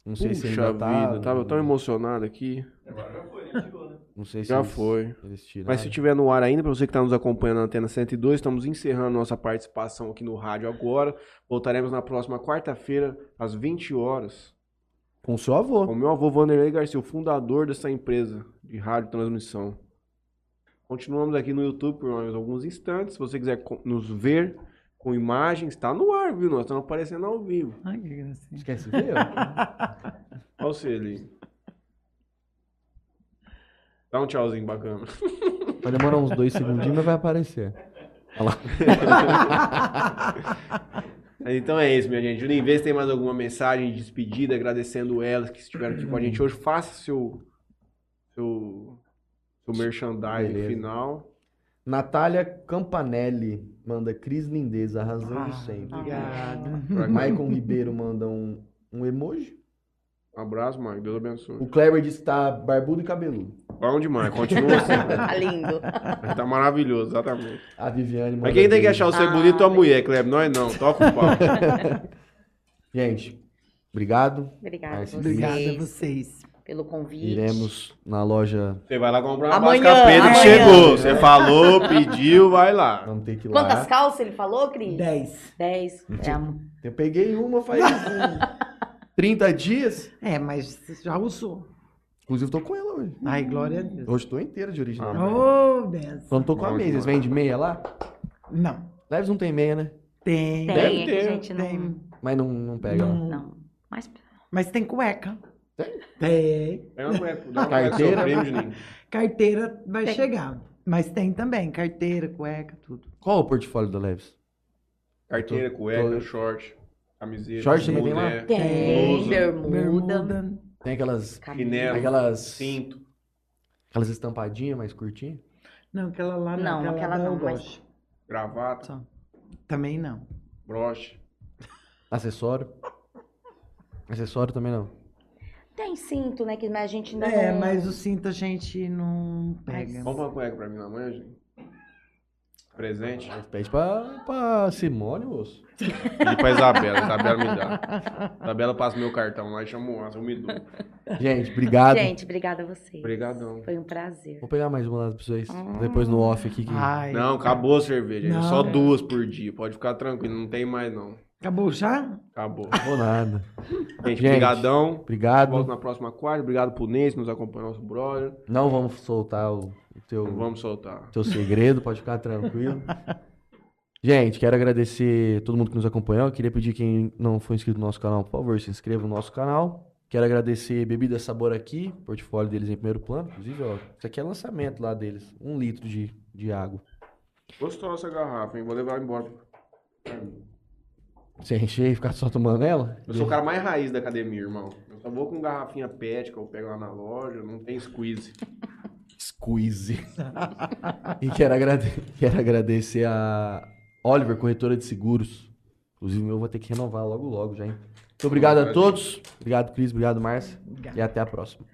[SPEAKER 3] Não sei se
[SPEAKER 1] Puxa
[SPEAKER 3] ainda tá.
[SPEAKER 1] vida, tava tão emocionado aqui.
[SPEAKER 5] Agora já foi, né? Tirou, né?
[SPEAKER 3] Não sei se
[SPEAKER 1] Já
[SPEAKER 3] eles-
[SPEAKER 1] foi.
[SPEAKER 3] Eles tiraram.
[SPEAKER 1] Mas se tiver no ar ainda, para você que está nos acompanhando na Antena 102, estamos encerrando nossa participação aqui no rádio agora. Voltaremos na próxima quarta-feira, às 20 horas,
[SPEAKER 3] Com seu avô.
[SPEAKER 1] com meu avô Vanderlei Garcia, o fundador dessa empresa de rádio transmissão. Continuamos aqui no YouTube por mais alguns instantes. Se você quiser co- nos ver com imagens, está no ar, viu? Nós estamos aparecendo ao vivo.
[SPEAKER 2] Ai, que gracinha.
[SPEAKER 3] Esquece de ver?
[SPEAKER 1] Olha o selinho. Dá um tchauzinho bacana.
[SPEAKER 3] Vai demorar uns dois segundinhos, mas vai aparecer.
[SPEAKER 2] Ah,
[SPEAKER 1] Então é isso, minha gente. Juninho, vê se tem mais alguma mensagem de despedida, agradecendo elas que estiveram aqui com a gente hoje. Faça seu, seu, seu merchandising
[SPEAKER 3] Beleza.
[SPEAKER 1] final.
[SPEAKER 3] Natália Campanelli manda Cris Lindeza, arrasando
[SPEAKER 2] Ah.
[SPEAKER 3] sempre.
[SPEAKER 2] Obrigada.
[SPEAKER 1] Pra-
[SPEAKER 3] Maicon Ribeiro manda um, um emoji.
[SPEAKER 1] Um abraço, Marco. Deus abençoe.
[SPEAKER 3] O Kleber diz que tá barbudo e cabeludo.
[SPEAKER 1] Bom demais. Continua assim.
[SPEAKER 4] Tá lindo.
[SPEAKER 1] Tá maravilhoso, exatamente.
[SPEAKER 3] A Viviane manda.
[SPEAKER 1] Mas quem tem que
[SPEAKER 3] beijo.
[SPEAKER 1] achar você
[SPEAKER 4] Ah,
[SPEAKER 1] bonito é a mulher, Kleber. Nós não. Toca o pau.
[SPEAKER 3] Gente, obrigado.
[SPEAKER 4] Obrigada,
[SPEAKER 3] Ai,
[SPEAKER 4] a
[SPEAKER 3] sim.
[SPEAKER 2] Obrigada a
[SPEAKER 4] vocês
[SPEAKER 2] vocês.
[SPEAKER 4] pelo convite.
[SPEAKER 3] Iremos na loja.
[SPEAKER 1] Você vai lá comprar uma
[SPEAKER 4] Amanhã,
[SPEAKER 1] basca preta que
[SPEAKER 4] amanhã.
[SPEAKER 1] chegou. Você falou, pediu, vai lá.
[SPEAKER 3] Vamos ter que ir lá.
[SPEAKER 4] Quantas calças ele falou, Cris?
[SPEAKER 2] 10.
[SPEAKER 4] Dez. É, amor.
[SPEAKER 3] Eu peguei uma faz um 30 dias.
[SPEAKER 2] É, mas você já usou.
[SPEAKER 3] Inclusive, tô com ela hoje.
[SPEAKER 2] Ai, glória a Deus.
[SPEAKER 3] Hoje tô inteira de original.
[SPEAKER 1] Ah.
[SPEAKER 2] Ô, benção.
[SPEAKER 3] Quando tô com a
[SPEAKER 1] Bom
[SPEAKER 3] meia, vocês
[SPEAKER 1] demais.
[SPEAKER 3] vendem meia lá?
[SPEAKER 2] Não.
[SPEAKER 3] Leves não tem meia, né?
[SPEAKER 2] Tem.
[SPEAKER 4] Tem,
[SPEAKER 1] Deve
[SPEAKER 4] é que
[SPEAKER 1] ter.
[SPEAKER 4] a gente não.
[SPEAKER 2] Tem.
[SPEAKER 3] Mas não, não pega. Não.
[SPEAKER 2] Não.
[SPEAKER 4] Não. Mas
[SPEAKER 2] Mas tem cueca.
[SPEAKER 3] Tem?
[SPEAKER 2] Tem.
[SPEAKER 1] Pega uma cueca, dá uma cueca pro seu
[SPEAKER 3] Carteira. né?
[SPEAKER 1] primo, Juninho.
[SPEAKER 2] Carteira vai
[SPEAKER 4] Tem.
[SPEAKER 2] chegar. Mas tem também. Carteira, cueca, tudo.
[SPEAKER 3] Qual o portfólio da Leves?
[SPEAKER 1] Carteira,
[SPEAKER 3] Tô-
[SPEAKER 1] cueca,
[SPEAKER 3] tô-
[SPEAKER 1] short, camiseta.
[SPEAKER 3] Short também tem lá?
[SPEAKER 1] boné,
[SPEAKER 4] tem.
[SPEAKER 1] blusa.
[SPEAKER 4] Bermuda.
[SPEAKER 3] Tem aquelas.
[SPEAKER 4] cabelo.
[SPEAKER 1] Chinelo.
[SPEAKER 3] Aquelas.
[SPEAKER 1] Cinto.
[SPEAKER 3] Aquelas estampadinhas mais curtinhas?
[SPEAKER 2] Não, aquela lá não.
[SPEAKER 4] Não, aquela
[SPEAKER 2] lá eu
[SPEAKER 4] não, mas-
[SPEAKER 2] gosto.
[SPEAKER 1] Gravata,
[SPEAKER 2] Também não.
[SPEAKER 1] broche.
[SPEAKER 3] Acessório? Acessório também não.
[SPEAKER 4] Tem cinto, né? Que mas a gente ainda
[SPEAKER 2] É,
[SPEAKER 4] não.
[SPEAKER 2] mas o cinto a gente não pega.
[SPEAKER 1] Vamos pra cueca pra mim na manhã, gente? Presente.
[SPEAKER 3] Pede pra, pra Simone, moço.
[SPEAKER 1] E pra Isabela. Isabela me dá. Isabela passa meu cartão lá e chama o Anson, eu me dou.
[SPEAKER 3] Gente, obrigado.
[SPEAKER 4] Gente, obrigada a vocês.
[SPEAKER 1] Obrigadão.
[SPEAKER 4] Foi um prazer.
[SPEAKER 3] Vou pegar mais uma lá pra vocês.
[SPEAKER 4] Hum. Ah.
[SPEAKER 3] Depois no off aqui. Que...
[SPEAKER 2] Ai,
[SPEAKER 1] Não, acabou a cerveja. gente.
[SPEAKER 2] Não.
[SPEAKER 1] Só duas por dia. Pode ficar tranquilo, não tem mais não.
[SPEAKER 2] acabou já?
[SPEAKER 1] Acabou.
[SPEAKER 3] Vou nada.
[SPEAKER 1] Gente,
[SPEAKER 3] Gente.
[SPEAKER 1] brigadão. Volto
[SPEAKER 3] Obrigado.
[SPEAKER 1] na próxima quarta. Obrigado pro Ney, que nos acompanhou, nosso brother.
[SPEAKER 3] Não vamos soltar o, o teu,
[SPEAKER 1] Não vamos soltar.
[SPEAKER 3] teu segredo, pode ficar tranquilo. Gente, quero agradecer todo mundo que nos acompanhou. Queria pedir quem não foi inscrito no nosso canal, por favor, se inscreva no nosso canal. Quero agradecer Bebida Sabor aqui, portfólio deles em primeiro plano. Inclusive, ó, isso aqui é lançamento lá deles. Um litro de, de água.
[SPEAKER 1] Gostou essa garrafa, hein? Vou levar embora.
[SPEAKER 3] Você encher e ficar só tomando ela?
[SPEAKER 1] Eu sou o cara mais raiz da academia, irmão. Eu só vou com garrafinha pet que eu pego lá na loja, não tem squeeze.
[SPEAKER 3] Squeeze. e quero, agrade- quero agradecer a Oliver, corretora de seguros. Inclusive, meu, vou ter que renovar logo, logo já, hein? Muito obrigado a todos. Obrigado, Cris. Obrigado, Márcia.
[SPEAKER 2] Obrigada.
[SPEAKER 3] E até a próxima.